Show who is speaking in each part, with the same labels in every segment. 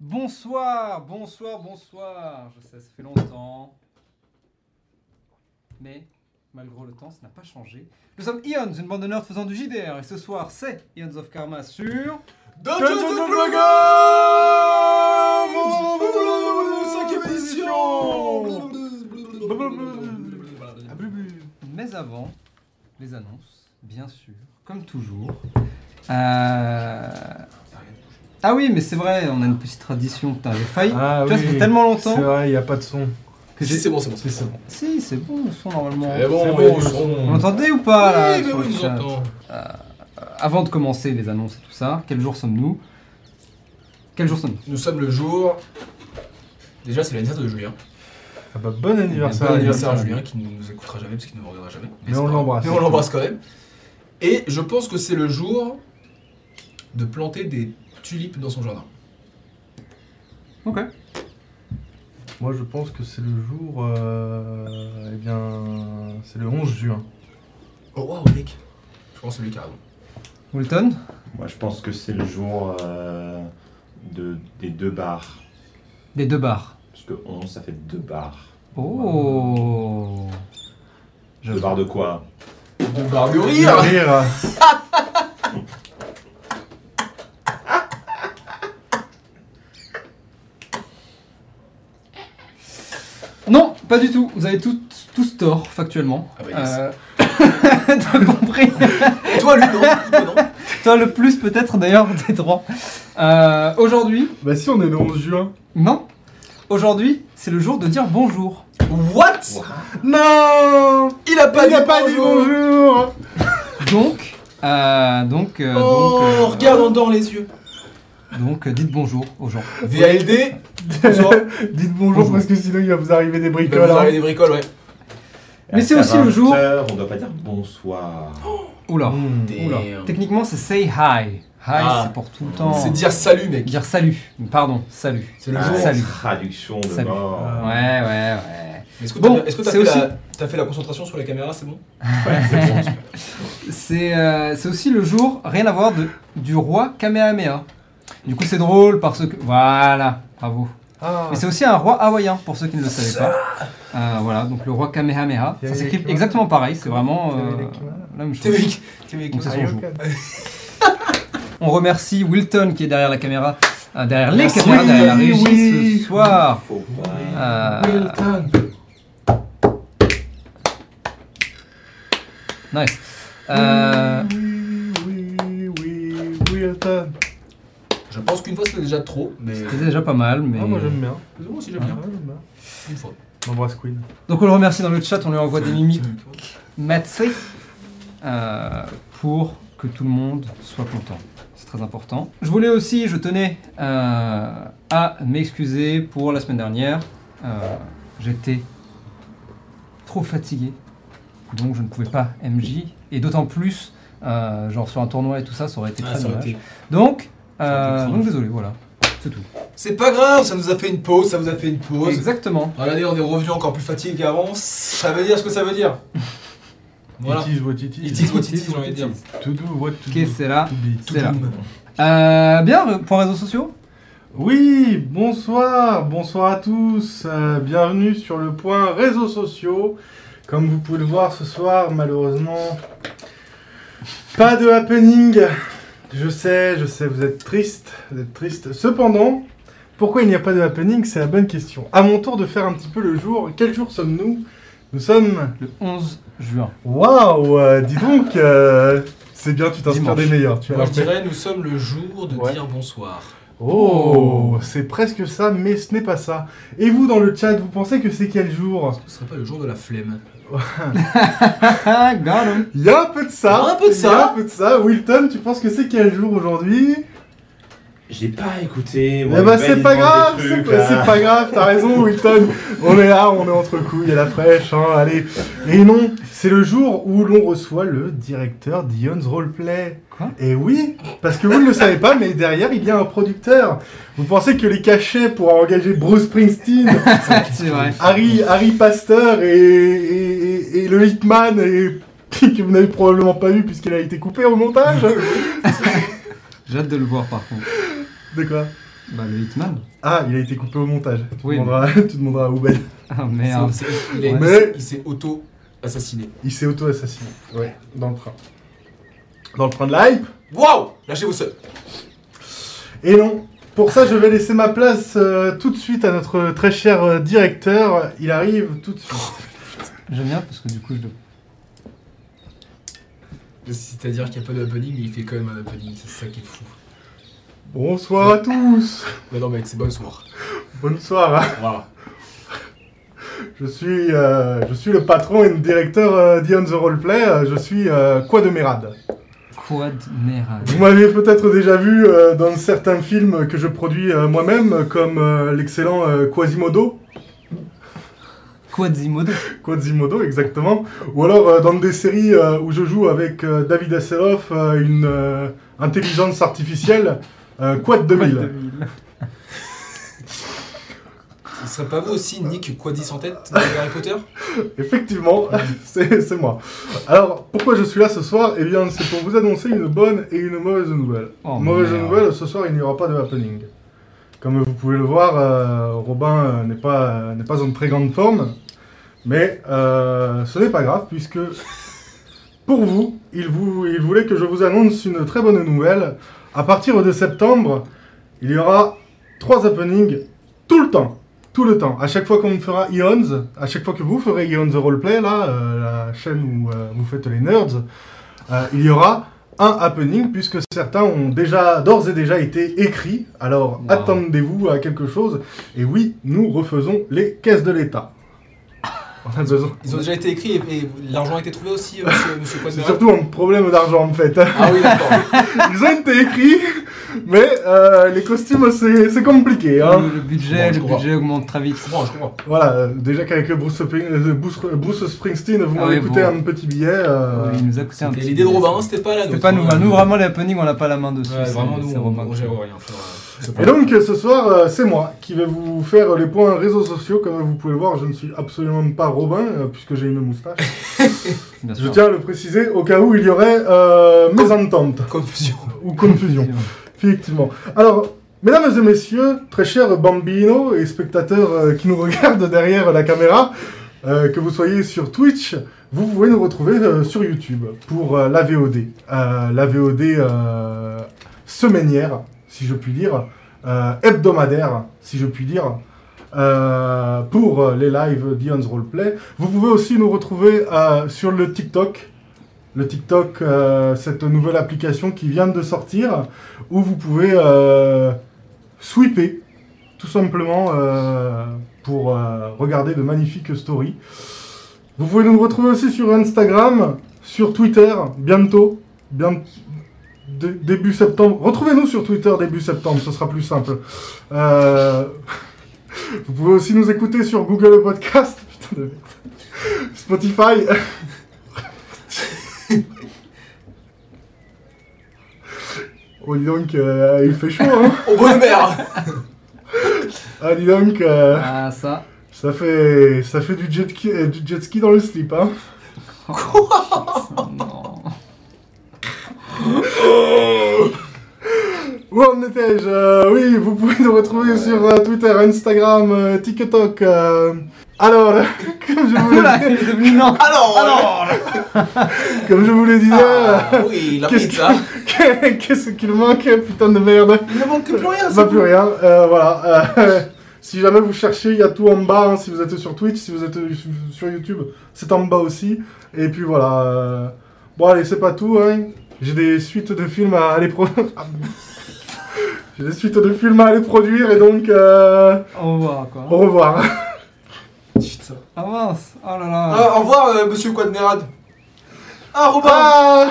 Speaker 1: Bonsoir, bonsoir, bonsoir. Je sais, ça fait longtemps. Mais, malgré le temps, ça n'a pas changé. Nous sommes Ions, une bande de nerds faisant du JDR. Et ce soir, c'est Ions of Karma sur.
Speaker 2: Dungeons
Speaker 1: Dungeons
Speaker 2: and
Speaker 1: and
Speaker 2: Dragons Cinquième
Speaker 3: Ah,
Speaker 2: édition
Speaker 1: Mais avant, les annonces, bien sûr, comme toujours. Euh, Ah oui, mais c'est vrai, on a une petite tradition. Putain, j'ai failli.
Speaker 2: Ah
Speaker 1: tu vois, ça fait tellement
Speaker 2: C'est
Speaker 1: longtemps
Speaker 2: vrai, il n'y a pas de son.
Speaker 1: que j'ai.
Speaker 3: bon, c'est bon,
Speaker 2: C'est bon.
Speaker 1: Si, c'est bon le son normalement.
Speaker 3: C'est bon,
Speaker 2: C'est
Speaker 3: il y a
Speaker 2: bon,
Speaker 3: du
Speaker 2: je-
Speaker 3: son.
Speaker 1: Vous m'entendez ou
Speaker 2: Ah
Speaker 1: pas là
Speaker 3: Oui, mais
Speaker 1: sur
Speaker 3: oui,
Speaker 1: le
Speaker 3: je vous
Speaker 1: chat
Speaker 3: entends.
Speaker 1: Avant de commencer les annonces et tout ça, quel jour sommes-nous Quel jour sommes-nous
Speaker 3: Nous sommes le jour. Déjà, c'est l'anniversaire de Julien.
Speaker 2: Ah bah, bon anniversaire.
Speaker 1: Bon
Speaker 3: Bon anniversaire à
Speaker 1: anniversaire.
Speaker 3: Julien qui ne nous écoutera jamais parce qu'il ne nous regardera jamais.
Speaker 2: Mais
Speaker 3: c'est
Speaker 2: on
Speaker 3: pas
Speaker 2: l'embrasse.
Speaker 3: grave. Mais on l'embrasse quand même. Et je pense que c'est le jour de planter des tulipes dans son jardin.
Speaker 1: Ok.
Speaker 2: Moi, je pense que c'est le jour. euh, eh bien. C'est le 11 juin.
Speaker 3: Oh waouh, mec Je pense que c'est lui qui a raison.
Speaker 1: Wilton
Speaker 4: Moi, je pense que c'est le jour euh, de, des deux bars.
Speaker 1: Des deux bars.
Speaker 4: Parce que 11, ça fait deux bars.
Speaker 1: Oh Je
Speaker 4: Deux bars de quoi
Speaker 3: De
Speaker 2: bah,
Speaker 3: barre de rire
Speaker 2: Rire.
Speaker 1: Non, pas du tout. Vous avez tous, tous tort factuellement.
Speaker 3: Ah bah yes.
Speaker 1: Euh, T'as compris
Speaker 3: Et Toi, lui, non, Toi, non.
Speaker 1: Toi le plus peut-être d'ailleurs des trois. Euh, Aujourd'hui,
Speaker 2: Bah, si, on est le 11 juin.
Speaker 1: non. Aujourd'hui, c'est le jour de dire bonjour.
Speaker 3: What
Speaker 2: Non
Speaker 3: Il a pas
Speaker 2: Il
Speaker 3: dit
Speaker 2: n'a pas dit
Speaker 3: bonjour.
Speaker 2: bonjour
Speaker 1: Donc, euh, donc, euh, donc,
Speaker 3: Oh,
Speaker 1: euh,
Speaker 3: regarde en dans les yeux.
Speaker 1: donc, euh, dites bonjour aux gens.
Speaker 3: VALD, bonsoir.
Speaker 2: Dites bonjour,
Speaker 1: Bonjour.
Speaker 2: parce que sinon, il va vous arriver des
Speaker 3: Il va
Speaker 2: bricoles.
Speaker 3: vous
Speaker 2: hein.
Speaker 3: arriver des bricoles, ouais.
Speaker 1: Mais
Speaker 4: Et
Speaker 1: c'est
Speaker 4: à
Speaker 1: aussi le jour-
Speaker 4: 20h, on doit pas dire bonsoir.
Speaker 1: Oula.
Speaker 2: Hmm.
Speaker 1: Oula.
Speaker 3: Damn.
Speaker 1: Techniquement, c'est say hi. Hi,
Speaker 3: euh, Ah.
Speaker 1: c'est pour tout le temps.
Speaker 3: C'est dire salut, mec.
Speaker 1: Dire salut. Pardon, salut.
Speaker 3: C'est le
Speaker 4: Ah,
Speaker 3: jour.
Speaker 1: ça- salut.
Speaker 4: Traduction de
Speaker 1: Salut.
Speaker 4: mort.
Speaker 2: Ah.
Speaker 1: Ouais, ouais, ouais.
Speaker 3: Est-ce que
Speaker 1: Bon,
Speaker 3: t'as est-ce que t'as
Speaker 1: c'est
Speaker 3: fait,
Speaker 1: aussi-
Speaker 3: la- t'as fait la concentration sur la caméra, c'est bon
Speaker 4: Ouais, c'est bon.
Speaker 1: C'est euh, c'est aussi le jour, rien à voir, de, du roi Kamehameha. Du coup, c'est drôle parce que. Voilà, bravo.
Speaker 2: Ah.
Speaker 1: Mais c'est aussi un roi hawaïen, pour ceux qui ne le savaient pas. Euh, voilà, donc le roi Kamehameha.
Speaker 2: Il y
Speaker 1: Ça
Speaker 2: avait
Speaker 1: s'écrit
Speaker 2: les Kimas.
Speaker 1: exactement pareil, c'est vraiment euh,
Speaker 2: Il y avait les Kimas.
Speaker 1: la même
Speaker 3: T'es
Speaker 1: chose.
Speaker 3: mec, t'es mec.
Speaker 1: Donc, c'est son
Speaker 2: Ah,
Speaker 1: jour.
Speaker 2: ok.
Speaker 1: On remercie Wilton qui est derrière la caméra, euh, derrière les
Speaker 3: Merci.
Speaker 1: caméras, derrière la
Speaker 2: Oui,
Speaker 1: régie
Speaker 2: oui.
Speaker 1: ce soir.
Speaker 4: Faut pas.
Speaker 1: Euh,
Speaker 2: Wilton.
Speaker 1: nice.
Speaker 3: Ah.
Speaker 1: Euh,
Speaker 2: Oui, oui, oui, oui, Wilton.
Speaker 3: Je pense qu'une fois c'était déjà trop, mais.
Speaker 1: C'était déjà pas mal, mais.
Speaker 2: Ah, moi j'aime bien.
Speaker 3: Moi aussi j'aime
Speaker 2: Ah,
Speaker 3: bien.
Speaker 2: j'aime bien.
Speaker 3: Une fois.
Speaker 2: On embrasse Queen.
Speaker 1: Donc on le remercie dans le chat, on lui envoie des mimiques matsé euh, pour que tout le monde soit content. C'est très important. Je voulais aussi, je tenais euh, à m'excuser pour la semaine dernière. Euh, J'étais trop fatigué, donc je ne pouvais pas MJ, et d'autant plus, euh, genre sur un tournoi et tout ça, ça aurait été
Speaker 3: Ah,
Speaker 1: très
Speaker 3: ça aurait
Speaker 1: dommage.
Speaker 3: été-
Speaker 1: Donc,
Speaker 3: aurait été
Speaker 1: euh,
Speaker 3: cringe.
Speaker 1: donc désolé, voilà, c'est tout.
Speaker 3: C'est pas grave, ça nous a fait une pause, ça nous a fait une pause.
Speaker 1: Exactement.
Speaker 3: Regardez, on est revenu encore plus fatigué qu'avant. Ça veut dire ce que ça veut dire. Voilà.
Speaker 2: It is what it is.
Speaker 3: It is what it is, j'ai envie de dire.
Speaker 2: To do what to
Speaker 1: Ok,
Speaker 2: do.
Speaker 1: c'est là.
Speaker 2: To be.
Speaker 1: C'est là. Euh, bien, pour les réseaux sociaux
Speaker 2: Oui, bonsoir, bonsoir à tous. euh, bienvenue sur le point réseaux sociaux. Comme vous pouvez le voir ce soir, malheureusement, pas de happening. Je sais, je sais, vous êtes triste, vous êtes triste. Cependant, pourquoi il n'y a pas de happening C'est la bonne question. À mon tour de faire un petit peu le jour. Quel jour sommes-nous Nous sommes.
Speaker 1: Le 11 juin.
Speaker 2: Waouh euh, Dis donc, euh, c'est bien, tu t'inspires
Speaker 1: Dimanche.
Speaker 2: des meilleurs. Tu as
Speaker 3: Moi je
Speaker 2: l'air-
Speaker 3: dirais, nous sommes le jour de
Speaker 2: Ouais.
Speaker 3: dire bonsoir.
Speaker 2: Oh, c'est presque ça, mais ce n'est pas ça. Et vous, dans le chat, vous pensez que c'est quel jour
Speaker 3: Ce serait pas le jour de la flemme.
Speaker 1: Ah, got him.
Speaker 2: Il y a un peu de ça.
Speaker 3: Un peu de
Speaker 2: Il y a
Speaker 3: ça.
Speaker 2: un peu de ça. Wilton, tu penses que c'est quel jour aujourd'hui
Speaker 4: J'ai pas écouté.
Speaker 2: Eh
Speaker 4: moi,
Speaker 2: bah,
Speaker 4: il
Speaker 2: c'est
Speaker 4: me
Speaker 2: pas
Speaker 4: demande
Speaker 2: grave,
Speaker 4: des
Speaker 2: c'est
Speaker 4: trucs,
Speaker 2: pas,
Speaker 4: là.
Speaker 2: c'est pas grave, t'as raison, Wilton. On est là, on est entre couilles, à la fraîche, hein, allez. Et non, c'est le jour où l'on reçoit le directeur d'Ion's Roleplay.
Speaker 1: Quoi
Speaker 2: Et oui, parce que vous ne le savez pas, mais derrière, il y a un producteur. Vous pensez que les cachets pour engager Bruce Springsteen
Speaker 1: C'est vrai.
Speaker 2: Harry, Harry Pasteur et, et- et- et le Hitman et, que vous n'avez probablement pas vu puisqu'il a été coupé au montage.
Speaker 1: J'ai hâte de le voir par contre.
Speaker 2: De quoi
Speaker 1: Bah, le Hitman.
Speaker 2: Ah, il a été coupé au montage. Tu,
Speaker 1: Oui,
Speaker 2: demanderas, tu demanderas à Oubed.
Speaker 1: Ah merde.
Speaker 3: C'est- c'est- il a- il
Speaker 2: Mais-
Speaker 3: s'est- il s'est auto-assassiné.
Speaker 2: Il s'est auto-assassiné. Ouais, dans le train. Dans le train de la hype
Speaker 3: Waouh Lâchez vos seuls.
Speaker 2: Et non. Pour ça, je vais laisser ma place euh, tout de suite à notre très cher euh, directeur. Il arrive tout de suite.
Speaker 1: J'aime bien parce que du coup, je dois-
Speaker 3: C'est-à-dire qu'il n'y a pas d'opening, mais il fait quand même un opening. C'est ça qui est fou.
Speaker 2: Bonsoir à tous.
Speaker 3: Mais non, mec, c'est bonsoir.
Speaker 2: Bonsoir.
Speaker 3: Voilà.
Speaker 2: Je suis, euh, je suis le patron et le directeur euh, d'Ion the Roleplay. Euh, Je suis euh, quoi de mérade.
Speaker 1: Quad Merad.
Speaker 2: Vous m'avez peut-être déjà vu euh, dans certains films que je produis euh, moi-même, comme euh, l'excellent euh, Quasimodo.
Speaker 1: Quadzimodo.
Speaker 2: Quasimodo, exactement. Ou alors euh, dans des séries euh, où je joue avec euh, David Hasselhoff, euh, une euh, intelligence artificielle, euh, Quad 2000.
Speaker 3: Ce serait pas vous aussi, Nick Quadi sans tête dans Harry Potter
Speaker 2: Effectivement, c'est c'est moi. Alors, pourquoi je suis là ce soir Eh bien, c'est pour vous annoncer une bonne et une mauvaise nouvelle.
Speaker 1: Oh,
Speaker 2: mauvaise
Speaker 1: merde.
Speaker 2: nouvelle, ce soir, il n'y aura pas de happening. Comme vous pouvez le voir, euh, Robin euh, n'est pas, euh, n'est pas en très grande forme. Mais euh, ce n'est pas grave, puisque pour vous il, vous, il voulait que je vous annonce une très bonne nouvelle. À partir de septembre, il y aura trois happenings tout le temps. Tout le temps. À chaque fois qu'on fera Ions, à chaque fois que vous ferez Ions the Roleplay, là, euh, la chaîne où euh, vous faites les nerds, euh, il y aura un happening puisque certains ont déjà, d'ores et déjà été écrits. Alors
Speaker 1: Wow.
Speaker 2: attendez-vous à quelque chose. Et oui, nous refaisons les caisses de l'État. On a besoin.
Speaker 3: Ils ont déjà été écrits et, et l'argent a été trouvé aussi, euh, monsieur, monsieur Quad
Speaker 2: C'est
Speaker 3: Merad
Speaker 2: surtout un problème d'argent en fait.
Speaker 3: Ah oui, d'accord.
Speaker 2: Ils ont été écrits, mais euh, les costumes c'est c'est compliqué. hein.
Speaker 1: Le, le budget,
Speaker 3: Bon, je
Speaker 1: le budget augmente très vite.
Speaker 3: Je comprends, je comprends.
Speaker 2: Voilà, euh, déjà qu'avec le Bruce, Spring- euh, Bruce- Bruce Springsteen, vous
Speaker 1: Ah
Speaker 2: m'avez
Speaker 1: ouais,
Speaker 2: coûté
Speaker 1: bon.
Speaker 2: un petit billet. euh,
Speaker 1: Il nous a coûté un
Speaker 3: C'était
Speaker 1: petit
Speaker 3: l'idée de
Speaker 1: billet,
Speaker 3: Robin,
Speaker 1: ça.
Speaker 3: c'était pas euh, la nôtre.
Speaker 1: C'était pas nous. hein. Nous, vraiment, les happenings, on n'a pas la main dessus.
Speaker 3: Ouais,
Speaker 1: c'est-
Speaker 3: vraiment, nous,
Speaker 1: c'est
Speaker 3: on,
Speaker 1: Robin.
Speaker 3: on gère rien. enfin, c'est pas
Speaker 2: Et donc ce soir, euh, c'est moi qui vais vous faire les points réseaux sociaux. Comme vous pouvez le voir, je ne suis absolument pas Robin, euh, puisque j'ai une moustache.
Speaker 1: Bien
Speaker 2: Je
Speaker 1: sûr.
Speaker 2: tiens à le préciser au cas où il y aurait euh, mésentente
Speaker 3: Confusion.
Speaker 2: ou confusion. Effectivement. Alors, mesdames et messieurs, très chers bambinos et spectateurs euh, qui nous regardent derrière la caméra, euh, que vous soyez sur Twitch, vous pouvez nous retrouver euh, sur YouTube pour euh, la VOD. Euh, la VOD euh, semainière, si je puis dire, euh, hebdomadaire, si je puis dire. euh, pour euh, les lives d'Ion's Roleplay. Vous pouvez aussi nous retrouver euh, sur le TikTok. Le TikTok, euh, cette nouvelle application qui vient de sortir où vous pouvez euh, sweeper, tout simplement, euh, pour euh, regarder de magnifiques stories. Vous pouvez nous retrouver aussi sur Instagram, sur Twitter, bientôt, bien- dé- début septembre. Retrouvez-nous sur Twitter début septembre, ce sera plus simple. Euh, vous pouvez aussi nous écouter sur Google Podcast, putain de merde. Spotify. Oh, dis donc, euh, il fait chaud, hein
Speaker 3: Au bon mère
Speaker 2: Ah, dis donc, euh,
Speaker 1: Ah, ça.
Speaker 2: ça, fait, ça fait du jet, ski, euh, du jet ski dans le slip, hein
Speaker 1: Oh, non.
Speaker 2: Où en étais-je Euh, Oui, vous pouvez nous retrouver sur euh, Twitter, Instagram, euh, TikTok. euh. Alors, comme je vous
Speaker 1: Oula,
Speaker 2: le,
Speaker 1: il est devenu lent.
Speaker 3: Alors Alors
Speaker 2: comme je vous le disais,
Speaker 3: Ah, Oui, la
Speaker 2: Qu'est-ce
Speaker 3: pizza.
Speaker 2: euh, qu'est-ce qu'il manque, putain de merde
Speaker 3: Il ne manque plus rien,
Speaker 2: Bah
Speaker 3: c'est
Speaker 2: plus
Speaker 3: plus
Speaker 2: rien, euh, voilà. euh, si jamais vous cherchez, il y a tout en bas, hein, si vous êtes sur Twitch, si vous êtes euh, sur- sur YouTube, c'est en bas aussi. Et puis voilà. euh, Bon allez, c'est pas tout, hein. J'ai des suites de films à aller produire. J'ai des suites de films à aller produire et donc euh,
Speaker 1: Au revoir, quoi.
Speaker 2: au revoir.
Speaker 3: Putain.
Speaker 1: Ah mince. Oh là là.
Speaker 3: Ah, au revoir, euh, monsieur Quadmerad. Ah, Robin
Speaker 2: Ah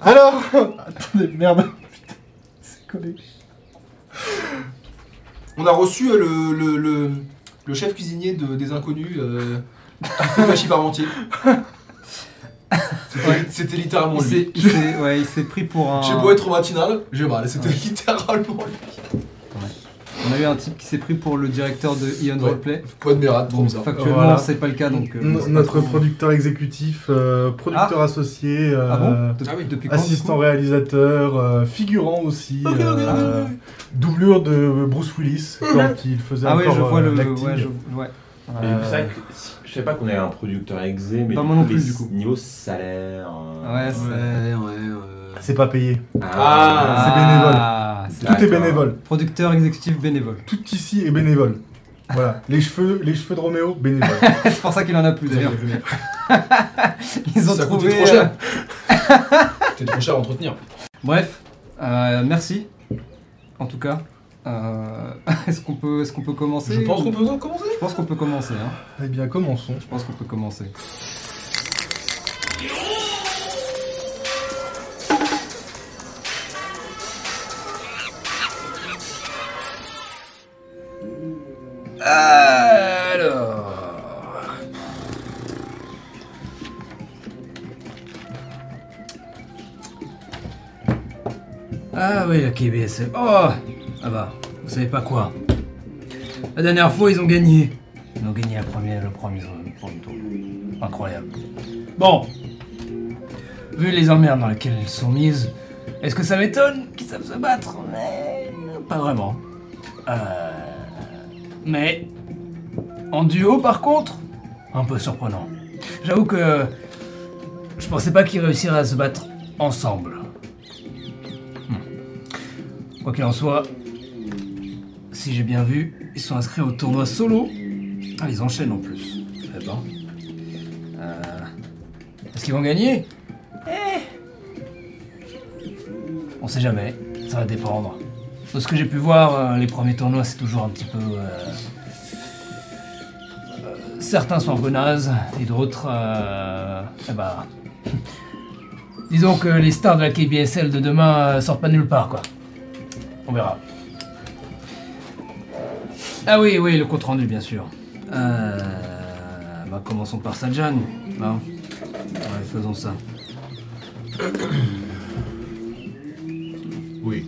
Speaker 2: Alors Attendez, merde. Putain, C'est collé.
Speaker 3: On a reçu euh, le, le, le, le chef cuisinier de, des Inconnus, euh, Flashi Parmentier. C'était-
Speaker 1: Ouais.
Speaker 3: C'était littéralement
Speaker 1: Il
Speaker 3: lui.
Speaker 1: s'est- il s'est ouais, il s'est pris pour un.
Speaker 3: J'ai beau être au matinal, j'ai mal. C'était
Speaker 1: Ouais.
Speaker 3: littéralement lui.
Speaker 1: On a eu un type qui s'est pris pour le directeur de Ion
Speaker 3: Ouais.
Speaker 1: Roleplay.
Speaker 3: Quoi de mérade, trop
Speaker 1: Bon,
Speaker 3: bizarre.
Speaker 1: factuellement,
Speaker 2: Voilà.
Speaker 1: c'est pas le cas donc. euh,
Speaker 2: N-
Speaker 1: on sait pas
Speaker 2: notre
Speaker 1: trop.
Speaker 2: producteur exécutif, euh, producteur associé, euh,
Speaker 1: Ah bon De-
Speaker 3: Ah oui.
Speaker 1: Depuis quand du
Speaker 2: assistant réalisateur, euh, figurant aussi,
Speaker 3: Ok, ok, ok,
Speaker 2: euh,
Speaker 3: ok, ok.
Speaker 2: doublure de Bruce Willis quand il faisait
Speaker 1: Ah oui,
Speaker 2: encore
Speaker 1: je vois
Speaker 2: euh,
Speaker 1: le.
Speaker 2: l'acting.
Speaker 1: Ouais, je... ouais.
Speaker 4: Mais
Speaker 2: Euh,
Speaker 4: c'est vrai que si- je sais pas qu'on ait un producteur exé, mais
Speaker 1: Pas
Speaker 4: du
Speaker 1: moi non
Speaker 4: coup,
Speaker 1: plus,
Speaker 4: les
Speaker 1: du coup.
Speaker 4: niveau salaire. euh,
Speaker 1: Ouais, c'est-
Speaker 3: Ouais, ouais, euh,
Speaker 2: C'est pas payé.
Speaker 4: Ah,
Speaker 1: Ah, c'est
Speaker 2: Tout est
Speaker 4: D'accord.
Speaker 2: bénévole.
Speaker 1: Producteur exécutif bénévole.
Speaker 2: Tout ici est bénévole. Voilà. Les cheveux, les cheveux de Roméo, bénévole.
Speaker 1: c'est pour ça qu'il en a plus d'ailleurs. Ils ont
Speaker 3: Ça a
Speaker 1: trouvé.
Speaker 3: coûté trop
Speaker 1: euh,
Speaker 3: cher. C'était trop cher à entretenir.
Speaker 1: Bref, euh, merci. En tout cas, Euh, est-ce qu'on peut, est-ce qu'on peut commencer
Speaker 3: Je pense qu'on peut commencer.
Speaker 1: Je pense qu'on peut commencer. hein.
Speaker 2: eh bien, commençons.
Speaker 1: Je pense qu'on peut commencer.
Speaker 3: Alors.
Speaker 5: Ah oui, la KBSL. Oh Ah bah, vous savez pas quoi. La dernière fois, ils ont gagné. Ils ont gagné la première, le premier, le premier tour. Incroyable. Bon. Vu les emmerdes dans lesquelles ils sont mises, est-ce que ça m'étonne qu'ils savent se battre Mais, Pas vraiment. Euh, Mais. En duo, par contre, un peu surprenant. J'avoue que. Je pensais pas qu'ils réussiraient à se battre ensemble. Hmm. Quoi qu'il en soit, si j'ai bien vu, ils sont inscrits au tournoi solo. Ah, ils enchaînent en plus. Eh ben. Euh, Est-ce qu'ils vont gagner Eh On sait jamais. Ça va dépendre. De ce que j'ai pu voir, euh, les premiers tournois, c'est toujours un petit peu. euh, euh, Certains sont un peu nazes, et d'autres. euh, Eh ben. Disons que les stars de la KBSL de demain euh, sortent pas de nulle part, quoi. On verra. Ah oui, oui, le compte rendu, bien sûr. Euh, bah, commençons par Sajan. hein. Ouais, faisons ça.
Speaker 3: Oui.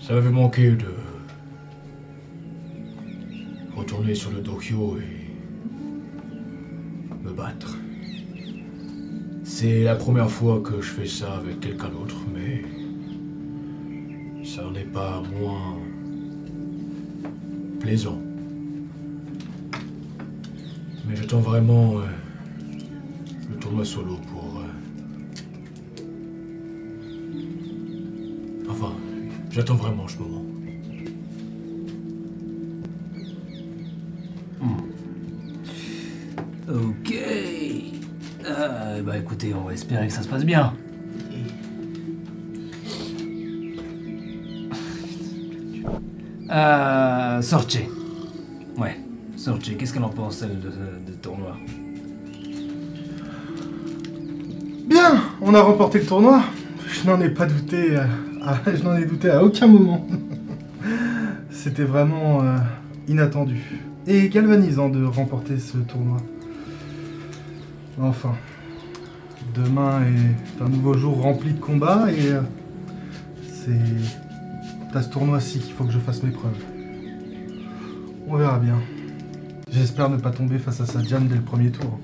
Speaker 3: Ça m'avait manqué de retourner sur le Tokyo et me battre. C'est la première fois que je fais ça avec quelqu'un d'autre, mais ça n'en est pas moins plaisant. Mais j'attends vraiment euh, le tournoi solo pour. euh, Enfin, j'attends vraiment ce moment.
Speaker 5: Ok. Euh, bah écoutez, on va espérer que ça se passe bien. Euh, Sorche. Ouais, Sorche, qu'est-ce qu'elle en pense, elle, de, de tournoi
Speaker 2: Bien, on a remporté le tournoi. Je n'en ai pas douté. euh, à- je n'en ai douté à aucun moment. C'était vraiment euh, inattendu et galvanisant de remporter ce tournoi. Enfin, demain est un nouveau jour rempli de combats et euh, c'est à ce tournoi-ci qu'il faut que je fasse mes preuves. On verra bien. J'espère ne pas tomber face à sa Jan dès le premier tour.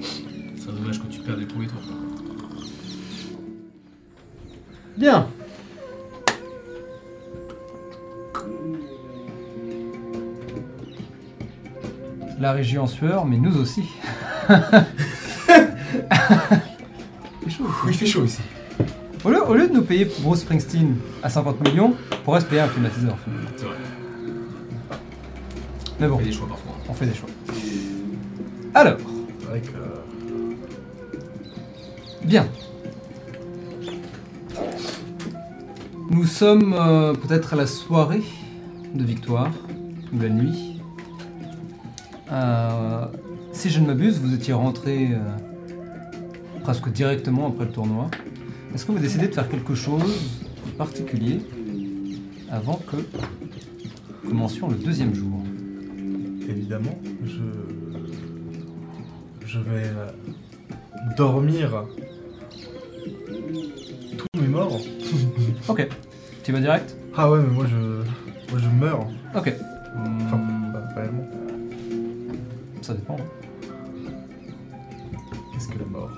Speaker 3: C'est dommage que tu perdes les premiers tours.
Speaker 1: Bien. La région en sueur, mais nous aussi.
Speaker 3: Oui, il fait chaud ici.
Speaker 1: Au lieu, au lieu de nous payer Bruce Springsteen à 50 millions, on pourrait se payer un climatiseur. finalement.
Speaker 3: C'est vrai.
Speaker 1: Mais
Speaker 3: On
Speaker 1: bon,
Speaker 3: fait des choix parfois.
Speaker 1: on fait des choix. Alors,
Speaker 2: Avec, euh,
Speaker 1: bien. Nous sommes euh, peut-être à la soirée de victoire, ou la nuit. Euh, si je ne m'abuse, vous étiez rentré euh, presque directement après le tournoi. Est-ce que vous décidez de faire quelque chose de particulier avant que nous commencions le deuxième jour
Speaker 2: Évidemment, je. Je vais euh, dormir tous mes morts.
Speaker 1: Ok. Tu vas direct
Speaker 2: Ah ouais, mais moi je, moi je meurs.
Speaker 1: Ok.
Speaker 2: Enfin, pas réellement.
Speaker 1: Ça dépend. hein.
Speaker 2: Qu'est-ce que la mort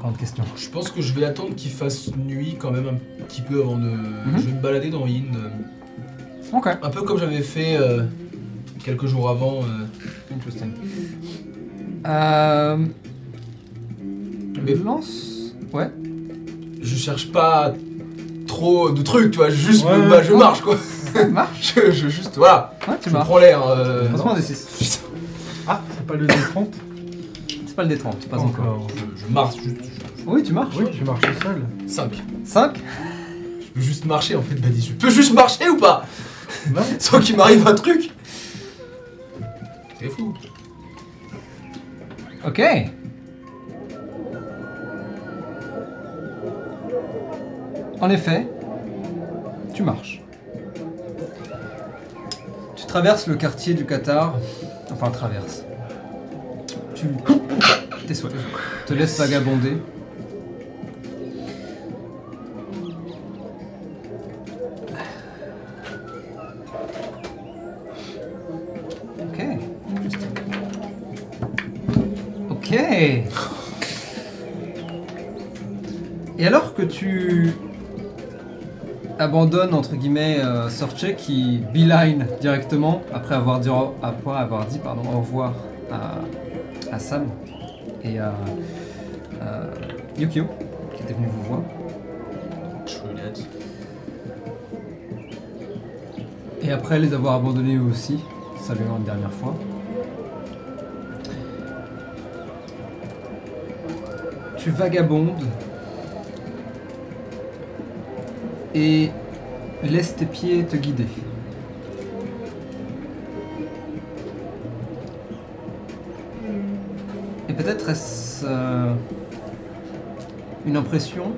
Speaker 1: Grande question.
Speaker 3: Je pense que je vais attendre qu'il fasse nuit quand même un petit peu avant de.
Speaker 1: Mhm.
Speaker 3: Je vais me balader dans Yin. euh,
Speaker 1: Ok.
Speaker 3: Un peu comme j'avais fait euh, quelques jours avant. euh,
Speaker 1: Interesting. Euh...
Speaker 3: Mais-
Speaker 1: lance Ouais.
Speaker 3: je cherche pas trop de trucs, tu vois. Juste,
Speaker 2: Ouais,
Speaker 3: me- bah, je
Speaker 1: ouais.
Speaker 3: marche quoi.
Speaker 1: Marche.
Speaker 3: Je, je- juste, voilà.
Speaker 1: Ouais, tu
Speaker 3: je
Speaker 1: marches.
Speaker 3: prends l'air. euh,
Speaker 1: Lance-moi un D6.
Speaker 3: Putain,
Speaker 2: Ah, c'est pas le D30
Speaker 1: C'est pas le D30, pas encore.
Speaker 3: je, je marche, juste.
Speaker 1: Oui, tu marches.
Speaker 2: Oui, tu marches seul.
Speaker 3: 5.
Speaker 1: 5
Speaker 3: Je peux juste marcher en fait, Badis. Je peux juste marcher ou pas
Speaker 2: Non
Speaker 3: Sans qu'il m'arrive un truc C'est fou.
Speaker 1: Ok. En effet, tu marches. Tu traverses le quartier du Qatar. Enfin, traverse. Tu t'es soif. Te laisses vagabonder. Ok. Ok. Et alors que tu abandonnes entre guillemets euh, Sorche qui beeline directement après avoir dit, au- après avoir dit pardon, au revoir à, à Sam et à euh, Yukio qui était venu vous voir, Et après les avoir abandonnés eux aussi, saluant une dernière fois. Tu vagabondes et laisse tes pieds te guider. Et peut-être est-ce euh, une impression,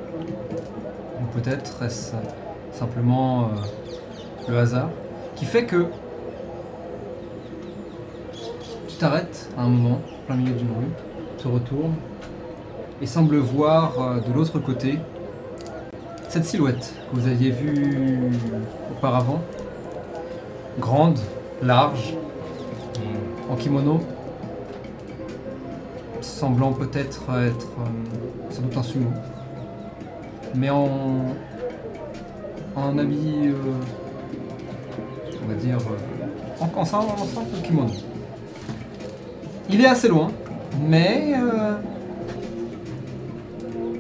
Speaker 1: ou peut-être est-ce simplement euh, le hasard qui fait que tu t'arrêtes à un moment, plein milieu d'une rue, te retournes et semble voir euh, de l'autre côté cette silhouette que vous aviez vue auparavant, grande, large, en kimono, semblant peut-être être euh, sans doute un sumo, mais en, en habit euh, on va dire, euh, en, en, en, en simple kimono. Il est assez loin, mais euh,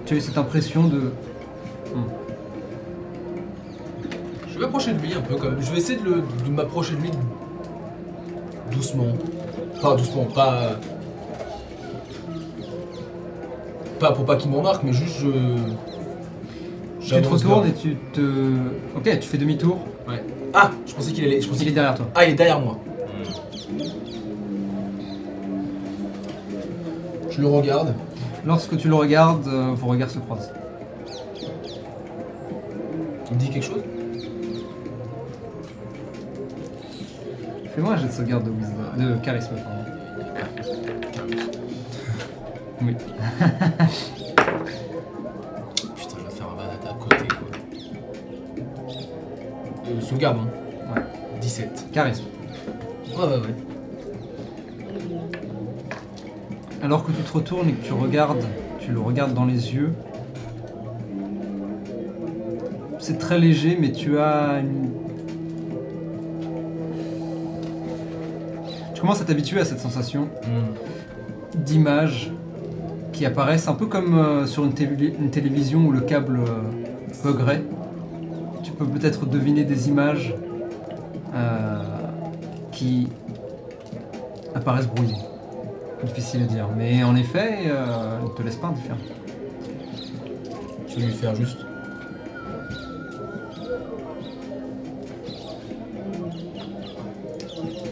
Speaker 1: tu as eu cette impression de...
Speaker 3: Je vais m'approcher de lui un peu quand même. Je vais essayer de, le- de m'approcher de lui doucement. Pas doucement, pas. Pas pour pas qu'il me remarque, mais juste je.
Speaker 1: Tu te
Speaker 3: j'avance
Speaker 1: retournes
Speaker 3: vers-
Speaker 1: et tu te... Ok, tu fais demi-tour,
Speaker 3: Ah Je pensais qu'il allait. Je pensais
Speaker 1: il est
Speaker 3: qu'il...
Speaker 1: derrière toi.
Speaker 3: Ah, il est derrière moi. Je le regarde.
Speaker 1: Lorsque tu le regardes, euh, vos regards se croisent.
Speaker 3: Il me dit quelque chose
Speaker 1: Fais-moi un jet de sauvegarde de, wisdom- de charisme. pardon. Oui.
Speaker 3: Putain, je vais faire un banana à côté quoi. Euh, sauvegarde, hein.
Speaker 1: Ouais.
Speaker 3: 17.
Speaker 1: Charisme.
Speaker 3: Ouais, ouais, ouais.
Speaker 1: Alors que tu te retournes et que tu regardes, tu le regardes dans les yeux. C'est très léger, mais tu as une. Tu commences à t'habituer à cette sensation
Speaker 3: Hmm.
Speaker 1: d'images qui apparaissent un peu comme euh, sur une, télé- une télévision où le câble euh, bugrait. Tu peux peut-être deviner des images euh, qui apparaissent brouillées. Difficile à dire, mais en effet, euh, ne te laisse pas indifférent.
Speaker 3: Je vais lui faire juste.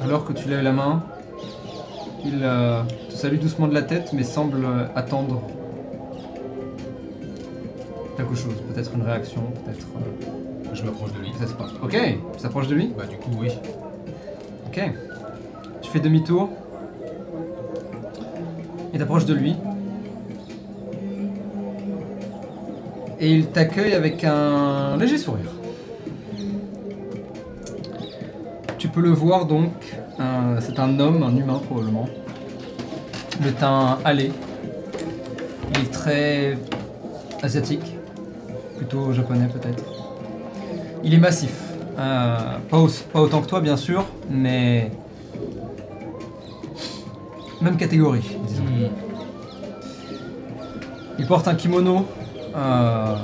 Speaker 1: Alors que tu lèves la main, il euh, te salue doucement de la tête, mais semble euh, attendre quelque chose. Peut-être une réaction, peut-être euh,
Speaker 3: Je m'approche de lui.
Speaker 1: peut-être pas. Ok, tu t'approches de lui
Speaker 3: Bah, du coup, oui.
Speaker 1: Ok. Tu fais demi-tour. Et t'approches de lui. et il t'accueille avec un léger sourire. Tu peux le voir donc, un- c'est un homme, un humain probablement, le teint hâlé, il est très asiatique, plutôt japonais peut-être. Il est massif, euh, pas, au- pas autant que toi bien sûr, mais même catégorie, disons. Il porte un kimono, euh,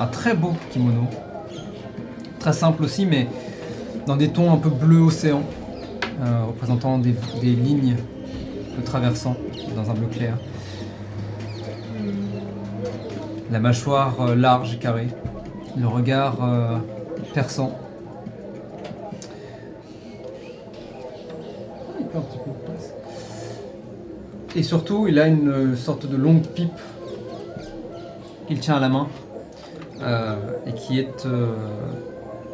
Speaker 1: un très beau kimono, très simple aussi, mais dans des tons un peu bleu océan, euh, représentant des, des lignes de traversant dans un bleu clair. La mâchoire euh, large et carrée, le regard euh, perçant. Et surtout, il a une euh, sorte de longue pipe qu'il tient à la main euh, et qui est euh,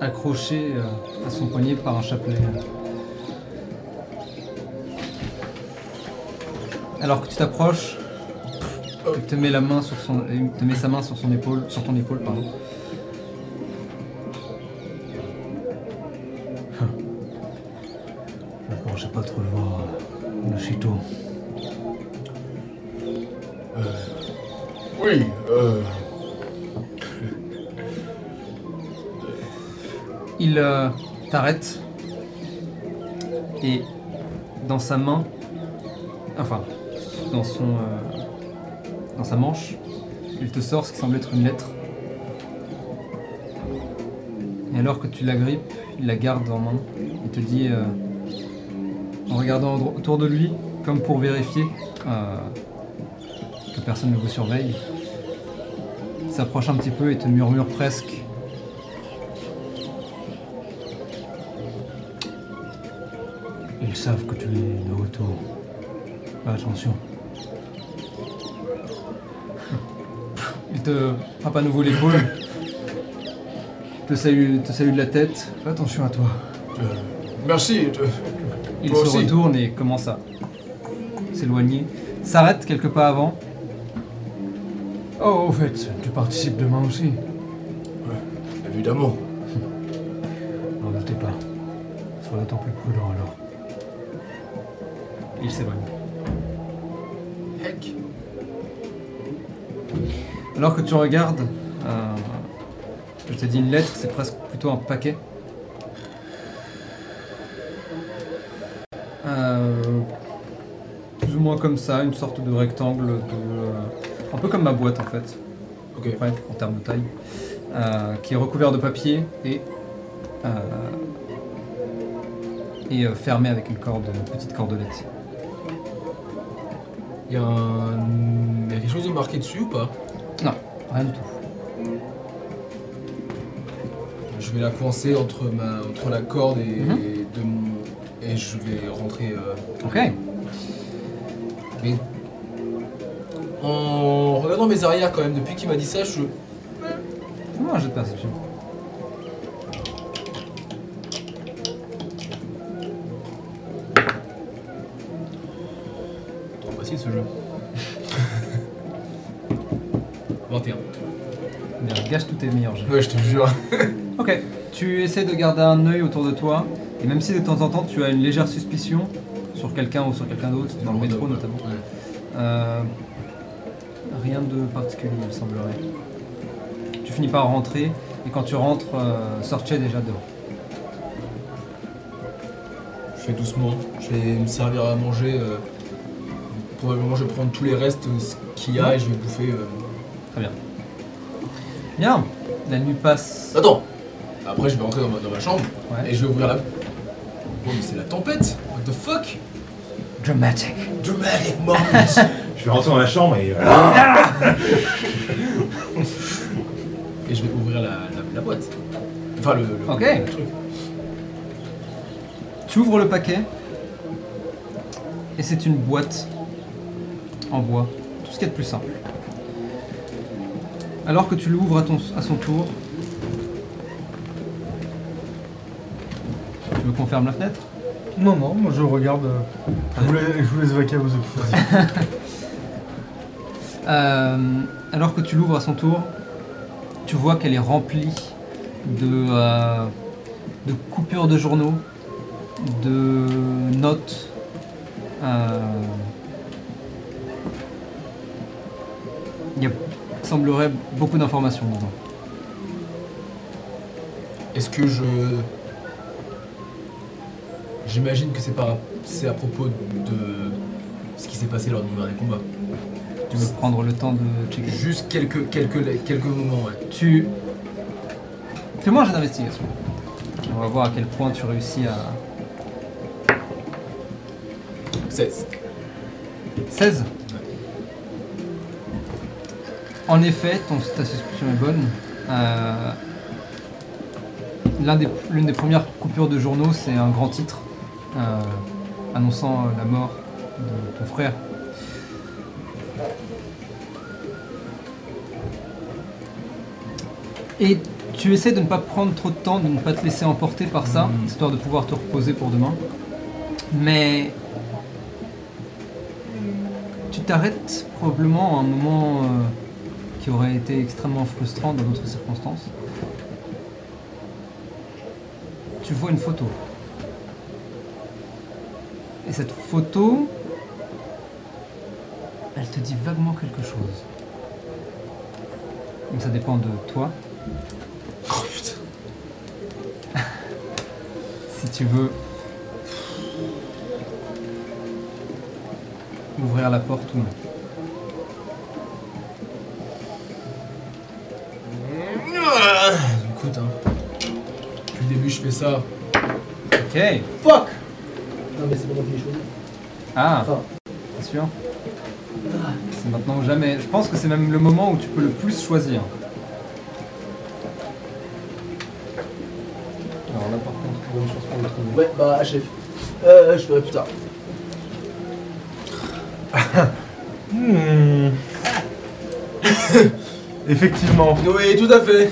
Speaker 1: accroché euh, à son poignet par un chapelet. Alors que tu t'approches, il te met la main sur son, il te met sa main sur son épaule, sur ton épaule, pardon.
Speaker 5: Je ne pensais pas trop le voir euh, de si tôt.
Speaker 6: Oui, euh,
Speaker 1: Il euh, t'arrête et dans sa main, enfin dans son, euh, dans sa manche, il te sort ce qui semble être une lettre. Et alors que tu la grippes, il la garde en main et te dit, euh, en regardant au- autour de lui, comme pour vérifier euh, que personne ne vous surveille, il s'approche un petit peu et te murmure presque.
Speaker 5: Ils savent que tu es de retour. Fais attention.
Speaker 1: Il te frappe à nouveau l'épaule. te salue, te salue de la tête. Fais attention à toi.
Speaker 6: euh, merci. de-
Speaker 1: Il
Speaker 6: Toi
Speaker 1: se
Speaker 6: aussi.
Speaker 1: retourne et commence à s'éloigner. S'arrête quelques pas avant.
Speaker 5: Oh, au fait, tu participes demain aussi
Speaker 6: évidemment.
Speaker 5: N'en doutez pas. Sois d'autant plus prudent alors.
Speaker 1: Il s'éloigne.
Speaker 6: Heck.
Speaker 1: Alors que tu regardes, euh, je te dis une lettre, c'est presque plutôt un paquet. Euh, plus ou moins comme ça, une sorte de rectangle, de, euh, un peu comme ma boîte en fait.
Speaker 3: Ok.
Speaker 1: Ouais, en termes de taille, Euh, qui est recouvert de papier et, euh, et euh, fermé avec une corde, une petite cordelette.
Speaker 3: Il y, a un- y a quelque chose de marqué dessus ou pas
Speaker 1: Rien du tout.
Speaker 3: Je vais la coincer entre, ma, entre la corde et,
Speaker 1: Mhm.
Speaker 3: et de mon- et je vais rentrer. euh,
Speaker 1: Ok.
Speaker 3: mais en regardant mes arrières quand même, depuis qu'il m'a dit ça, je.
Speaker 1: Fais-moi un jet de perception.
Speaker 3: Trop facile ce jeu. 21.
Speaker 1: Merde, Gâche tous tes meilleurs jets.
Speaker 3: Ouais, je te jure.
Speaker 1: Ok, tu essaies de garder un œil autour de toi, et même si de temps en temps tu as une légère suspicion sur quelqu'un ou sur quelqu'un d'autre, dans le métro notamment,
Speaker 3: Ouais.
Speaker 1: euh, rien de particulier il semblerait. Tu finis par rentrer, et quand tu rentres, euh, Sorche est déjà dehors.
Speaker 3: Je fais doucement, je vais me servir à manger. euh, probablement, je vais prendre tous les restes euh, ce qu'il y a et je vais bouffer. euh.
Speaker 1: Bien, la nuit passe.
Speaker 3: Attends Après, je vais rentrer dans ma, dans ma chambre
Speaker 1: Ouais.
Speaker 3: et je vais ouvrir la. Oh, mais c'est la tempête What the fuck
Speaker 1: Dramatic.
Speaker 3: Dramatic moment
Speaker 4: Je vais rentrer dans la chambre et. euh,
Speaker 3: Et je vais ouvrir la, la- la boîte. Enfin, le, le-
Speaker 1: Ok.
Speaker 3: le truc.
Speaker 1: Tu ouvres le paquet et c'est une boîte en bois. Tout ce qu'il y a de plus simple. Alors que tu l'ouvres à, ton- à son tour. Tu veux qu'on ferme la fenêtre
Speaker 2: Non, non, moi je regarde. euh, Je vous laisse, je vous laisse vaquer à vos occupations.
Speaker 1: Euh, Alors que tu l'ouvres à son tour, Tu vois qu'elle est remplie de, euh, de coupures de journaux, de notes. euh. Il y a- semblerait beaucoup d'informations dedans.
Speaker 3: Est-ce que je. J'imagine que c'est pas... c'est à propos de ce qui s'est passé lors de l'hiver des combats.
Speaker 1: Tu veux prendre le temps de checker
Speaker 3: Juste quelques, quelques, quelques moments, ouais.
Speaker 1: Tu. Fais-moi un jeu d'investigation. On va voir à quel point tu réussis à.
Speaker 3: 16.
Speaker 1: 16 En effet, ton, ta suspicion est bonne. Euh, l'un des- L'une des, premières coupures de journaux, c'est un grand titre euh, annonçant euh, la mort de ton frère. Et tu essaies de ne pas prendre trop de temps, de ne pas te laisser emporter par ça, histoire de pouvoir te reposer pour demain. Mais tu t'arrêtes probablement à un moment euh, qui aurait été extrêmement frustrant dans d'autres circonstances. Tu vois une photo. Et cette photo, elle te dit vaguement quelque chose. Mais ça dépend de toi.
Speaker 3: Oh putain.
Speaker 1: Si tu veux ouvrir la porte ou non.
Speaker 3: Écoute, hein. Depuis le début, je fais ça.
Speaker 1: Ok.
Speaker 7: Fuck Non, mais c'est pas moi qui l'ai choisi.
Speaker 1: Ah,
Speaker 7: Enfin.
Speaker 1: c'est sûr. C'est maintenant ou jamais. Je pense que c'est même le moment où tu peux le plus choisir.
Speaker 7: Alors là, par contre, bonne chance pour le trouver. Ouais, bah, HF. Euh, je ferai plus tard.
Speaker 2: Hmm. Effectivement.
Speaker 3: Oui, tout à fait.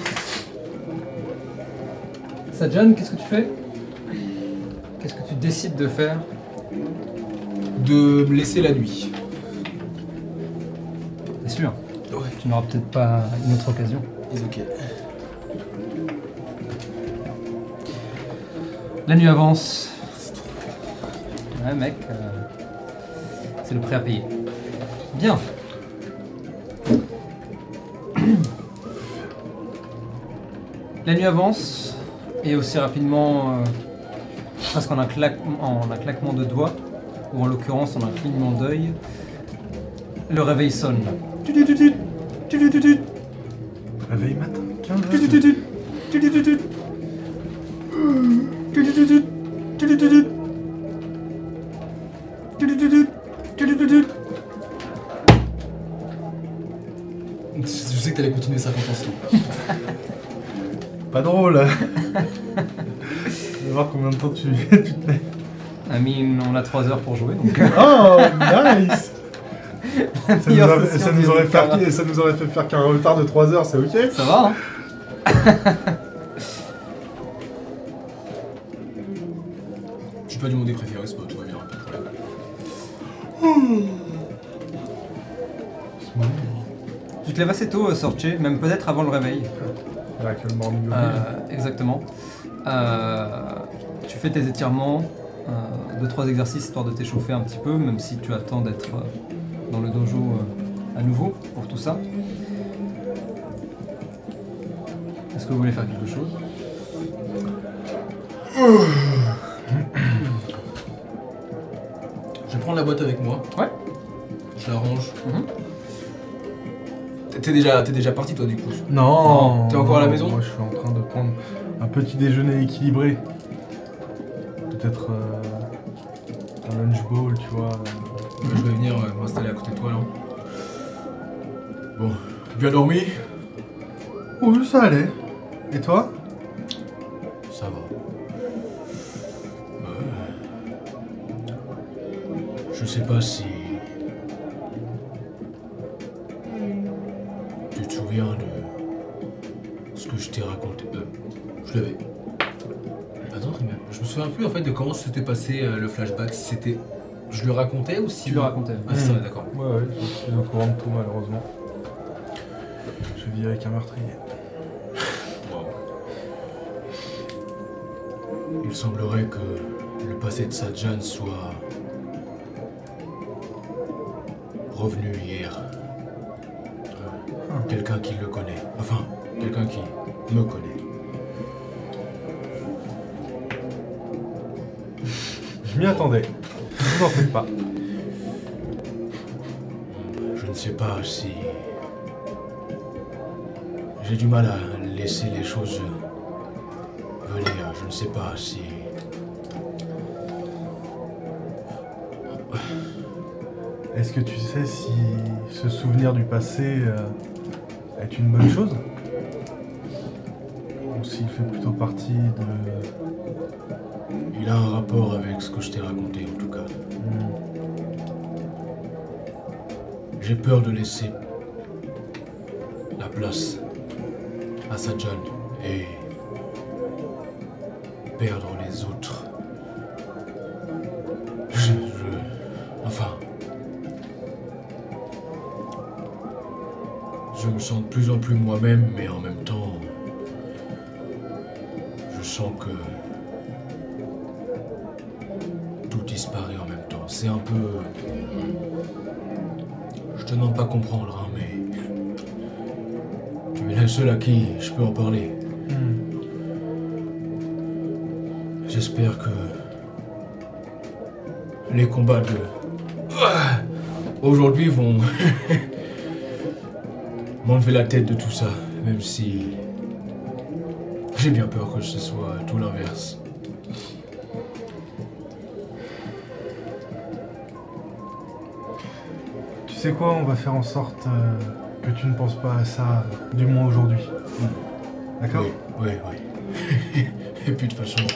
Speaker 1: Sajan, qu'est-ce que tu fais Qu'est-ce que tu décides de faire
Speaker 3: De me laisser la nuit.
Speaker 1: C'est sûr.
Speaker 3: Ouais.
Speaker 1: Tu n'auras peut-être pas une autre occasion.
Speaker 3: It's ok.
Speaker 1: La nuit avance. Ouais, mec. euh, c'est le prêt à payer. Bien. La nuit avance. Et aussi rapidement, euh, presque en un, claque- en un claquement de doigts, ou en l'occurrence en un clignement d'œil, le réveil sonne. Tutututut, tutututut,
Speaker 2: Réveil matin, 15 heures.
Speaker 1: tutututut, tutututut, tutututut, tutututut, tutututut, tutututut.
Speaker 3: Je je sais que t'allais continuer ça quand on se loupe.
Speaker 2: Pas drôle. Je vais voir combien de temps tu, tu te lèves.
Speaker 1: I mean, on a 3 heures pour jouer, donc
Speaker 2: Oh, nice ça nous,
Speaker 1: meilleure
Speaker 2: aurait,
Speaker 1: session
Speaker 2: ça
Speaker 1: du
Speaker 2: nous aurait
Speaker 1: Zendikar.
Speaker 2: fait, ça nous aurait fait faire qu'un retard de 3 heures, c'est ok
Speaker 1: ça va. Hein
Speaker 3: Je suis pas du monde des préférés, c'est pas tout va bien.
Speaker 1: tu te lèves assez tôt, euh, Sorche, même peut-être avant le réveil.
Speaker 2: Là, Ah, que le morning
Speaker 1: Euh, exactement. Euh, tu fais tes étirements, 2 deux trois exercices histoire de t'échauffer un petit peu, même si tu attends d'être euh, dans le dojo euh, à nouveau pour tout ça. Est-ce que vous voulez faire quelque chose
Speaker 3: Je vais prendre la boîte avec moi.
Speaker 1: Ouais.
Speaker 3: Je la range.
Speaker 1: Mhm.
Speaker 3: T'es- T'es déjà, t'es déjà parti toi du coup.
Speaker 2: Non,
Speaker 3: T'es encore à la maison
Speaker 2: Moi, je suis en train de prendre un petit déjeuner équilibré. Peut-être euh, un lunch bowl, tu vois.
Speaker 3: Je
Speaker 7: Mhm.
Speaker 3: vais venir euh, m'installer à côté de toi là. Bon, bien dormi
Speaker 2: Oui, Oh, ça allait. Et toi
Speaker 3: Ça va. Euh, Je sais pas si. Tu te souviens de. ce que je t'ai raconté. Euh, je l'avais. Attends, mais je me souviens plus en fait de comment s'était passé euh, le flashback. Si c'était. Je le racontais ou si.
Speaker 1: Tu le racontais. Hmm.
Speaker 3: Ah, c'est ça, d'accord.
Speaker 2: Ouais, ouais, je suis au courant de tout, malheureusement. Je vis avec un meurtrier.
Speaker 3: Il semblerait que le passé de Sajan soit revenu hier. Euh, Quelqu'un qui le connaît. Enfin, quelqu'un qui me connaît.
Speaker 2: Je m'y attendais. Je vous en faites pas.
Speaker 3: Je ne sais pas si. J'ai du mal à laisser les choses venir. Je ne sais pas si.
Speaker 2: Est-ce que tu sais si se souvenir du passé euh, est une bonne chose Ou s'il fait plutôt partie de...
Speaker 3: Il a un rapport avec ce que je t'ai raconté en tout cas.
Speaker 2: Hmm,
Speaker 3: J'ai peur de laisser la place à Sajan et perdre les autres. Je, je- enfin, je me sens de plus en plus moi-même, mais en même temps, je sens que tout disparaît en même temps. C'est un peu je te demande pas de comprendre, hein, mais. Tu es la seule à qui je peux en parler.
Speaker 2: hmm.
Speaker 3: J'espère que. Les combats de. Aujourd'hui vont. m'enlever la tête de tout ça, même si. J'ai bien peur que ce soit tout l'inverse.
Speaker 2: Tu sais quoi On va faire en sorte euh, que tu ne penses pas à ça, du moins aujourd'hui. D'accord
Speaker 3: Oui, oui, oui. Et puis de toute façon,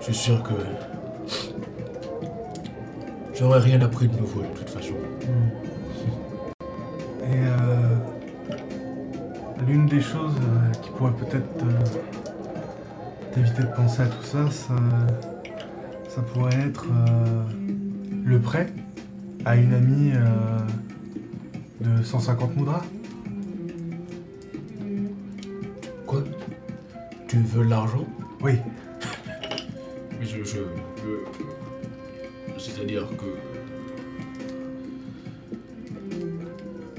Speaker 3: je suis sûr que j'aurais rien appris de nouveau de toute façon.
Speaker 2: Et euh, l'une des choses euh, qui pourrait peut-être euh, t'éviter de penser à tout ça, ça, ça pourrait être euh, le prêt à une amie euh, de 150 moudras.
Speaker 3: Quoi Tu veux de l'argent
Speaker 2: Oui,
Speaker 3: Mais je. je, je- C'est-à-dire que.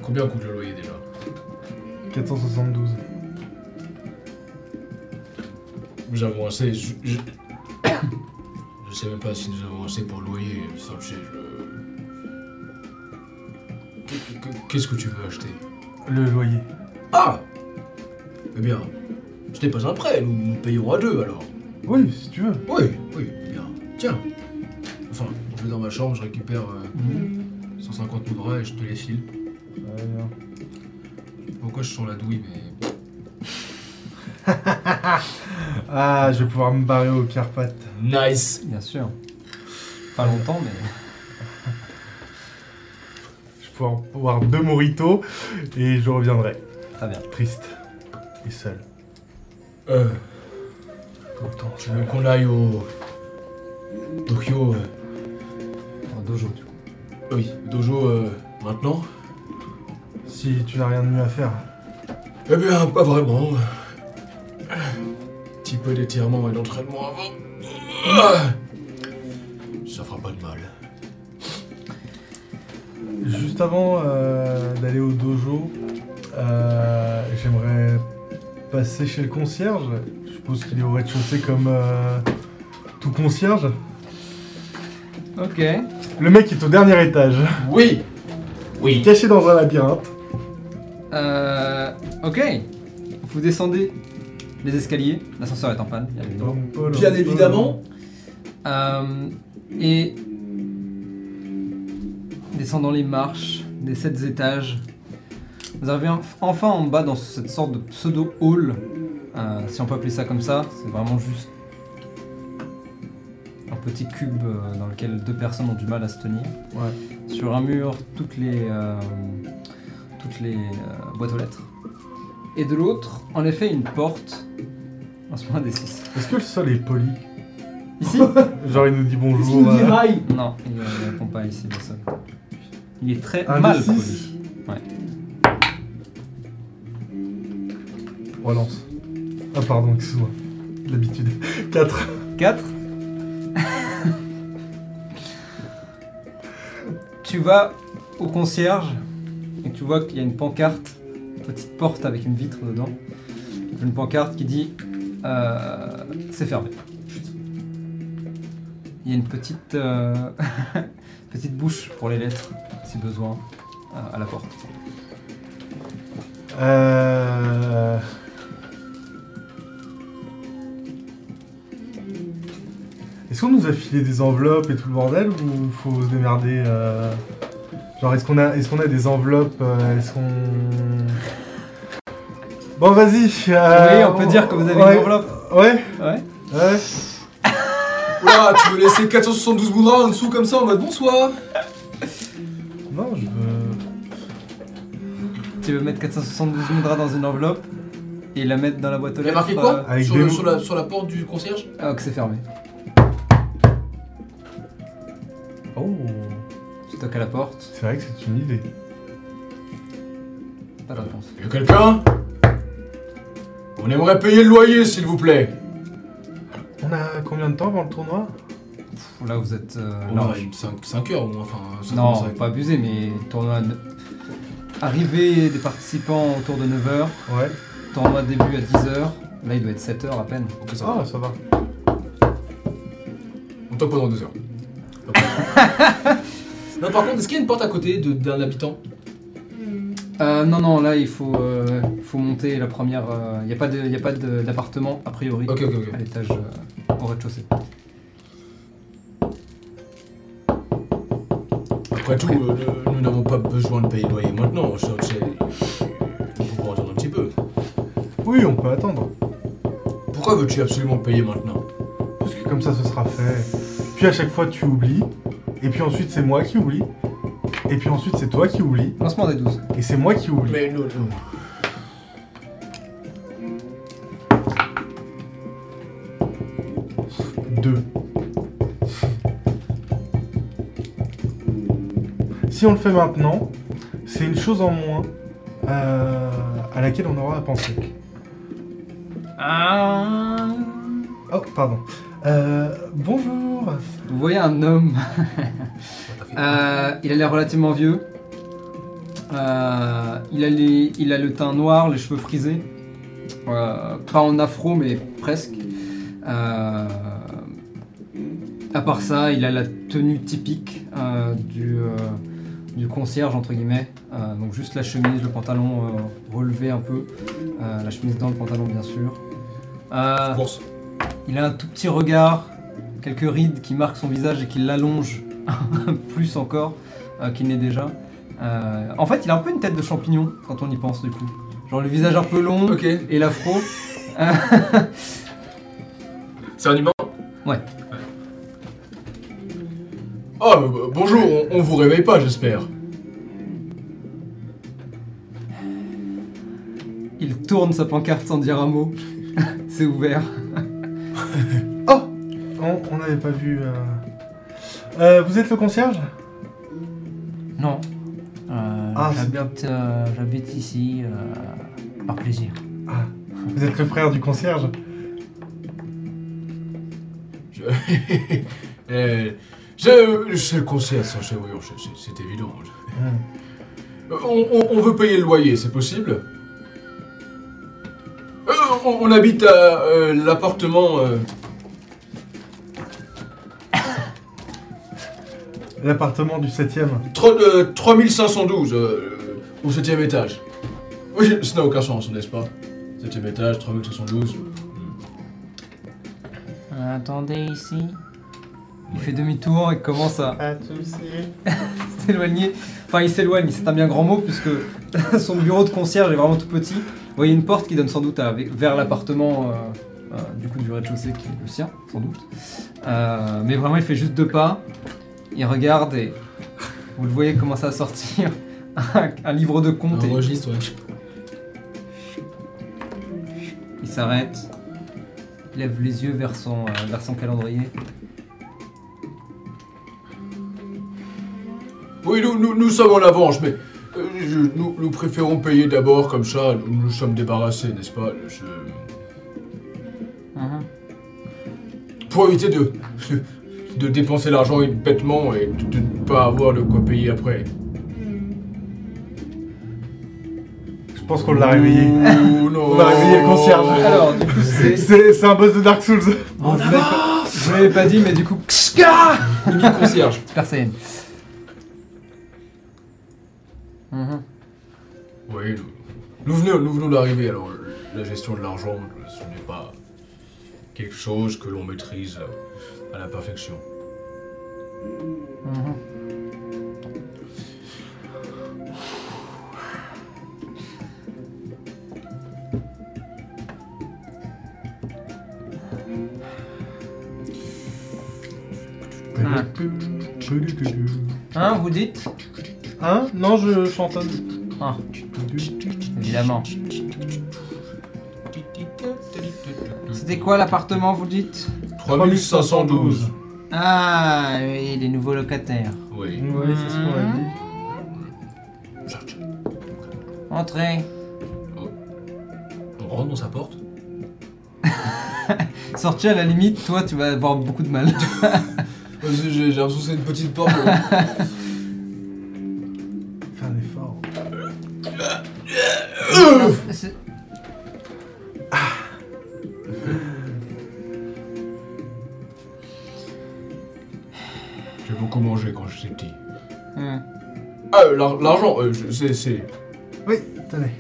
Speaker 3: Combien coûte le loyer déjà
Speaker 2: 472.
Speaker 3: Nous avons assez. Je, je... je sais même pas si nous avons assez pour le loyer. Enfin, je sais, je- Qu'est- qu'est- Qu'est-ce que tu veux acheter
Speaker 2: Le loyer.
Speaker 3: Ah Eh bien, ce n'est pas un prêt, nous, nous payons à deux alors.
Speaker 2: Oui, si tu veux.
Speaker 3: Oui, oui, eh bien. Tiens. Enfin, je vais dans ma chambre, je récupère euh, 150 moudras et je te les file. Pourquoi je sens la douille, mais.
Speaker 2: Ah, je vais pouvoir me barrer aux Carpates.
Speaker 3: Nice
Speaker 1: Bien sûr. Pas longtemps, mais.
Speaker 2: Je vais pouvoir boire deux moritos et je reviendrai.
Speaker 1: Très bien.
Speaker 2: Triste et seul.
Speaker 3: Euh,
Speaker 2: Pourtant,
Speaker 3: tu veux qu'on aille au. Tokyo euh,
Speaker 1: En dojo, du coup.
Speaker 3: Oui, dojo euh, maintenant
Speaker 2: Si tu n'as rien de mieux à faire.
Speaker 3: Eh bien, pas vraiment. Petit peu d'étirement et d'entraînement avant. Ça fera pas de mal.
Speaker 2: Juste avant euh, d'aller au dojo, euh, j'aimerais passer chez le concierge. Je suppose qu'il est au rez-de-chaussée comme euh, tout concierge.
Speaker 1: Ok.
Speaker 2: Le mec est au dernier étage,
Speaker 3: Oui Oui
Speaker 2: caché dans un labyrinthe.
Speaker 1: Euh, ok. Vous descendez les escaliers. L'ascenseur est en panne, bien évidemment.
Speaker 6: Bien évidemment.
Speaker 1: Euh, et descendant les marches des sept étages, vous arrivez en- enfin en bas dans cette sorte de pseudo hall, euh, si on peut appeler ça comme ça. C'est vraiment juste un petit cube euh, dans lequel deux personnes ont du mal à se tenir. Sur un mur, toutes les euh, toutes les euh, boîtes aux lettres. Et de l'autre, en effet, une porte. En ce moment, des six.
Speaker 2: Est-ce que le sol est poli
Speaker 1: Ici.
Speaker 2: Genre il nous dit
Speaker 6: Est-ce qu'il
Speaker 2: bonjour.
Speaker 6: nous dit
Speaker 2: euh,
Speaker 6: rail
Speaker 1: Non, il ne répond pas ici, le sol. Il est très
Speaker 2: un
Speaker 1: mal
Speaker 2: des
Speaker 1: poli.
Speaker 2: six
Speaker 1: Ouais.
Speaker 2: Relance. Ah pardon, excuse-moi.
Speaker 3: l'habitude. 4.
Speaker 1: 4. tu vas au concierge et tu vois qu'il y a une pancarte, une petite porte avec une vitre dedans. Une pancarte qui dit euh, c'est fermé. Il y a une petite, euh, petite bouche pour les lettres, si besoin, euh, à la porte.
Speaker 2: Euh... Est-ce qu'on nous a filé des enveloppes et tout le bordel ou faut se démerder euh, Genre est-ce qu'on a est-ce qu'on a des enveloppes euh, Est-ce qu'on Bon vas-y. euh,
Speaker 1: oui, on peut dire que vous avez
Speaker 2: ouais,
Speaker 1: une enveloppe.
Speaker 2: Ouais.
Speaker 1: Ouais.
Speaker 2: Ouais.
Speaker 3: Oula, tu veux laisser 472 boudras en dessous comme ça en mode bonsoir
Speaker 2: Non, je veux.
Speaker 1: Tu veux mettre 472 moudras dans une enveloppe et la mettre dans la boîte aux
Speaker 3: Il y a
Speaker 1: lettres.
Speaker 3: marqué quoi
Speaker 2: Avec
Speaker 3: sur,
Speaker 2: des
Speaker 3: le-
Speaker 2: mots.
Speaker 3: sur la, sur la porte du concierge
Speaker 1: euh, Ah, que c'est fermé.
Speaker 2: Oh.
Speaker 1: Tu toques à la porte,
Speaker 2: C'est vrai que c'est une idée.
Speaker 1: pas de réponse.
Speaker 3: Y'a quelqu'un On aimerait payer le loyer, s'il vous plaît.
Speaker 2: On a combien de temps avant le tournoi
Speaker 1: Pff, Là, vous êtes. euh,
Speaker 3: On
Speaker 1: large.
Speaker 3: a 5, 5 heures, ou enfin, ça
Speaker 1: Non,
Speaker 3: commence à-
Speaker 1: pas abusé, mais tournoi. à ne- Arrivée des participants autour de 9h,
Speaker 2: Ouais.
Speaker 1: tournoi début à 10h, là il doit être 7h à peine.
Speaker 3: Ok, ça va.
Speaker 2: Ah, ça va.
Speaker 3: On toque pendant 2 heures. non, par contre, est-ce qu'il y a une porte à côté de- d'un habitant
Speaker 1: Euh, non, non, là il faut, euh, faut monter la première. Il n'y a pas de- y a pas de- d'appartement a priori
Speaker 3: Ok, ok, ok.
Speaker 1: à l'étage euh, au rez-de-chaussée.
Speaker 3: Après tout, euh, le- nous n'avons pas besoin de payer le loyer maintenant. Je- je- On peut pouvoir attendre un petit peu.
Speaker 2: Oui, on peut attendre.
Speaker 3: Pourquoi veux-tu absolument payer maintenant
Speaker 2: Parce que comme ça, ce sera fait. Puis à chaque fois, tu oublies. Et puis ensuite, c'est moi qui oublie. Et puis ensuite, c'est toi qui oublie.
Speaker 1: Lancement des 12.
Speaker 2: Et c'est moi qui oublie.
Speaker 3: Mais nous, nous.
Speaker 2: Deux. Si on le fait maintenant, c'est une chose en moins euh, à laquelle on aura à penser.
Speaker 1: Ah.
Speaker 2: Oh, pardon. Euh, bonjour.
Speaker 1: Vous voyez un homme. Euh, il a l'air relativement vieux. Euh, il, a les- il a le teint noir, les cheveux frisés. Euh, pas en afro, mais presque. Euh, à part ça, il a la tenue typique euh, du, euh, du concierge, entre guillemets. Euh, donc juste la chemise, le pantalon euh, relevé un peu. Euh, la chemise dans le pantalon, bien sûr. Euh,
Speaker 3: Course.
Speaker 1: il a un tout petit regard, quelques rides qui marquent son visage et qui l'allongent plus encore euh, qu'il n'est déjà. Euh, en fait, il a un peu une tête de champignon quand on y pense du coup. Genre le visage un peu long
Speaker 3: Ok.
Speaker 1: et l'afro.
Speaker 3: C'est un humain
Speaker 1: Ouais.
Speaker 3: Oh, euh, bonjour, on, on vous réveille pas, j'espère.
Speaker 1: Il tourne sa pancarte sans dire un mot. C'est ouvert.
Speaker 2: Oh On on n'avait pas vu. euh. Euh, vous êtes le concierge
Speaker 5: Non.
Speaker 2: Ah, c'est
Speaker 5: j'habite, euh, j'habite ici euh, par plaisir.
Speaker 2: Ah, vous êtes le frère du concierge
Speaker 3: Je... Euh, je, je sais le concierge, ça, c'est- oui, c'est- c'est- c'est évident. Euh, On, on- on veut payer le loyer, c'est possible Euh, on, on habite à euh, l'appartement. euh,
Speaker 2: L'appartement du 7ème.
Speaker 3: Tro- euh, 3512, euh, au septième étage. Oui, ça n'a aucun sens, n'est-ce pas Septième étage, 3512.
Speaker 1: Euh,
Speaker 5: Attendez ici.
Speaker 1: Il fait demi-tour et commence à s'éloigner. Enfin, il s'éloigne, c'est un bien grand mot puisque son bureau de concierge est vraiment tout petit. Vous voyez une porte qui donne sans doute à- vers l'appartement euh, euh, du coup du rez-de-chaussée qui est le sien, sans doute. Euh, mais vraiment, il fait juste deux pas. Il regarde et vous le voyez commencer à sortir un, un livre de compte et
Speaker 3: registre, ouais.
Speaker 1: il s'arrête. Il lève les yeux vers son, euh, vers son calendrier.
Speaker 3: Oui, nous, nous, nous sommes en avance, mais euh, je- nous, nous préférons payer d'abord, comme ça nous nous sommes débarrassés, n'est-ce pas Je-
Speaker 1: Mhm. Mm-hmm.
Speaker 3: pour éviter de, de dépenser l'argent bêtement et de, de ne pas avoir de quoi payer après.
Speaker 2: Je pense qu'on l'a réveillé.
Speaker 3: Ouh, non.
Speaker 2: On a réveillé le concierge.
Speaker 1: Alors, du coup, c'est.
Speaker 2: C'est c'est un boss de Dark Souls.
Speaker 1: Bon, je l'avais pas- je l'avais pas dit, mais du coup. Super
Speaker 3: Mini concierge.
Speaker 1: Saiyan. Mhm.
Speaker 3: Oui, nous, nous venons, nous venons d'arriver, alors la gestion de l'argent, ce n'est pas quelque chose que l'on maîtrise à la perfection.
Speaker 2: Ah.
Speaker 1: Hein, vous dites
Speaker 2: Hein Non, je chantonne.
Speaker 1: Ah. Évidemment. C'était quoi l'appartement, vous dites
Speaker 3: 3512.
Speaker 1: Ah, oui, les nouveaux locataires.
Speaker 3: Oui.
Speaker 2: Oui, c'est ce qu'on a dit.
Speaker 3: Mmh.
Speaker 1: Entrez.
Speaker 3: On rentre dans sa porte.
Speaker 1: Sortir à la limite, toi, tu vas avoir beaucoup de mal.
Speaker 3: Parce que J'ai j'ai l'impression que c'est une petite porte.
Speaker 2: Fais un effort.
Speaker 1: C'est-
Speaker 3: J'ai beaucoup mangé quand j'étais petit.
Speaker 1: Hmm.
Speaker 3: Ah, euh, l'ar- l'argent, euh, je- c'est- c'est.
Speaker 2: Oui, tenez.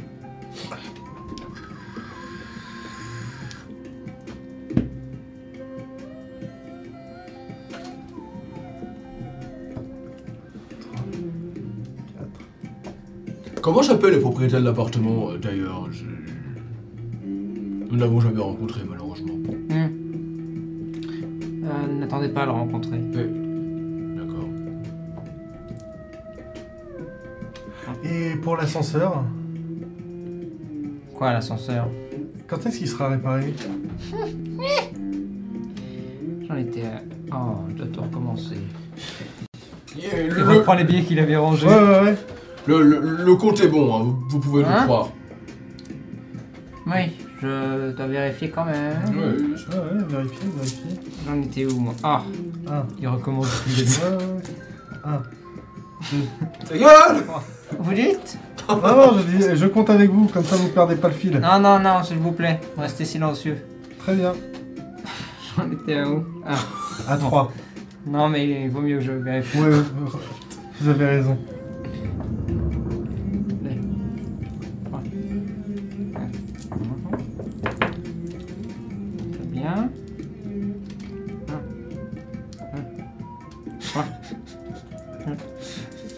Speaker 3: Comment s'appelle le propriétaire de l'appartement euh, d'ailleurs Je- Nous n'avons jamais rencontré malheureusement.
Speaker 1: Mmh. Euh, N'attendez pas à le rencontrer.
Speaker 3: D'accord.
Speaker 2: Et pour l'ascenseur,
Speaker 1: Quoi, l'ascenseur
Speaker 2: quand est-ce qu'il sera réparé
Speaker 1: J'en étais. à- Oh, je dois tout recommencer.
Speaker 3: Yeah,
Speaker 1: Il
Speaker 3: le,
Speaker 1: reprend les billets qu'il avait rangés.
Speaker 2: Ouais, ouais, ouais.
Speaker 3: le, le- le compte est bon, hein, vous, vous pouvez
Speaker 1: Hein
Speaker 3: le croire.
Speaker 1: Oui, Mhm. je dois vérifier quand même.
Speaker 3: Ouais,
Speaker 2: Ouais, Ah ouais, vérifiez, vérifiez.
Speaker 1: J'en étais où, moi Ah,
Speaker 2: Ah.
Speaker 1: il recommence depuis le début.
Speaker 2: Ouais, Ah ouais, ouais.
Speaker 3: Ta gueule
Speaker 1: Vous dites
Speaker 2: Non, Ah non, je, dis- je compte avec vous, comme ça vous perdez pas le fil.
Speaker 1: Non, non, non, s'il vous plaît, restez silencieux.
Speaker 2: Très bien.
Speaker 1: J'en étais à où Ah,
Speaker 2: À 3.
Speaker 1: non, mais il vaut mieux que je vérifie.
Speaker 2: Ouais, ouais, vous avez raison.
Speaker 1: Très bien.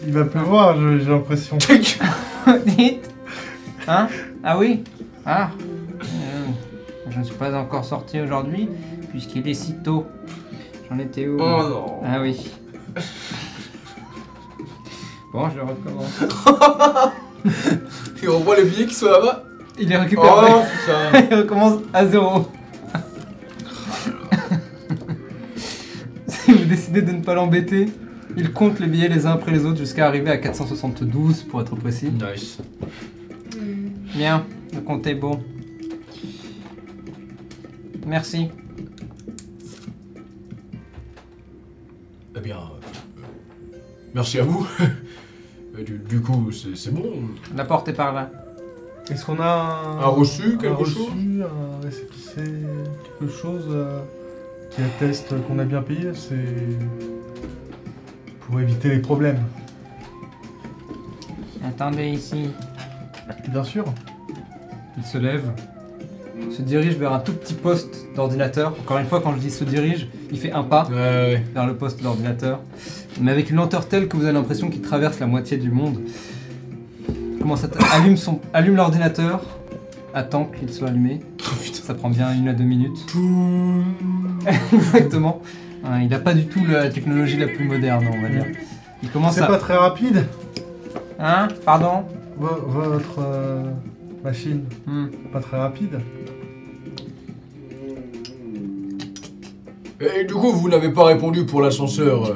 Speaker 2: Il va pleuvoir, je- j'ai l'impression.
Speaker 1: Vous dites Hein Ah oui Ah Euh, Je ne suis pas encore sorti aujourd'hui, puisqu'il est si tôt. J'en étais où
Speaker 3: Oh non
Speaker 1: Ah oui. Bon, je recommence.
Speaker 3: Et on voit les billets qui sont là-bas
Speaker 1: Il est récupéré.
Speaker 3: Oh putain
Speaker 1: Il recommence à zéro. si vous décidez de ne pas l'embêter, il compte les billets les uns après les autres jusqu'à arriver à 472 pour être précis.
Speaker 3: Nice.
Speaker 1: Bien, le compte est bon. Merci.
Speaker 3: Eh bien. euh, euh, merci à vous. Euh, Du, du coup, c'est c'est bon.
Speaker 1: La porte est par là.
Speaker 2: Est-ce qu'on a un,
Speaker 3: Un reçu, quelque
Speaker 2: un reçu,
Speaker 3: chose
Speaker 2: un récépissé, quelque chose euh, qui atteste qu'on a bien payé C'est pour éviter les problèmes.
Speaker 1: Attendez ici.
Speaker 2: Bien sûr.
Speaker 1: Il se lève, se dirige vers un tout petit poste d'ordinateur. Encore une fois, quand je dis se dirige, il fait un pas.
Speaker 3: Ouais, ouais.
Speaker 1: vers le poste d'ordinateur, mais avec une lenteur telle que vous avez l'impression qu'il traverse la moitié du monde. Commence à t- allume son allume l'ordinateur, attend qu'il soit allumé. Ça prend bien une à deux minutes. Exactement. Hein, il n'a pas du tout la technologie la plus moderne, on va dire. Il commence
Speaker 2: C'est
Speaker 1: à.
Speaker 2: pas très rapide,
Speaker 1: Hein Pardon
Speaker 2: vo- votre euh, machine.
Speaker 1: Hmm.
Speaker 2: Pas très rapide.
Speaker 3: Et du coup, vous n'avez pas répondu pour l'ascenseur. euh.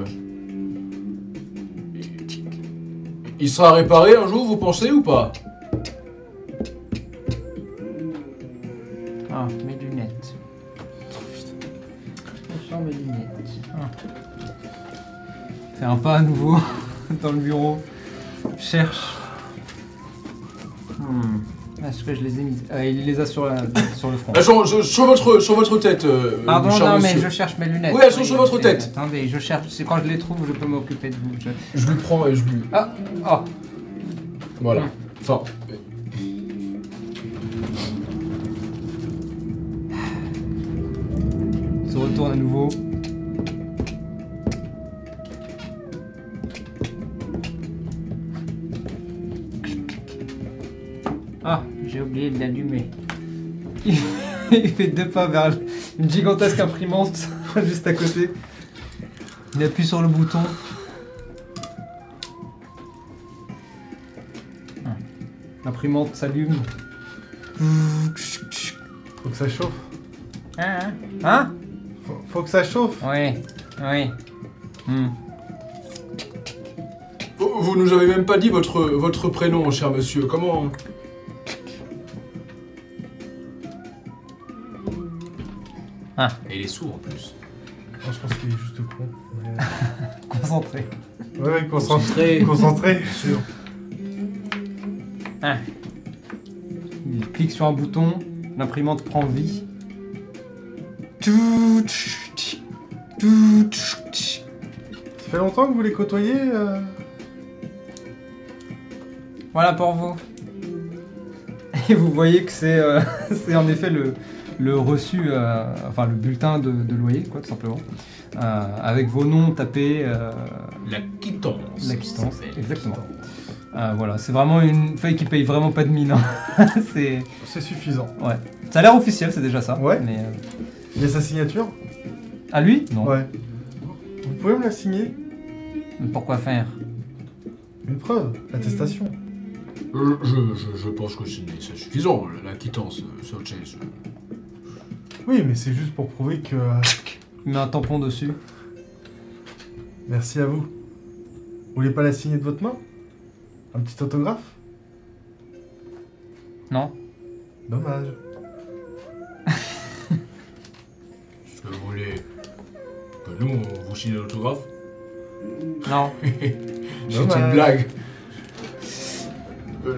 Speaker 3: Il sera réparé un jour, vous pensez ou pas
Speaker 1: Ah, mes lunettes. Elles sont
Speaker 8: mes lunettes.
Speaker 1: Fait Ah. un pas à nouveau dans le bureau. Cherche. Hmm. Est-ce que je les ai mises Ah, Il les a sur, la- sur le front.
Speaker 3: Elles sont- sont Euh, sur votre, sur votre tête, euh,
Speaker 1: Pardon,
Speaker 3: cher
Speaker 1: non, mais
Speaker 3: Ah, monsieur.
Speaker 1: je cherche mes lunettes.
Speaker 3: Oui, elles sont sur votre tête.
Speaker 1: Attendez, je cherche. C'est quand je les trouve, je peux m'occuper de vous. Je-
Speaker 3: Je lui prends et je lui.
Speaker 1: Ah, oh,
Speaker 3: Voilà. Enfin.
Speaker 1: il se retourne à nouveau. Ah, j'ai oublié de l'allumer. Il il fait deux pas vers une gigantesque imprimante juste à côté. Il appuie sur le bouton. L'imprimante s'allume.
Speaker 2: Hmm. Faut que ça chauffe.
Speaker 1: Hein Hein
Speaker 2: Faut, faut que ça chauffe.
Speaker 1: Oui, oui. Hmm.
Speaker 3: Vous vous nous avez même pas dit votre, votre prénom, cher monsieur. Comment.
Speaker 1: Ah.
Speaker 3: Et il est sourd en plus.
Speaker 2: je pense qu'il est juste con.
Speaker 1: Concentré.
Speaker 2: Ouais, ouais, concentré. Concentré.
Speaker 3: Sûr.
Speaker 1: Il clique sur un bouton, l'imprimante prend vie. Tout, tch, tch, tout, tch, tch.
Speaker 2: Ça fait longtemps que vous les côtoyez euh
Speaker 1: Voilà pour vous. Et vous voyez que c'est euh, c'est en effet le, le reçu, euh, enfin le bulletin de, de loyer, quoi, tout simplement. Euh, avec vos noms tapés, euh,
Speaker 9: La quittance.
Speaker 1: La quittance,
Speaker 9: Ça s'appelle
Speaker 1: exactement. euh, voilà. C'est vraiment une feuille qui paye vraiment pas de mine. hein. c'est
Speaker 2: C'est suffisant.
Speaker 1: ça a l'air officiel, c'est déjà ça.
Speaker 2: Ouais.
Speaker 1: Mais euh,
Speaker 2: Il y a sa signature
Speaker 1: à lui, non.
Speaker 2: Ouais. Vous pouvez me la signer
Speaker 1: Mais Pourquoi faire
Speaker 2: Une preuve, attestation.
Speaker 3: Euh, je, je- je pense que c'est c'est suffisant, la quittance, euh, sur le chase.
Speaker 2: Oui, mais c'est juste pour prouver que. euh,
Speaker 1: Il met un tampon dessus.
Speaker 2: Merci à vous. Vous voulez pas la signer de votre main Un petit autographe
Speaker 1: Non.
Speaker 2: Dommage.
Speaker 3: Est-ce que vous voulez que nous, on vous signe l'autographe
Speaker 1: Non. bah,
Speaker 3: C'est une
Speaker 2: Dommage.
Speaker 3: blague. Euh,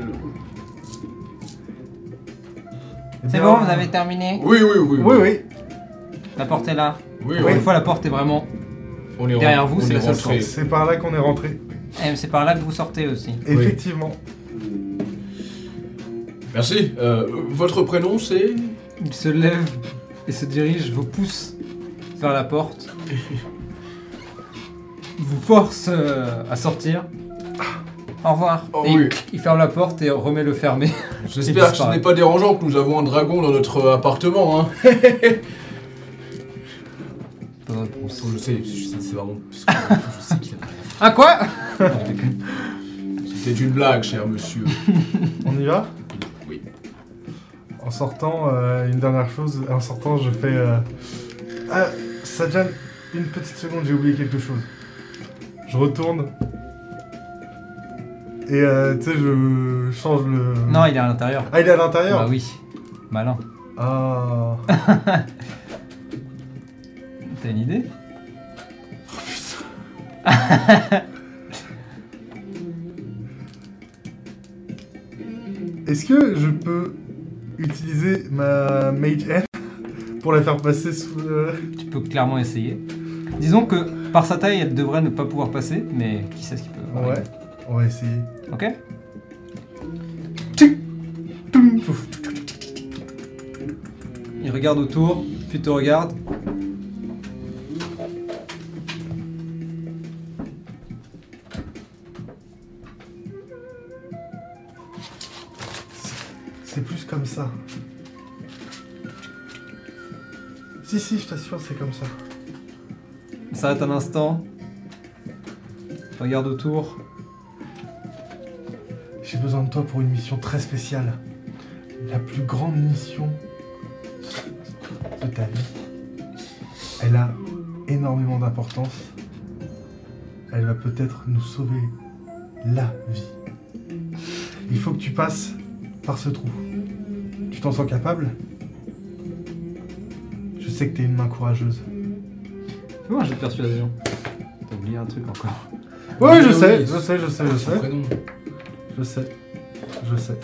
Speaker 2: Eh
Speaker 1: C'est
Speaker 2: bien,
Speaker 1: bon, vous avez terminé.
Speaker 3: oui, oui, oui.
Speaker 2: Oui, oui.
Speaker 1: La porte est là.
Speaker 3: Oui,
Speaker 1: Encore
Speaker 3: oui.
Speaker 1: une fois, la porte est vraiment.
Speaker 3: On est
Speaker 1: Derrière
Speaker 3: ren-
Speaker 1: vous,
Speaker 3: on
Speaker 1: c'est
Speaker 3: est
Speaker 1: la seule
Speaker 3: rentré.
Speaker 2: C'est par là qu'on est rentré.
Speaker 1: Eh, C'est par là que vous sortez aussi.
Speaker 2: Effectivement.
Speaker 3: Merci. Euh, votre prénom, c'est.
Speaker 1: Il se lève et se dirige, vous pousse vers la porte. Vous force euh, à sortir. Au revoir.
Speaker 3: Oh
Speaker 1: et il-
Speaker 3: oui.
Speaker 1: il ferme la porte et remet le fermé.
Speaker 3: J'espère que ce
Speaker 1: disparaît.
Speaker 3: n'est pas dérangeant que nous avons un dragon dans notre appartement. Hein.
Speaker 1: Pas de réponse.
Speaker 3: Je sais, je sais, c'est vraiment. parce que je sais qu'il a-
Speaker 1: Ah quoi
Speaker 3: C'était une blague, cher monsieur.
Speaker 2: On y va
Speaker 3: Oui.
Speaker 2: En sortant, euh, une dernière chose. En sortant, je fais. euh, Ah, Sajan, une petite seconde, j'ai oublié quelque chose. Je retourne. Et euh, tu sais, je change le.
Speaker 1: Non, il est à l'intérieur.
Speaker 2: Ah, il est à l'intérieur
Speaker 1: Bah oui. Malin.
Speaker 2: Ah.
Speaker 1: T'as une idée
Speaker 2: Est-ce que je peux utiliser ma Mage Hand pour la faire passer sous le.
Speaker 1: Tu peux clairement essayer. Disons que par sa taille, elle devrait ne pas pouvoir passer, mais qui sait ce qui peut. arriver.
Speaker 2: Ouais, on va essayer.
Speaker 1: Ok Il regarde autour, puis te regarde.
Speaker 2: C'est plus comme ça. Si, si, je t'assure, c'est comme ça.
Speaker 1: Il s'arrête un instant. Il regarde autour.
Speaker 2: J'ai besoin de toi pour une mission très spéciale. La plus grande mission de ta vie. Elle a énormément d'importance. Elle va peut-être nous sauver la vie. Il faut que tu passes par ce trou. Tu t'en sens capable Je sais que t'es une main courageuse.
Speaker 1: Fais-moi un jeu de persuasion. T'as oublié un truc encore.
Speaker 2: Ouais, je
Speaker 10: Oui,
Speaker 2: sais,
Speaker 10: oui.
Speaker 2: je sais, je sais, je
Speaker 10: Son
Speaker 2: sais,
Speaker 10: prénom,
Speaker 2: je sais, je sais,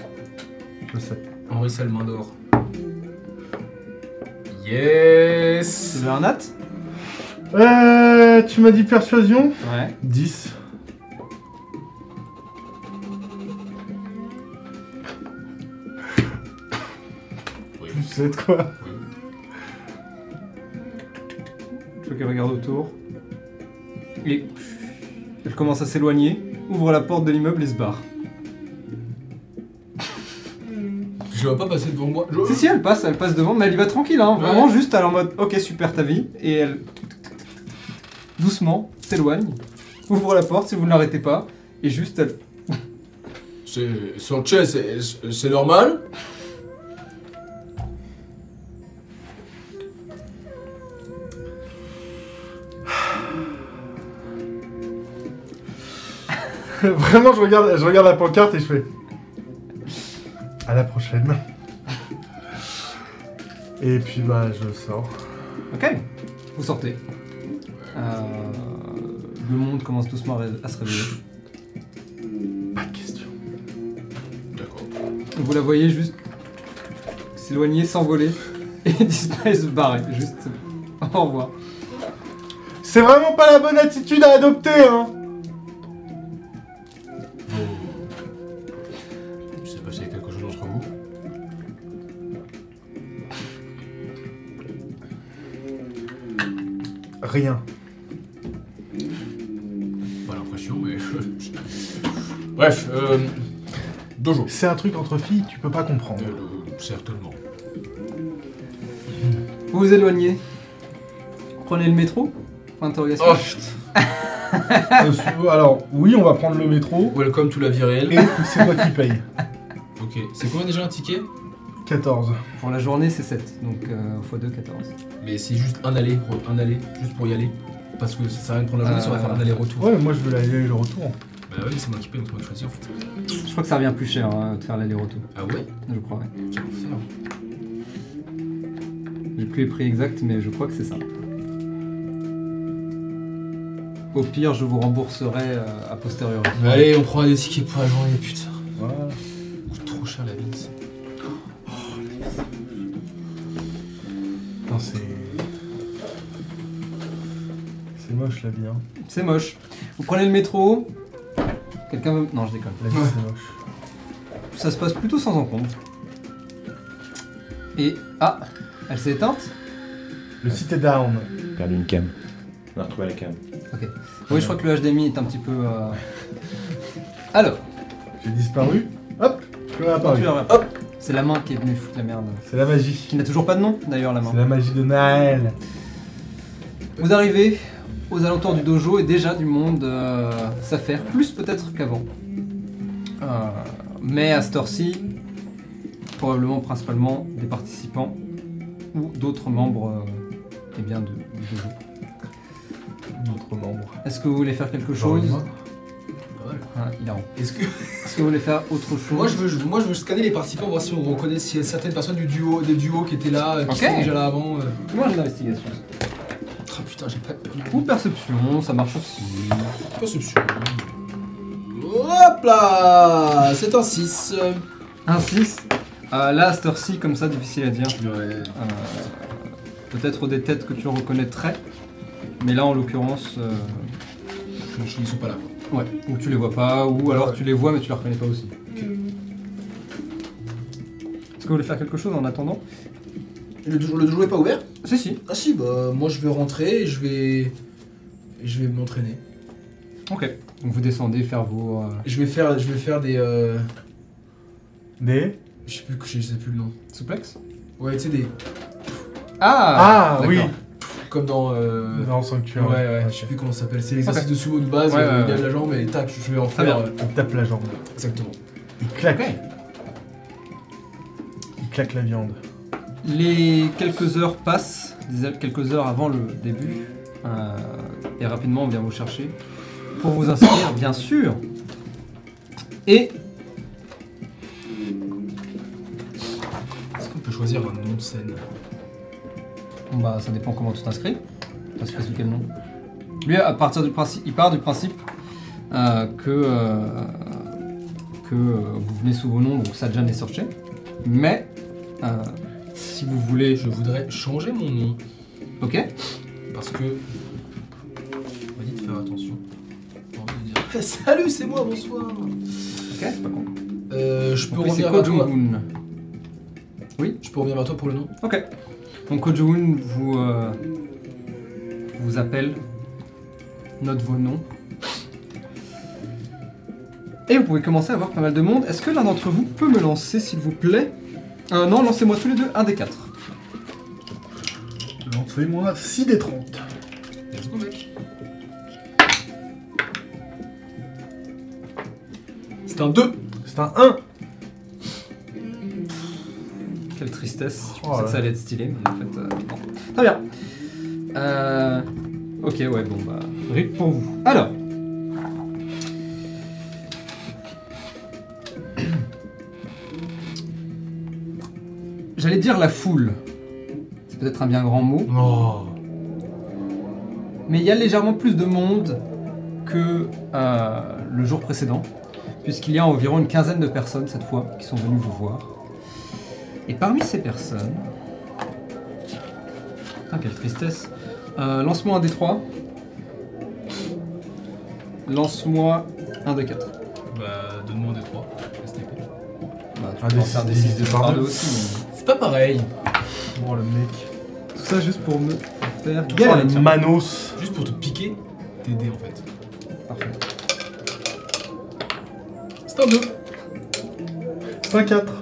Speaker 2: je sais.
Speaker 10: Henri Salmandor. Yes
Speaker 1: Tu veux un nat
Speaker 2: Euh, tu m'as dit persuasion
Speaker 1: Ouais.
Speaker 2: 10.
Speaker 10: Oui.
Speaker 2: Vous savez de quoi
Speaker 1: Je veux qu'elle regarde autour. Et elle commence à s'éloigner, ouvre la porte de l'immeuble et se barre.
Speaker 10: Je la vois pas passer devant moi. Je-
Speaker 1: Si si elle passe, elle passe devant, mais elle y va tranquille, hein, vraiment
Speaker 10: Ouais.
Speaker 1: juste, elle est en mode ok super ta vie, et elle doucement s'éloigne, ouvre la porte si vous ne l'arrêtez pas, et juste elle...
Speaker 3: C'est- Sanchez, c'est- c'est c'est normal
Speaker 2: Vraiment, je regarde, je regarde la pancarte et je fais. À la prochaine. Et puis bah, je sors.
Speaker 1: Ok, vous sortez. Euh, Le monde commence doucement à ré- à se réveiller.
Speaker 2: Pas de question.
Speaker 3: D'accord.
Speaker 1: Vous la voyez juste s'éloigner, s'envoler, et disparaître, se barrer, juste au revoir.
Speaker 2: C'est vraiment pas la bonne attitude à adopter, hein
Speaker 3: Il s'est passé quelque chose entre vous
Speaker 2: Rien.
Speaker 3: Pas l'impression, mais. Bref, euh. Dojo.
Speaker 2: C'est un truc entre filles, tu peux pas comprendre.
Speaker 3: Euh, certainement.
Speaker 1: Vous vous éloignez. Prenez le métro Point d'interrogation.
Speaker 3: Oh putain
Speaker 2: Euh, su- Alors, oui, on va prendre le métro.
Speaker 3: Welcome to la vie réelle.
Speaker 2: Et c'est toi qui paye.
Speaker 3: Ok, c'est combien déjà un ticket
Speaker 2: 14.
Speaker 1: Pour la journée, c'est 7, donc euh, x2, 14.
Speaker 3: Mais c'est juste un aller, re- un aller, juste pour y aller. Parce que ça sert à rien de prendre la journée, si on va
Speaker 1: Euh,
Speaker 3: faire un aller-retour.
Speaker 2: Ouais, mais moi je veux l'aller et le retour.
Speaker 3: Ah. Bah oui, mais c'est moi qui paye, donc c'est moi qui choisis en fait.
Speaker 1: Je crois que ça revient plus cher hein, de faire l'aller-retour,
Speaker 3: Ah ouais
Speaker 1: je crois. ouais.
Speaker 3: J'ai l'enfer.
Speaker 1: J'ai plus les prix exacts, mais je crois que c'est ça. Au pire, je vous rembourserai euh, a posteriori.
Speaker 3: Allez, on prend des tickets pour la journée, putain.
Speaker 2: Voilà.
Speaker 3: Ça coûte trop cher la vie. ici.
Speaker 2: Putain, c'est. C'est moche la vie, hein.
Speaker 1: C'est moche. Vous prenez le métro. Quelqu'un veut... Non, je déconne.
Speaker 2: La vie, c'est moche.
Speaker 1: Ça se passe plutôt sans encombre. Et... Ah Elle s'est éteinte
Speaker 2: Le site est down.
Speaker 4: J'ai perdu une cam. On a retrouvé la cam.
Speaker 1: Oui, je crois que le HDMI est un petit peu... euh, Alors,
Speaker 2: J'ai disparu. Hop, je suis réapparu.
Speaker 1: tu as- hop C'est la main qui est venue foutre la merde.
Speaker 2: C'est la magie.
Speaker 1: Qui n'a toujours pas de nom, d'ailleurs, la main.
Speaker 2: C'est la magie de Naël.
Speaker 1: Vous arrivez aux alentours du dojo et déjà du monde euh, s'affaire, plus peut-être qu'avant. Euh, mais à cette heure-ci, probablement principalement des participants ou d'autres membres euh, eh bien, de- du dojo.
Speaker 2: D'autres membres.
Speaker 1: Est-ce que vous voulez faire quelque
Speaker 2: Genre
Speaker 1: chose
Speaker 2: une main.
Speaker 3: Pas mal.
Speaker 1: Ah, il a honte.
Speaker 3: Est-ce que.
Speaker 1: Est-ce que vous voulez faire autre chose
Speaker 3: Moi je, veux, je- moi je veux scanner les participants, voir si on reconnaît s'il y a certaines personnes du duo, des duos qui étaient là, euh, qui
Speaker 1: Ok.
Speaker 3: étaient déjà là avant. euh.
Speaker 1: Moi, j'ai l'investigation.
Speaker 3: Ah putain, j'ai pas de
Speaker 1: Ou perception, ça marche aussi.
Speaker 3: perception. Hop là C'est un 6.
Speaker 1: Un 6. Euh, là, à cette heure-ci, comme ça, difficile à dire.
Speaker 3: Ouais.
Speaker 1: Euh, peut-être des têtes que tu reconnaîtrais, mais là en l'occurrence, euh,
Speaker 3: Ils sont pas là.
Speaker 1: ouais, ou tu les vois pas, ou alors tu les vois mais tu les reconnais pas aussi. Est-ce que vous voulez faire quelque chose en attendant
Speaker 3: Le, dojo- le dojo est pas ouvert
Speaker 1: Si, si,
Speaker 3: Ah si, bah moi je vais rentrer et je vais. Je vais m'entraîner.
Speaker 1: ok. Donc vous descendez faire vos. euh,
Speaker 3: Je vais faire, je vais faire des. euh,
Speaker 2: Des.
Speaker 3: je sais plus, que- je sais plus le nom.
Speaker 1: souplexes
Speaker 3: Ouais, tu sais des.
Speaker 1: Ah
Speaker 2: Ah, oui.
Speaker 1: d'accord.
Speaker 3: Comme dans. euh,
Speaker 2: Dans
Speaker 3: Ouais,
Speaker 2: le sanctuaire.
Speaker 3: ouais,
Speaker 2: Ok.
Speaker 3: je sais plus comment ça s'appelle. C'est l'exercice de sumo de base,
Speaker 1: Ouais, ouais,
Speaker 3: euh, il
Speaker 1: ouais.
Speaker 3: lève la jambe et tac, je vais en
Speaker 1: Très
Speaker 3: faire.
Speaker 1: bien.
Speaker 3: euh,
Speaker 2: Il tape la jambe.
Speaker 3: exactement.
Speaker 2: Il claque.
Speaker 1: Ok.
Speaker 2: Il claque la viande.
Speaker 1: Les quelques heures passent, des- quelques heures avant le début, euh, et rapidement on vient vous chercher pour vous inscrire, bien sûr. Et
Speaker 3: Est-ce qu'on peut choisir un nom de scène
Speaker 1: bah ça dépend comment tu t'inscris. Je sais pas sous quel nom. Lui, à partir du principe, il part du principe euh, que, euh, que euh, vous venez sous vos noms, donc Sadjan et Sorche. Mais euh, si vous voulez.
Speaker 3: Je voudrais changer mon nom
Speaker 1: Ok.
Speaker 3: parce que. On m'a dit de faire attention. J'ai envie de dire, Salut, c'est moi, bonsoir.
Speaker 1: Ok, c'est pas con.
Speaker 3: Euh, je peux
Speaker 1: En plus, c'est
Speaker 3: revenir vers toi.
Speaker 1: Kojogun.
Speaker 3: Je peux revenir vers toi pour le nom.
Speaker 1: Ok. Donc Kojogun vous, euh, vous appelle, note vos noms. Et vous pouvez commencer à voir pas mal de monde. Est-ce que l'un d'entre vous peut me lancer, s'il vous plaît Euh, Non, lancez-moi tous les deux un des quatre.
Speaker 2: Lancez-moi 6 des 30.
Speaker 3: Let's go, mec. C'est un 2.
Speaker 2: C'est un 1.
Speaker 1: Quelle tristesse. Je
Speaker 2: Oh
Speaker 1: pensais
Speaker 2: là
Speaker 1: que ça
Speaker 2: là.
Speaker 1: allait être stylé, mais en fait, euh, non. Très bien. Euh, ok, ouais, bon, bah, rip pour vous. Alors. J'allais dire la foule. C'est peut-être un bien grand mot.
Speaker 3: Oh.
Speaker 1: Mais il y a légèrement plus de monde que euh, le jour précédent, puisqu'il y a environ une quinzaine de personnes cette fois qui sont venues vous voir. Et parmi ces personnes. Putain, quelle tristesse. Euh, Lance-moi un des trois. Lance-moi un des quatre.
Speaker 3: Bah, donne-moi un des 3. STP.
Speaker 1: Bah, tu
Speaker 2: Un
Speaker 1: peux
Speaker 2: des
Speaker 1: en faire
Speaker 2: six,
Speaker 1: des
Speaker 2: divisé
Speaker 1: 6 de
Speaker 2: par
Speaker 1: par
Speaker 2: deux.
Speaker 1: deux aussi.
Speaker 3: C'est pas pareil.
Speaker 2: Bon, le mec.
Speaker 1: mais- Tout ça juste pour me faire
Speaker 2: Oh,
Speaker 1: galérer.
Speaker 2: le Manos.
Speaker 3: Juste pour te piquer tes dés en fait.
Speaker 1: Parfait.
Speaker 3: C'est un 2.
Speaker 2: C'est un 4.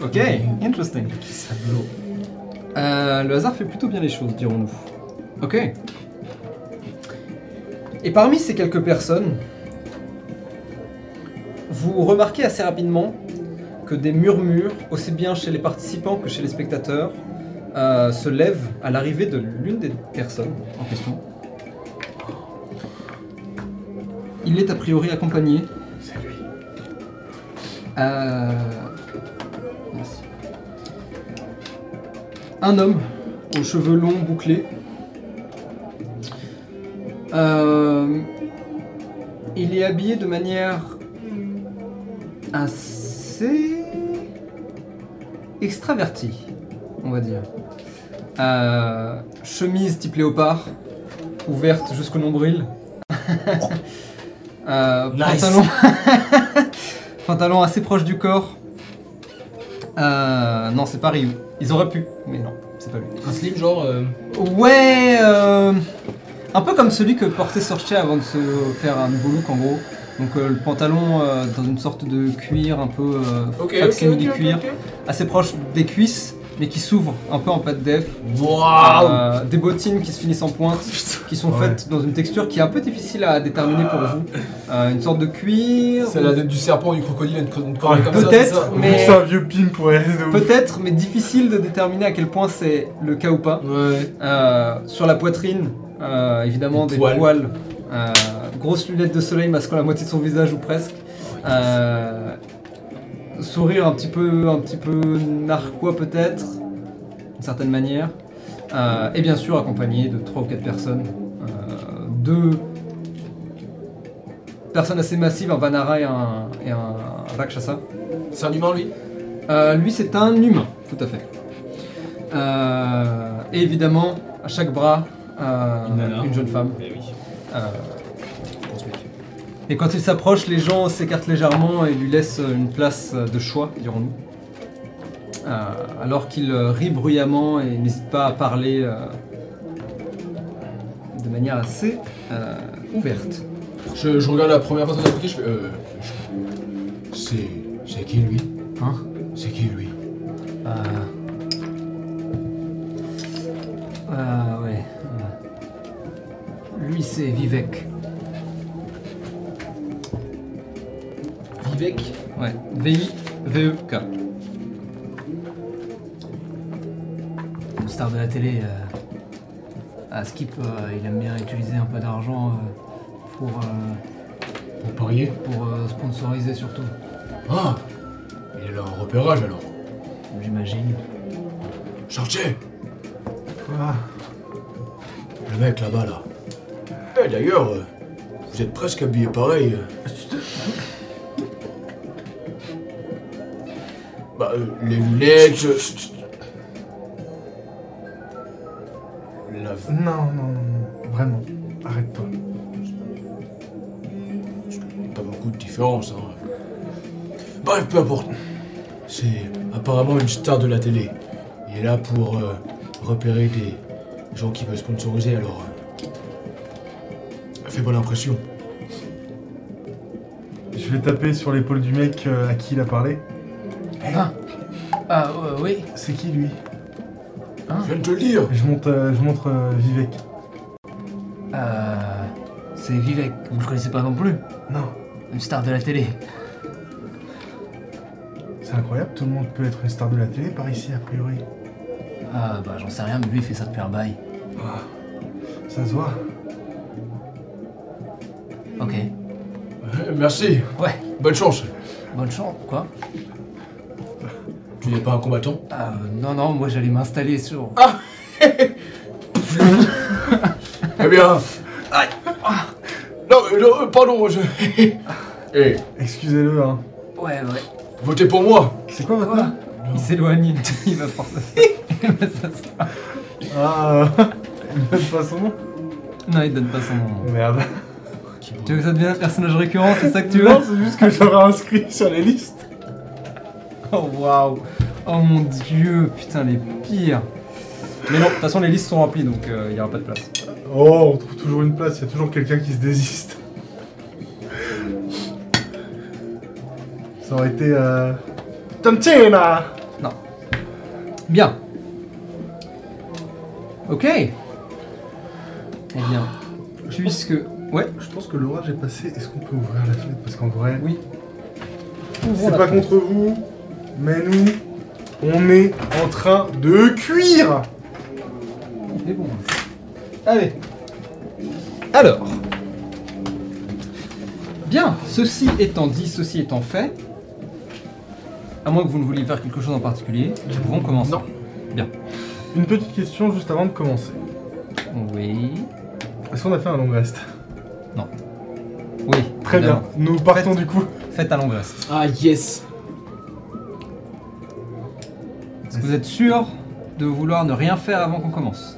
Speaker 1: Ok, interesting. Euh, le hasard fait plutôt bien les choses, dirons-nous. Ok. Et parmi ces quelques personnes, vous remarquez assez rapidement que des murmures, aussi bien chez les participants que chez les spectateurs, euh, se lèvent à l'arrivée de l'une des personnes en question. Il est a priori accompagné. C'est lui. Euh, Merci un homme aux cheveux longs bouclés. Euh, il est habillé de manière assez extravertie, on va dire. Euh, chemise type léopard, ouverte jusqu'au nombril. Euh,
Speaker 3: Nice.
Speaker 1: pantalon, pantalon assez proche du corps. Euh, non, c'est pas Ryu. Ils auraient pu, mais non, c'est pas lui.
Speaker 3: Un slim genre. euh,
Speaker 1: Ouais, euh, un peu comme celui que portait Sorche avant de se faire un nouveau look en gros. Donc euh, le pantalon euh, dans une sorte de cuir un peu euh,
Speaker 3: Ok, ok,
Speaker 1: facsimile
Speaker 3: ok,
Speaker 1: du
Speaker 3: ok,
Speaker 1: cuir,
Speaker 3: ok.
Speaker 1: assez proche des cuisses, mais qui s'ouvre un peu en pâte def.
Speaker 3: Waouh
Speaker 1: Euh, des bottines qui se finissent en pointe, qui sont
Speaker 2: Ouais.
Speaker 1: faites dans une texture qui est un peu difficile à déterminer pour vous. Euh, une sorte de cuir,
Speaker 3: C'est la tête du serpent, du crocodile, une cro- une corne comme ça.
Speaker 1: Peut-être,
Speaker 3: c'est Ah, ça
Speaker 1: mais-
Speaker 2: C'est un vieux pimp, ouais. de ouf.
Speaker 1: peut-être, mais difficile de déterminer à quel point c'est le cas ou pas.
Speaker 3: Ouais.
Speaker 1: Euh, sur la poitrine, euh, évidemment
Speaker 3: Des
Speaker 1: des,
Speaker 3: poils.
Speaker 1: poils. Euh, grosses lunettes de soleil masquant la moitié de son visage ou presque. Euh, sourire un petit peu, un petit peu narquois peut-être, d'une certaine manière. Euh, et bien sûr accompagné de trois ou quatre personnes. Euh, deux personnes assez massives, un Vanara et un, et un Rakshasa.
Speaker 3: C'est un humain lui
Speaker 1: Euh, lui, c'est un humain, tout à fait. Euh, et évidemment, à chaque bras, euh,
Speaker 3: Une nana.
Speaker 1: une jeune femme.
Speaker 3: Mais oui.
Speaker 1: Euh,
Speaker 3: Grosse mec.
Speaker 1: et quand il s'approche, les gens s'écartent légèrement et lui laissent une place de choix, dirons-nous. Euh, alors qu'il euh, rit bruyamment et n'hésite pas à parler euh, de manière assez euh, ouverte.
Speaker 3: Je, je regarde la première personne à côté, je fais. Euh, je- C'est. C'est qui lui
Speaker 1: Hein
Speaker 3: C'est qui lui
Speaker 1: Euh... Ah ouais. Lui c'est Vivek.
Speaker 3: Vivek
Speaker 1: Ouais. V-I-V-E-K.
Speaker 5: Une star de la télé. euh, à Skip, euh, il aime bien utiliser un peu d'argent euh, pour, euh,
Speaker 3: Pour parier
Speaker 5: pour euh, sponsoriser surtout,
Speaker 3: Ah Il est là en repérage alors.
Speaker 5: j'imagine.
Speaker 3: Chartier
Speaker 2: Quoi
Speaker 3: Le mec là-bas, là. Eh, d'ailleurs, euh, vous êtes presque habillé pareil. euh. Bah, euh, les lunettes. euh, La.
Speaker 2: Non, non, non, non. Vraiment. Arrête-toi.
Speaker 3: Pas beaucoup de différence, hein. Bref, peu importe. C'est apparemment une star de la télé. Il est là pour euh, repérer des gens qui veulent sponsoriser, alors. euh, ça fait bonne impression.
Speaker 2: Je vais taper sur l'épaule du mec euh, à qui il a parlé.
Speaker 5: Ah, euh, oui.
Speaker 2: C'est qui lui
Speaker 3: Je viens de te le dire
Speaker 2: Je monte, euh, je montre euh, Vivek.
Speaker 5: Euh, c'est Vivek, vous le connaissez pas non plus.
Speaker 2: Non,
Speaker 5: Une star de la télé.
Speaker 2: c'est incroyable, tout le monde peut être une star de la télé par ici a priori.
Speaker 5: Ah, bah j'en sais rien, mais lui il fait ça depuis un bail.
Speaker 2: Ah, ça se voit.
Speaker 5: Ok.
Speaker 3: Euh, Merci
Speaker 5: Ouais.
Speaker 3: Bonne chance
Speaker 5: Bonne chance, quoi.
Speaker 3: Tu n'es pas un combattant
Speaker 5: Ah, euh, non, non, moi j'allais m'installer sur.
Speaker 1: Ah.
Speaker 3: Eh bien. aïe. Non, euh, non, euh, pardon, je. Eh,
Speaker 2: Excusez-le, hein.
Speaker 5: Ouais, ouais.
Speaker 3: votez pour moi
Speaker 2: C'est quoi votre
Speaker 5: Quoi
Speaker 2: nom
Speaker 1: Il s'éloigne, il va forcer. il va s'asseoir.
Speaker 2: Ah, euh, il donne pas son nom.
Speaker 1: non, il donne pas son nom.
Speaker 2: Merde.
Speaker 1: Tu veux que ça devienne un personnage récurrent, c'est ça que tu veux
Speaker 2: Non, c'est juste que j'aurais inscrit sur les listes.
Speaker 1: Oh waouh Oh mon dieu, putain les pires Mais non, de toute façon les listes sont remplies donc euh, il y aura pas de place.
Speaker 2: Oh, on trouve toujours une place, il y a toujours quelqu'un qui se désiste. Ça aurait été. Euh... Tantina
Speaker 1: Bien Ok Eh bien, puisque... Ouais
Speaker 2: Je pense que l'orage est passé, est-ce qu'on peut ouvrir la fenêtre Parce qu'en vrai.
Speaker 1: Oui.
Speaker 2: C'est pas contre vous, mais nous, on est en train de cuire
Speaker 1: Mais bon. hein. Allez. Alors. Bien, ceci étant dit, ceci étant fait, à moins que vous ne vouliez faire quelque chose en particulier, nous pouvons commencer.
Speaker 3: Non.
Speaker 2: Une petite question juste avant de commencer.
Speaker 1: Oui.
Speaker 2: Est-ce qu'on a fait un long rest
Speaker 1: Oui.
Speaker 2: Très bien, nous partons du coup.
Speaker 1: Faites à long reste.
Speaker 11: Ah yes
Speaker 1: Est-ce que vous êtes sûr de vouloir ne rien faire avant qu'on commence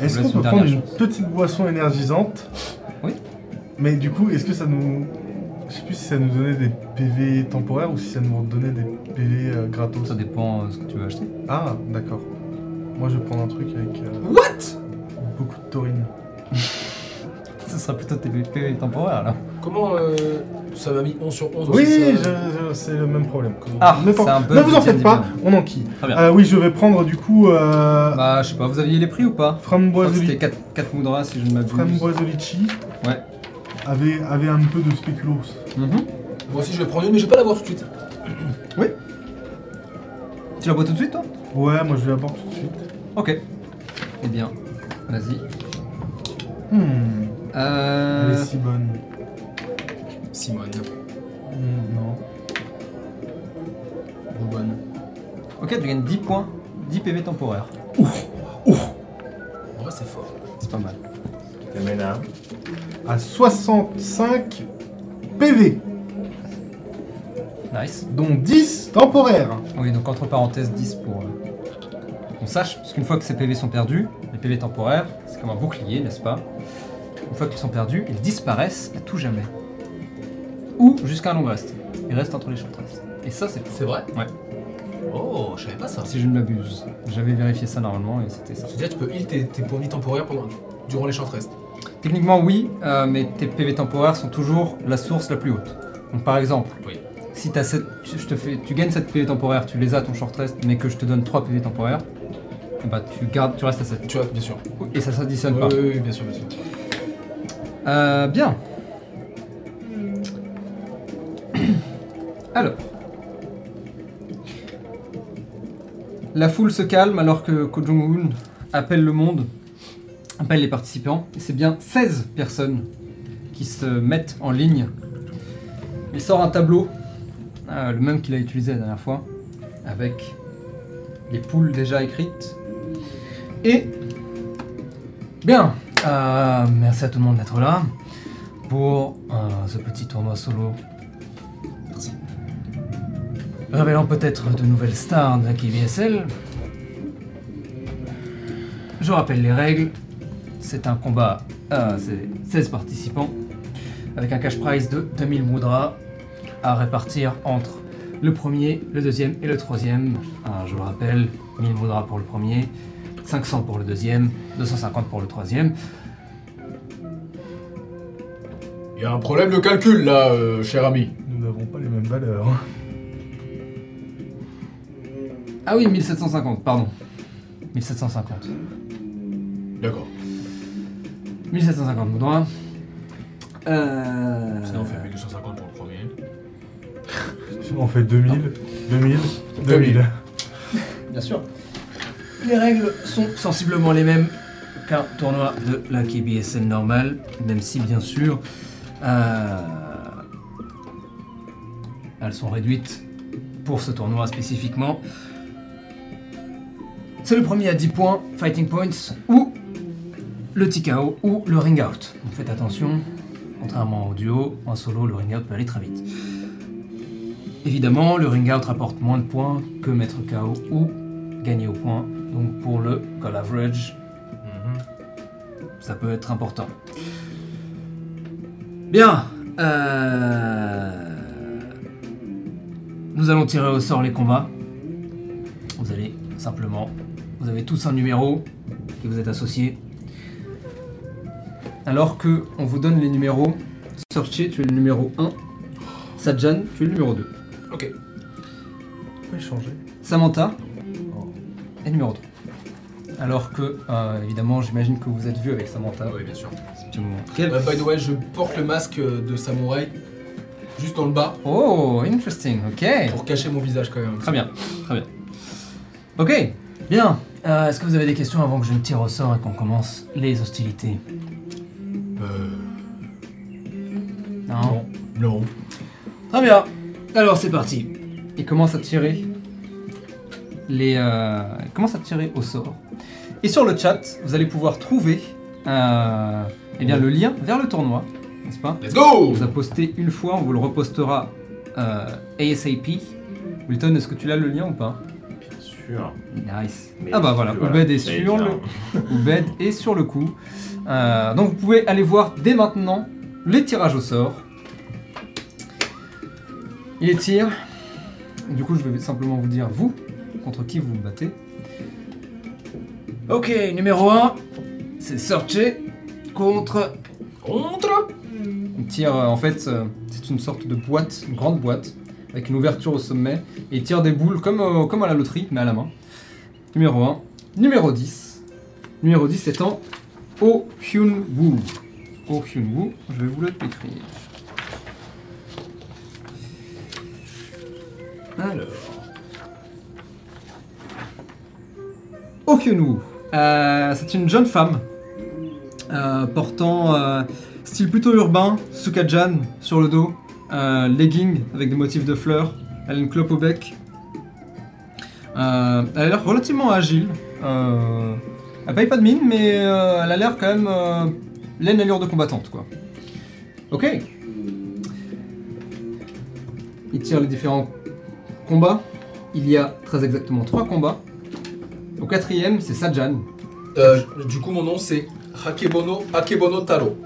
Speaker 2: Est-ce
Speaker 1: laisse
Speaker 2: qu'on peut
Speaker 1: une
Speaker 2: prendre
Speaker 1: dernière
Speaker 2: une
Speaker 1: chance.
Speaker 2: petite boisson énergisante
Speaker 1: Oui.
Speaker 2: Mais du coup, est-ce que ça nous. Je sais plus si ça nous donnait des PV temporaires ou si ça nous donnait des PV euh, gratos.
Speaker 1: Ça dépend euh, ce que tu veux acheter.
Speaker 2: Ah, d'accord. Moi je vais prendre un truc avec. euh, Beaucoup de taurine.
Speaker 1: Ce sera plutôt tes PV temporaires là.
Speaker 3: Comment euh, ça m'a mis 11 sur 11
Speaker 2: Oui,
Speaker 3: aussi, ça-
Speaker 2: je- je- c'est le même problème.
Speaker 1: Ah,
Speaker 2: ne,
Speaker 1: c'est un peu.
Speaker 2: ne vous en faites pas, on enquille.
Speaker 1: Très bien.
Speaker 2: Euh, oui, je vais prendre du coup. Euh,
Speaker 1: Bah, je sais pas, vous aviez les prix ou pas Je crois
Speaker 2: framboise
Speaker 1: que
Speaker 2: au
Speaker 1: C'était
Speaker 2: li-
Speaker 1: 4, 4 moudras si je ne m'abuse.
Speaker 2: framboise au litchi.
Speaker 1: Ouais.
Speaker 2: Avait, avait un peu de spéculoos.
Speaker 1: Mhm.
Speaker 3: Moi aussi je vais prendre une, mais je vais pas l'avoir tout de suite.
Speaker 1: Tu la bois tout de suite toi
Speaker 2: Ouais, moi je vais abord tout de suite.
Speaker 1: Ok. Eh bien, vas-y.
Speaker 2: Hmm, Elle est
Speaker 1: Euh...
Speaker 2: si bonne.
Speaker 3: Simone.
Speaker 2: Hmm, non.
Speaker 3: Bonne.
Speaker 1: Ok, tu gagnes 10 points, 10 PV temporaires.
Speaker 3: Ouais, c'est fort.
Speaker 1: C'est pas mal.
Speaker 4: Qui t'amène à.
Speaker 2: à 65 PV,
Speaker 1: Nice.
Speaker 2: dont 10 temporaires.
Speaker 1: Oui, donc entre parenthèses, 10 pour... euh, qu'on sache, parce qu'une fois que ces PV sont perdus, les PV temporaires, c'est comme un bouclier, n'est-ce pas Une fois qu'ils sont perdus, ils disparaissent à tout jamais. Ou jusqu'à un long reste. Ils restent entre les chantresses. Et ça, c'est...
Speaker 3: C'est vrai
Speaker 1: Ouais.
Speaker 3: Oh, je savais pas ça.
Speaker 1: Si je ne m'abuse, j'avais vérifié ça normalement et c'était ça.
Speaker 3: C'est-à-dire, tu peux heal tes, tes points de vie temporaires pendant, durant les chantres restes.
Speaker 1: Techniquement, oui, euh, mais tes PV temporaires sont toujours la source la plus haute. Donc, par exemple,
Speaker 3: Oui.
Speaker 1: si t'as sept- tu, je te fais, tu gagnes 7 PV temporaires, tu les as ton short rest, mais que je te donne 3 PV temporaires, eh bah, tu, gardes, tu restes à 7.
Speaker 3: Tu vois, bien sûr.
Speaker 1: Et ça s'additionne
Speaker 3: Oui,
Speaker 1: pas.
Speaker 3: oui, oui, bien sûr, bien sûr.
Speaker 1: Euh, bien. Alors. La foule se calme alors que Ko Jong-un appelle le monde, appelle les participants. Et c'est bien 16 personnes qui se mettent en ligne. Il sort un tableau, euh, le même qu'il a utilisé la dernière fois, avec les poules déjà écrites. Et bien, euh, merci à tout le monde d'être là pour euh, ce petit tournoi solo. Révélant peut-être de nouvelles stars de la KBSL. Je rappelle les règles. C'est un combat, euh, c'est 16 participants, avec un cash prize de 2000 moudras à répartir entre le premier, le deuxième et le troisième. Euh, je le rappelle, 1000 moudras pour le premier, 500 pour le deuxième, 250 pour le troisième.
Speaker 3: Il y a un problème de calcul là, euh, cher ami.
Speaker 2: Nous n'avons pas les mêmes valeurs.
Speaker 1: Ah oui, 1750, pardon. 1750.
Speaker 3: D'accord.
Speaker 1: 1750 moudras. Euh...
Speaker 3: Sinon, on fait 1250 pour le premier.
Speaker 2: On fait 2000, 2000, 2000.
Speaker 7: Bien sûr.
Speaker 5: Les règles sont sensiblement les mêmes qu'un tournoi de la KBSL normale, même si bien sûr euh, elles sont réduites pour ce tournoi spécifiquement. C'est le premier à 10 points, Fighting Points, ou le TKO, ou le Ring Out. Donc faites attention, contrairement au duo, en solo, le Ring Out peut aller très vite. Évidemment, le Ring Out rapporte moins de points que mettre KO ou gagner au point. Donc pour le call average, mhm, ça peut être important. Bien. euh, Nous allons tirer au sort les combats. Vous allez simplement... Vous avez tous un numéro qui vous est associé.
Speaker 1: Alors que on vous donne les numéros, Sorcier, tu es le numéro 1. Sajan, tu es le numéro 2.
Speaker 3: Ok.
Speaker 2: On peut échanger.
Speaker 1: Samantha est numéro 3. Alors que, euh, évidemment, j'imagine que vous êtes vu avec Samantha.
Speaker 3: Ah oui, bien sûr.
Speaker 1: C'est un petit moment. Quel-
Speaker 3: Euh, by the way, je porte le masque euh, de samouraï juste dans le bas
Speaker 1: Oh, interesting, ok.
Speaker 3: pour cacher mon visage quand même.
Speaker 1: Très bien, très bien. Ok, bien. Euh, Est-ce que vous avez des questions avant que je ne tire au sort et qu'on commence les hostilités
Speaker 3: Euh.
Speaker 1: Non.
Speaker 3: Non. Non.
Speaker 1: Très bien. Alors c'est parti. Il commence à tirer les. euh, il commence à tirer au sort. Et sur le chat, vous allez pouvoir trouver euh, eh bien, le lien vers le tournoi, n'est-ce pas
Speaker 3: Let's go
Speaker 1: On vous a posté une fois, on vous le repostera euh, ASAP. Wilton, est-ce que tu l'as le lien ou pas
Speaker 4: Bien sûr.
Speaker 1: Nice.
Speaker 4: Mais
Speaker 1: Ah bah voilà, Oubed est
Speaker 4: j'allais
Speaker 1: sur
Speaker 4: dire.
Speaker 1: le. Oubed est sur le coup. Euh, donc vous pouvez aller voir dès maintenant les tirages au sort. Il tire. Du coup, je vais simplement vous dire, vous, contre qui vous vous battez.
Speaker 5: Ok, numéro 1, c'est Searcher contre...
Speaker 3: Contre
Speaker 1: Il tire, euh, en fait, euh, c'est une sorte de boîte, une grande boîte, avec une ouverture au sommet. Et il tire des boules comme, euh, comme à la loterie, mais à la main. Numéro 1. Numéro 10. Numéro 10 étant Oh Hyun Woo. Oh Hyun Woo, je vais vous le décrire. Alors. Oh Hyun Woo. Euh, c'est une jeune femme euh, portant. euh, Style plutôt urbain, Sukajan sur le dos, euh, legging avec des motifs de fleurs, elle a une clope au bec. Euh, elle a l'air relativement agile. euh, elle paye pas de mine, mais euh, elle a l'air quand même. Euh, elle a une allure de combattante, quoi. Ok. Il tire les différents combats. Il y a très exactement trois combats. Au quatrième, c'est Sajan.
Speaker 3: Euh, Du coup, mon nom c'est Hakebono, Hakebono Taro.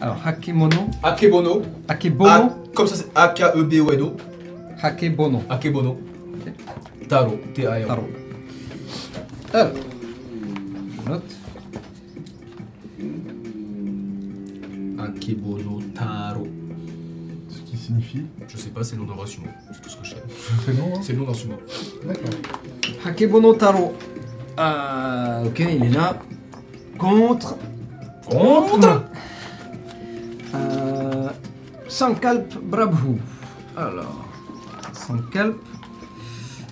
Speaker 1: Alors, Hakemono.
Speaker 3: Hakebono.
Speaker 1: Akebono.
Speaker 3: A- E comme ça, c'est A-K-E-B-O-N-O.
Speaker 1: Hakebono.
Speaker 3: Akebono. Taro. T-A-R-O.
Speaker 1: Pardon. Alors, je note.
Speaker 3: Akebono Taro.
Speaker 2: Ce qui signifie.
Speaker 3: Je sais pas, c'est le nom d'un ratio. C'est tout ce que je sais.
Speaker 2: C'est bon, hein
Speaker 3: C'est le nom d'un sumo.
Speaker 2: D'accord.
Speaker 1: Hakebono Taro.
Speaker 5: Euh, ok, il est là. Contre...
Speaker 3: Contre
Speaker 5: Euh, Sankalp Brabhu.
Speaker 1: Alors, sans calpe.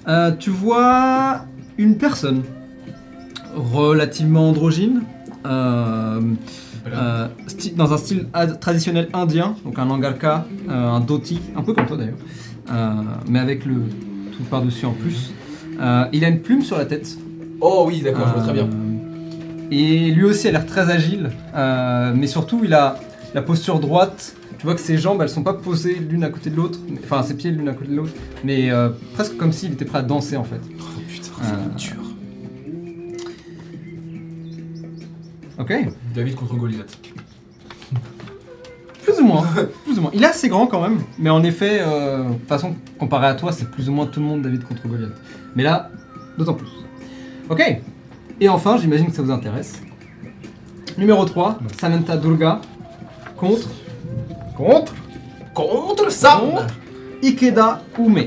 Speaker 1: Euh, tu vois une personne relativement androgyne, euh, euh, sti- dans un style ad- traditionnel indien, donc un langalka, euh, un dhoti, un peu comme toi d'ailleurs, euh, mais avec le tout par-dessus en plus. Euh, il a une plume sur la tête.
Speaker 3: Oh oui, d'accord, je vois très bien.
Speaker 1: Euh, Et lui aussi a l'air très agile, euh, mais surtout il a la posture droite. Tu vois que ses jambes, elles sont pas posées l'une à côté de l'autre, mais- enfin ses pieds l'une à côté de l'autre, mais euh, presque comme s'il était prêt à danser en fait.
Speaker 3: Oh putain,
Speaker 1: Euh.
Speaker 3: c'est dur.
Speaker 1: Ok.
Speaker 3: David contre Goliath.
Speaker 1: Plus ou moins. Plus ou moins. Il est assez grand quand même, mais en effet, euh, de toute façon, comparé à toi, c'est plus ou moins tout le monde David contre Goliath. Mais là, d'autant plus. Ok. Et enfin, j'imagine que ça vous intéresse. Numéro 3, Samantha Durga contre
Speaker 2: Contre
Speaker 3: Contre ça
Speaker 1: Ikeda Ume.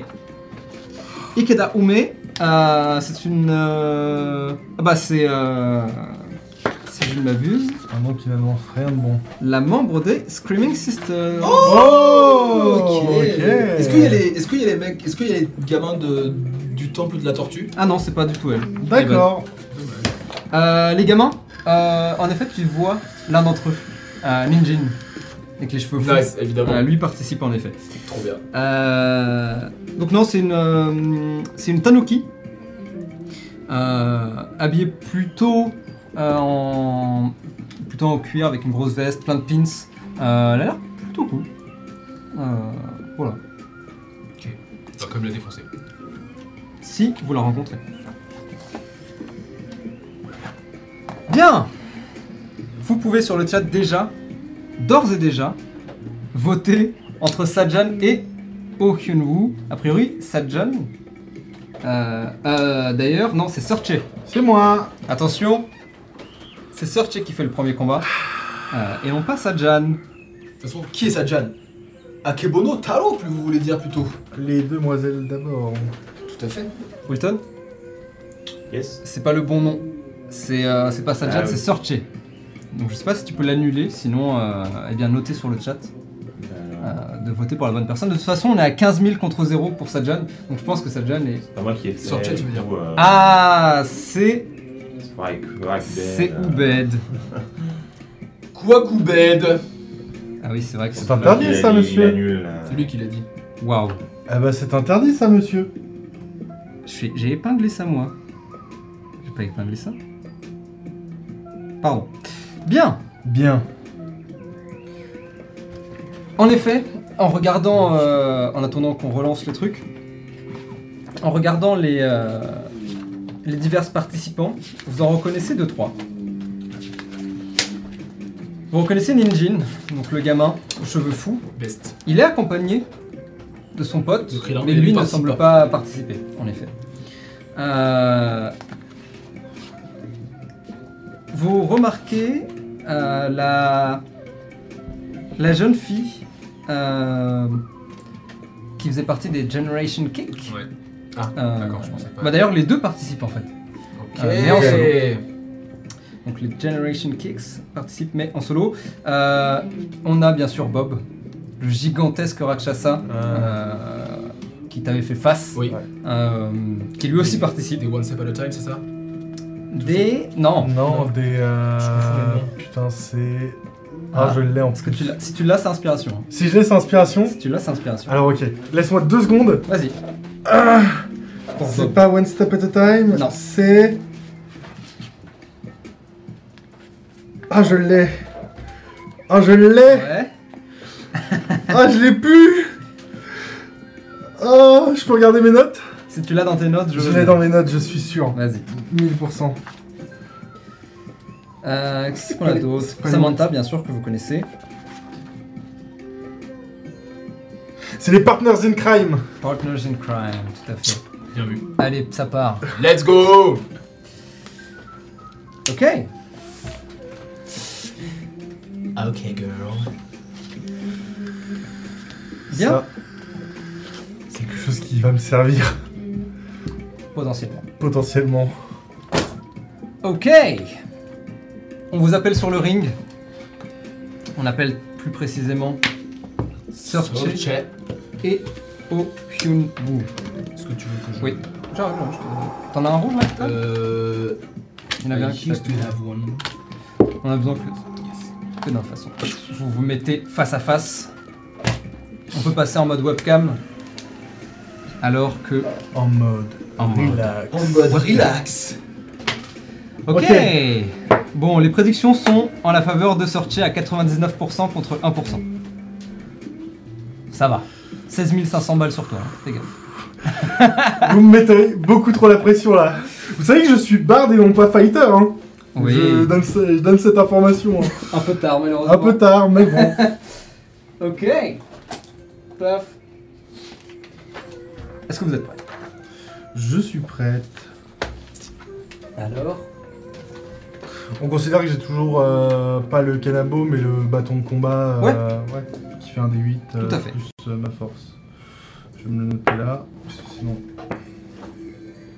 Speaker 1: Ikeda Ume, euh, c'est une. euh, ah bah, c'est. euh, si je ne m'abuse,
Speaker 2: Un nom qui n'annonce rien de bon.
Speaker 1: la membre des Screaming Sisters.
Speaker 2: Oh
Speaker 3: Ok. Est-ce qu'il y, a les- est-ce qu'il y a les mecs, est-ce qu'il y a les gamins de, du temple de la tortue
Speaker 1: ah non, c'est pas du tout elle. Eh ben,
Speaker 2: D'accord.
Speaker 3: Eh
Speaker 1: Euh, les gamins, euh, en effet, tu vois l'un d'entre eux, euh, Ninjin, avec les cheveux fous.
Speaker 3: Nice, évidemment.
Speaker 1: Euh, lui participe en effet.
Speaker 3: Trop bien.
Speaker 1: Euh, donc non, c'est une, euh, c'est une tanuki, euh, habillée plutôt euh, en plutôt en cuir avec une grosse veste, plein de pins. Euh, elle a l'air plutôt cool. Euh, voilà.
Speaker 3: On va quand même la défoncer.
Speaker 1: si vous la rencontrez. Bien Vous pouvez sur le chat déjà, d'ores et déjà, voter entre Sajan et Oh Hyun-woo. A priori, Sajan. euh, euh, D'ailleurs, non, c'est Sorche.
Speaker 3: ben.
Speaker 2: C'est moi.
Speaker 1: Attention C'est Sorche qui fait le premier combat. Euh, et non pas Sajan.
Speaker 3: De toute façon, qui est sa Jan Akebono Taro, plus vous voulez dire plutôt.
Speaker 2: Les demoiselles d'abord.
Speaker 3: Tout à fait.
Speaker 1: Wilton
Speaker 4: Yes.
Speaker 1: C'est pas le bon nom. C'est euh, c'est pas Sajan,
Speaker 4: Ah oui.
Speaker 1: c'est Sorche. Donc je sais pas si tu peux l'annuler, sinon, euh, eh bien, notez sur le chat.
Speaker 4: Euh,
Speaker 1: euh, de voter pour la bonne personne. De toute façon, on est à 15 000 contre 0 pour Sajan, donc je pense que Sajan est.
Speaker 4: c'est pas moi qui ai fait.
Speaker 3: Sur le chat, tu veux dire.
Speaker 4: ou, euh,
Speaker 1: Ah, c'est.
Speaker 4: Spike, Ragbed,
Speaker 1: C'est
Speaker 4: euh,
Speaker 1: Ubed.
Speaker 3: Kouakoubed
Speaker 1: Ah oui, c'est vrai que c'est.
Speaker 2: C'est interdit
Speaker 4: il-
Speaker 2: ça,
Speaker 4: il- Il
Speaker 2: monsieur.
Speaker 4: annule. euh,
Speaker 3: C'est lui qui l'a dit.
Speaker 1: Waouh,
Speaker 2: Ah bah c'est interdit ça, monsieur.
Speaker 1: Je suis- j'ai épinglé ça moi. J'ai pas épinglé ça Pardon. Bien
Speaker 2: Bien.
Speaker 1: En effet, en regardant, euh, en attendant qu'on relance le truc, en regardant les, euh, les divers participants, vous en reconnaissez deux, trois. Vous reconnaissez Ninjin, donc le gamin aux cheveux fous.
Speaker 3: Best.
Speaker 1: Il est accompagné de son pote,
Speaker 3: De Krillin,
Speaker 1: mais
Speaker 3: mais il
Speaker 1: lui ne
Speaker 3: participe
Speaker 1: semble pas participer, en effet. Euh, vous remarquez euh, la, la jeune fille euh, qui faisait partie des Generation Kick.
Speaker 3: Ouais. Ah,
Speaker 1: Euh,
Speaker 3: d'accord, je pensais pas.
Speaker 1: Bah D'ailleurs, les deux participent en fait.
Speaker 3: Ok.
Speaker 1: euh, mais en solo. Donc les Generation Kicks participent, mais en solo. Euh, on a bien sûr Bob, le gigantesque Rakshasa
Speaker 2: Ah.
Speaker 1: euh, qui t'avait fait face,
Speaker 3: Oui.
Speaker 1: euh, qui lui aussi
Speaker 3: Des-
Speaker 1: participe.
Speaker 3: Des One Step at a Time, c'est ça
Speaker 1: Des... Non
Speaker 2: Non, des. euh,
Speaker 3: Je confonds les
Speaker 2: Putain, c'est.
Speaker 1: Ah.
Speaker 2: Ah, je l'ai en
Speaker 1: Parce que
Speaker 2: plus.
Speaker 1: tu l'as- Si tu l'as, c'est inspiration.
Speaker 2: Si je laisse inspiration.
Speaker 1: Si tu l'as, c'est inspiration.
Speaker 2: Alors, ok. Laisse-moi deux secondes.
Speaker 1: Vas-y. Pour
Speaker 2: C'est
Speaker 1: Bob.
Speaker 2: pas One Step at a Time.
Speaker 1: Non.
Speaker 2: C'est. Ah, je l'ai. Ah, je l'ai.
Speaker 1: Ouais.
Speaker 2: Ah, je l'ai pu. Ah, je peux regarder mes notes
Speaker 1: Si tu l'as dans tes notes, je...
Speaker 2: Je l'ai dans mes notes, je suis sûr.
Speaker 1: Vas-y.
Speaker 2: 1000%.
Speaker 1: Euh, Qu'est-ce qu'on a
Speaker 2: pas-
Speaker 1: d'autre
Speaker 2: c'est pas
Speaker 1: Samantha, bien sûr, que vous connaissez.
Speaker 2: C'est les Partners in Crime.
Speaker 1: Partners in Crime, tout à fait.
Speaker 3: Bien vu.
Speaker 1: Allez, ça part.
Speaker 3: Let's go
Speaker 1: Ok.
Speaker 3: Ok, girl.
Speaker 1: Bien.
Speaker 2: Ça, C'est quelque chose qui va me servir
Speaker 1: Potentiellement.
Speaker 2: potentiellement.
Speaker 1: Ok. On vous appelle sur le ring. On appelle plus précisément Search
Speaker 3: chat.
Speaker 1: et Oh Hyun Woo.
Speaker 3: Est-ce que tu veux que je.
Speaker 1: Oui. J'arrive, là, je te- T'en as un rouge là toi
Speaker 3: Euh.
Speaker 1: Il y en avait un
Speaker 3: I
Speaker 1: qui t'a-
Speaker 3: used to have one.
Speaker 1: On a besoin que. Que d'un façon. Vous vous mettez face à face. On peut passer en mode webcam. Alors que
Speaker 2: En mode
Speaker 5: En mode.
Speaker 7: Relax.
Speaker 3: En mode relax.
Speaker 1: Ok. Bon, les prédictions sont en la faveur de Sorche à 99% contre 1%. Ça va. 16 500 balles sur toi, hein. fais gaffe.
Speaker 2: Vous me mettez beaucoup trop la pression là. Vous savez que je suis barde et non pas fighter. Hein.
Speaker 1: Oui,
Speaker 2: Je, donne, ce- je donne cette information. hein.
Speaker 1: un peu tard malheureusement.
Speaker 2: Un peu tard, mais bon.
Speaker 1: Ok. Paf. Est-ce que vous êtes prêts
Speaker 2: je suis prête.
Speaker 1: Alors
Speaker 2: On considère que j'ai toujours euh, pas le canabo, mais le bâton de combat. euh, ouais, Qui fait un D8. euh,
Speaker 1: Tout à fait.
Speaker 2: Plus euh, ma force. Je vais me le noter là. parce que Sinon.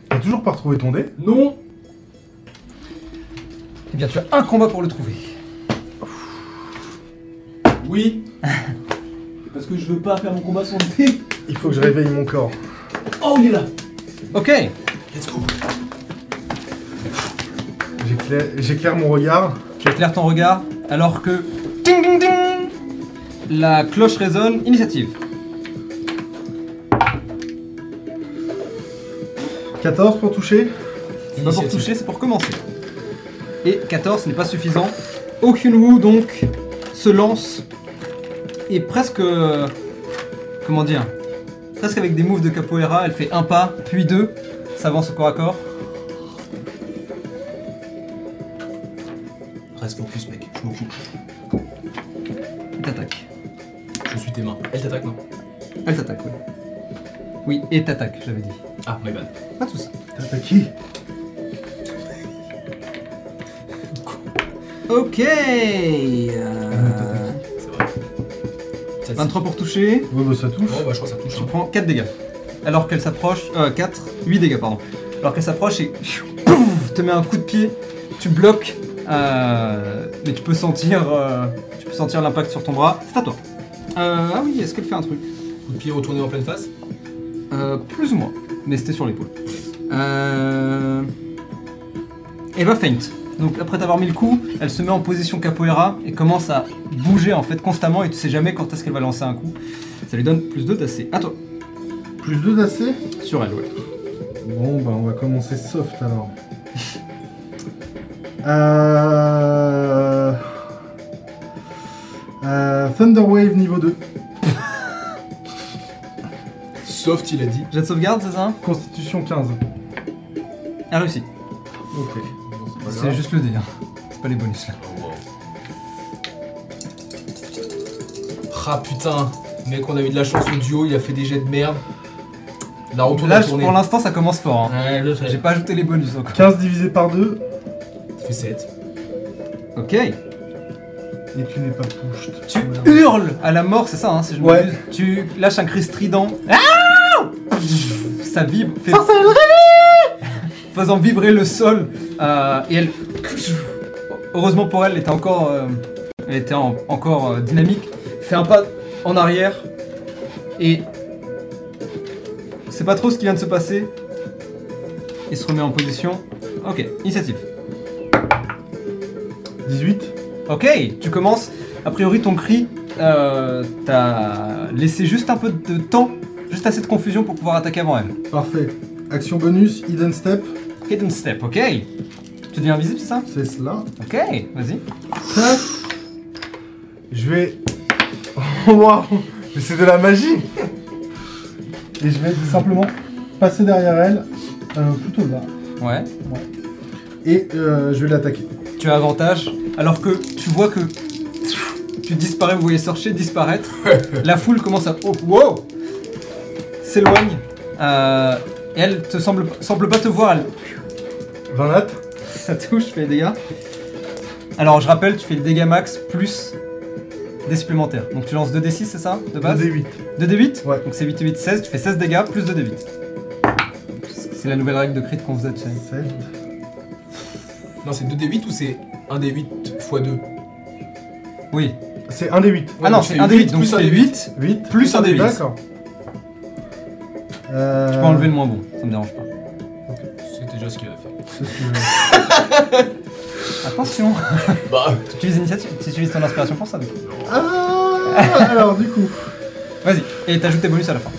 Speaker 2: T'as toujours pas retrouvé ton dé
Speaker 3: Non.
Speaker 1: Eh bien, tu as un combat pour le trouver.
Speaker 7: Oui. Parce que je veux pas faire mon combat sans dé.
Speaker 2: Il faut que je réveille mon corps.
Speaker 7: Oh, il est là.
Speaker 1: Ok.
Speaker 3: Let's go.
Speaker 2: J'éclaire j'éclaire mon regard.
Speaker 1: Tu éclaires ton regard alors que. Ding ding ding La cloche résonne. Initiative.
Speaker 2: 14 pour toucher.
Speaker 1: C'est pas pour toucher, c'est pour commencer. Et 14 ce n'est pas suffisant. Okunwu donc se lance et presque. euh, Comment dire Presque avec des moves de capoeira, elle fait un pas, puis deux, s'avance au corps à corps.
Speaker 3: Reste focus, mec. Je m'occupe.
Speaker 1: et T'attaque.
Speaker 3: Je suis tes mains. Elle t'attaque, non
Speaker 1: Elle t'attaque, oui. Oui, et t'attaque, j'avais dit.
Speaker 3: Ah, my bad.
Speaker 1: Pas de soucis.
Speaker 2: T'as attaqué
Speaker 1: Ok euh,
Speaker 3: C'est vrai. Ça, c'est-
Speaker 1: 23 pour toucher,
Speaker 2: Oui, bah ça touche.
Speaker 3: Oh, bah, je crois que ça touche.
Speaker 1: tu
Speaker 3: hein.
Speaker 1: prends 4 dégâts. Alors qu'elle s'approche. Euh, 4, 8 dégâts, pardon. Alors qu'elle s'approche et. pouf, te met un coup de pied, tu bloques, euh, mais tu peux sentir. euh, tu peux sentir l'impact sur ton bras. C'est à toi. Euh, ah oui, est-ce qu'elle fait un truc
Speaker 3: Coup de pied retourné en pleine face.
Speaker 1: Euh, Plus ou moins, mais c'était sur l'épaule. Euh. Elle va feint. Donc après t'avoir mis le coup, elle se met en position capoeira et commence à bouger en fait constamment et tu sais jamais quand est-ce qu'elle va lancer un coup. Ça lui donne plus 2 d'assez. À toi,
Speaker 2: Plus 2 d'AC
Speaker 1: sur elle, ouais.
Speaker 2: Bon, bah on va commencer soft alors. euh... Euh, Thunderwave niveau 2.
Speaker 3: Soft, il a dit.
Speaker 1: Jet de sauvegarde, c'est ça
Speaker 2: Constitution 15.
Speaker 1: Elle réussit.
Speaker 2: Ok.
Speaker 1: Ah, C'est juste le dé, hein. c'est pas les bonus là.
Speaker 3: Ah putain, mec, on a eu de la chance au duo, il a fait des jets de merde. La retourne
Speaker 1: Là,
Speaker 3: a
Speaker 1: je-
Speaker 3: tourné.
Speaker 1: pour l'instant, ça commence fort. hein.
Speaker 3: Ouais, je
Speaker 1: J'ai
Speaker 3: sais.
Speaker 1: pas ajouté les bonus encore.
Speaker 2: 15 divisé par 2
Speaker 3: Ça fait 7.
Speaker 1: Ok.
Speaker 2: et tu n'es pas pushed.
Speaker 1: Tu
Speaker 2: Merde.
Speaker 1: hurles à la mort, c'est ça, hein, si je
Speaker 2: Ouais.
Speaker 1: m'abuse. Tu lâches un cri strident. Ah ça vibre. fait- faisant vibrer le sol. euh, et elle. Heureusement pour elle, elle était encore, euh, elle était en- encore euh, dynamique. Fait un pas en arrière. Et. C'est pas trop ce qui vient de se passer. Il se remet en position. Ok, initiative.
Speaker 2: 18.
Speaker 1: Ok, tu commences. A priori, ton cri, euh, t'as laissé juste un peu de temps, juste assez de confusion pour pouvoir attaquer avant elle.
Speaker 2: Parfait. Action bonus, hidden step.
Speaker 1: Hidden step, ok. Tu deviens invisible, c'est ça
Speaker 2: C'est cela.
Speaker 1: Ok, vas-y.
Speaker 2: Tac. Je vais. Oh, Waouh Mais c'est de la magie Et je vais simplement passer derrière elle, euh, plutôt là.
Speaker 1: Ouais.
Speaker 2: Et euh, je vais l'attaquer.
Speaker 1: Tu as avantage, alors que tu vois que tu disparais, vous voyez Sorcher disparaître. La foule commence à. Oh, wow S'éloigne. Euh, et elle te semble, semble pas te voir, elle
Speaker 2: 20 nat.
Speaker 1: Ça touche, fais des dégâts. Alors je rappelle, tu fais le dégâts max plus des supplémentaires. Donc tu lances 2d6, c'est ça De base
Speaker 2: 2d8.
Speaker 1: 2d8
Speaker 2: Ouais.
Speaker 1: Donc c'est 8 et 8, 16. Tu fais 16 dégâts plus 2d8. C'est la nouvelle règle de crit qu'on vous a chez.
Speaker 2: 7.
Speaker 3: Non, c'est 2d8 ou c'est 1d8 x 2
Speaker 1: Oui.
Speaker 2: C'est 1d8.
Speaker 1: ah non, c'est 1d8, donc
Speaker 3: plus
Speaker 1: c'est
Speaker 3: 1d8.
Speaker 1: 8.
Speaker 2: 8.
Speaker 1: Plus un des huit.
Speaker 2: D'accord. Euh,
Speaker 1: Tu peux enlever le moins bon, ça me dérange pas.
Speaker 3: C'est déjà ce qu'il a fait.
Speaker 2: c'est ce que je-
Speaker 1: Attention
Speaker 3: Bah,
Speaker 1: Tu utilises initiative, tu utilises ton inspiration pour ça du coup.
Speaker 2: Ah, Alors du coup,
Speaker 1: Vas-y, et t'ajoutes tes bonus à la fin.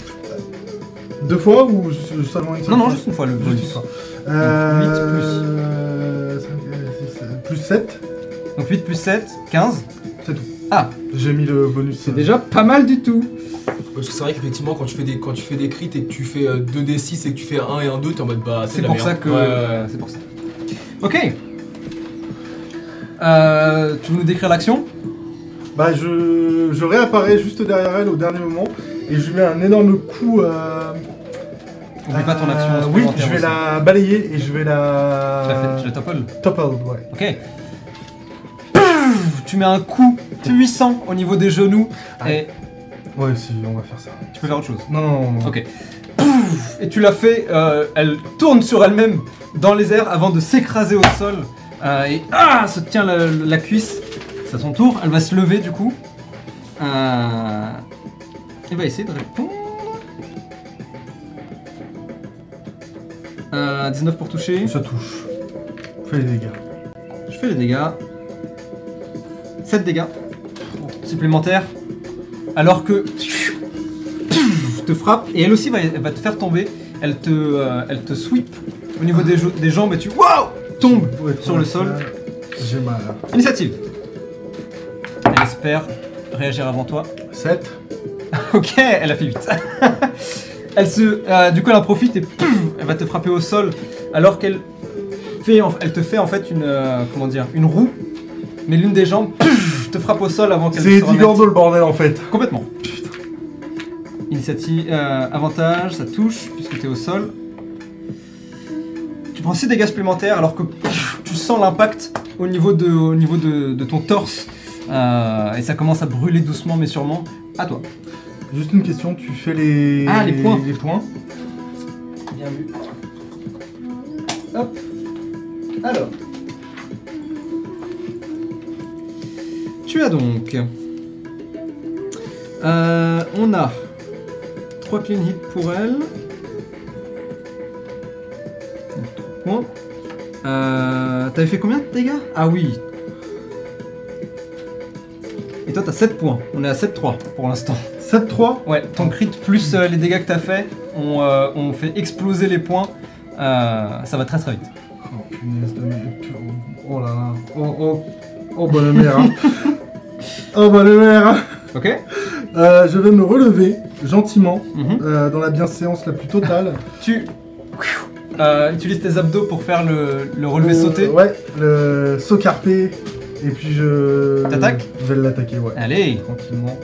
Speaker 2: Deux fois ou s- seulement une seule
Speaker 1: Non, non,
Speaker 2: fois Euh,
Speaker 1: juste une fois le
Speaker 2: Juste
Speaker 1: bonus.
Speaker 2: une fois.
Speaker 1: Donc,
Speaker 2: plus. euh, Plus 7.
Speaker 1: Donc 8 plus 7, 15.
Speaker 2: J'ai mis le bonus. euh,
Speaker 1: C'est déjà pas mal du tout.
Speaker 3: Parce que c'est vrai qu'effectivement, quand tu fais des quand tu fais des crits et que tu fais euh, 2d6 et que tu fais 1 et 1 2, t'es en mode bah
Speaker 1: C'est
Speaker 3: de la
Speaker 1: pour
Speaker 3: merde.
Speaker 1: ça que.
Speaker 3: Ouais, ouais, ouais.
Speaker 1: C'est pour ça. Ok. Euh, tu veux nous décrire l'action
Speaker 2: Bah, je, je réapparais juste derrière elle au dernier moment et je lui mets un énorme coup. Euh,
Speaker 1: Oublie pas ton action.
Speaker 2: euh, oui,
Speaker 1: supplémentaire
Speaker 2: je vais
Speaker 1: aussi.
Speaker 2: la balayer et je vais
Speaker 1: Tu l'as fait,
Speaker 2: la.
Speaker 1: tu l'as topple.
Speaker 2: Topple, ouais.
Speaker 1: Ok. Pouf Tu mets un coup puissant au niveau des genoux et
Speaker 2: Ouais, si, on va faire ça.
Speaker 1: tu peux faire autre chose.
Speaker 2: Non, non, non.
Speaker 1: Ok. Pouf Et tu l'as fait, euh, elle tourne sur elle-même dans les airs avant de s'écraser au sol. euh, et ah, se tient la, la cuisse. C'est à son tour, elle va se lever du coup. Euh, elle va essayer de répondre. Euh, 19 pour toucher.
Speaker 2: Ça touche. Fais les dégâts.
Speaker 1: Je fais les dégâts. 7 dégâts supplémentaires. Alors que te frappe et elle aussi va, elle va te faire tomber. Elle te, euh, elle te sweep au niveau des, jo- des jambes et tu wow, tombes
Speaker 2: Pour être
Speaker 1: sur le
Speaker 2: honnête,
Speaker 1: sol.
Speaker 2: là, J'ai mal. là.
Speaker 1: Initiative. Elle espère réagir avant toi.
Speaker 2: 7.
Speaker 1: Ok, elle a fait vite. elle se, euh, du coup, elle en profite et pouf, elle va te frapper au sol alors qu'elle fait, en- elle te fait en fait une, euh, comment dire, une roue. Mais l'une des jambes pouf, te frappe au sol avant qu'elle
Speaker 2: C'est
Speaker 1: se remette.
Speaker 2: Digordo le bordel en fait.
Speaker 1: Complètement. Initiative, euh, avantage, ça touche puisque t'es au sol. Tu prends 6 dégâts supplémentaires alors que pff, tu sens l'impact au niveau de, au niveau de, de ton torse Euh, et ça commence à brûler doucement mais sûrement. À toi.
Speaker 2: Juste une question, tu fais les.
Speaker 1: Ah, les points.
Speaker 2: Les points.
Speaker 1: Bien vu. Hop. Alors. Tu as donc. Euh, on a 3 clean hits pour elle. Donc 3 points. Euh, T'avais fait combien de dégâts Ah oui. Et toi t'as 7 points. On est à 7-3 pour l'instant.
Speaker 2: 7-3.
Speaker 1: Ouais, ton crit plus euh, les dégâts que t'as fait, on, euh, on fait exploser les points. Euh, ça va très très vite.
Speaker 2: Oh punaise de merde. Oh là là. Oh, oh. Oh bah le maire. hein. oh bah le maire. hein.
Speaker 1: Ok
Speaker 2: Euh, je vais me relever gentiment
Speaker 1: Mhm.
Speaker 2: euh, dans la bienséance la plus totale.
Speaker 1: Tu euh, utilises tes abdos pour faire le, le relevé
Speaker 2: Euh,
Speaker 1: sauté.
Speaker 2: Ouais, le saut carpé. Et puis je.
Speaker 1: T'attaques
Speaker 2: Je vais l'attaquer, ouais.
Speaker 1: Allez,
Speaker 2: Tranquillement.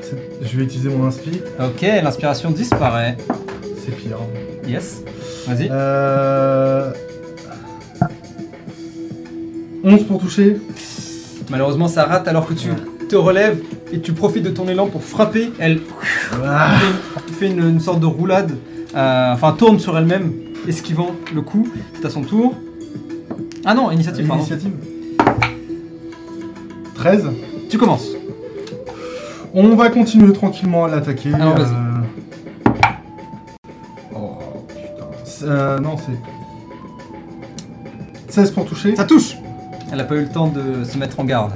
Speaker 2: C'est- Je vais utiliser mon inspi.
Speaker 1: ok, l'inspiration disparaît.
Speaker 2: C'est pire.
Speaker 1: Yes, vas-y.
Speaker 2: Euh... 11 pour toucher.
Speaker 1: Malheureusement, ça rate alors que tu te relèves et tu profites de ton élan pour frapper. Elle
Speaker 2: Ah,
Speaker 1: fait une, une sorte de roulade, euh, enfin tourne sur elle-même, esquivant le coup. C'est à son tour. Ah non, initiative, pardon.
Speaker 2: Initiative. 13.
Speaker 1: Tu commences.
Speaker 2: On va continuer tranquillement à l'attaquer.
Speaker 1: Alors, Ah vas-y.
Speaker 2: euh, Oh putain. C'est- euh, non, c'est. 16 pour toucher.
Speaker 1: Ça touche Elle a pas eu le temps de se mettre en garde.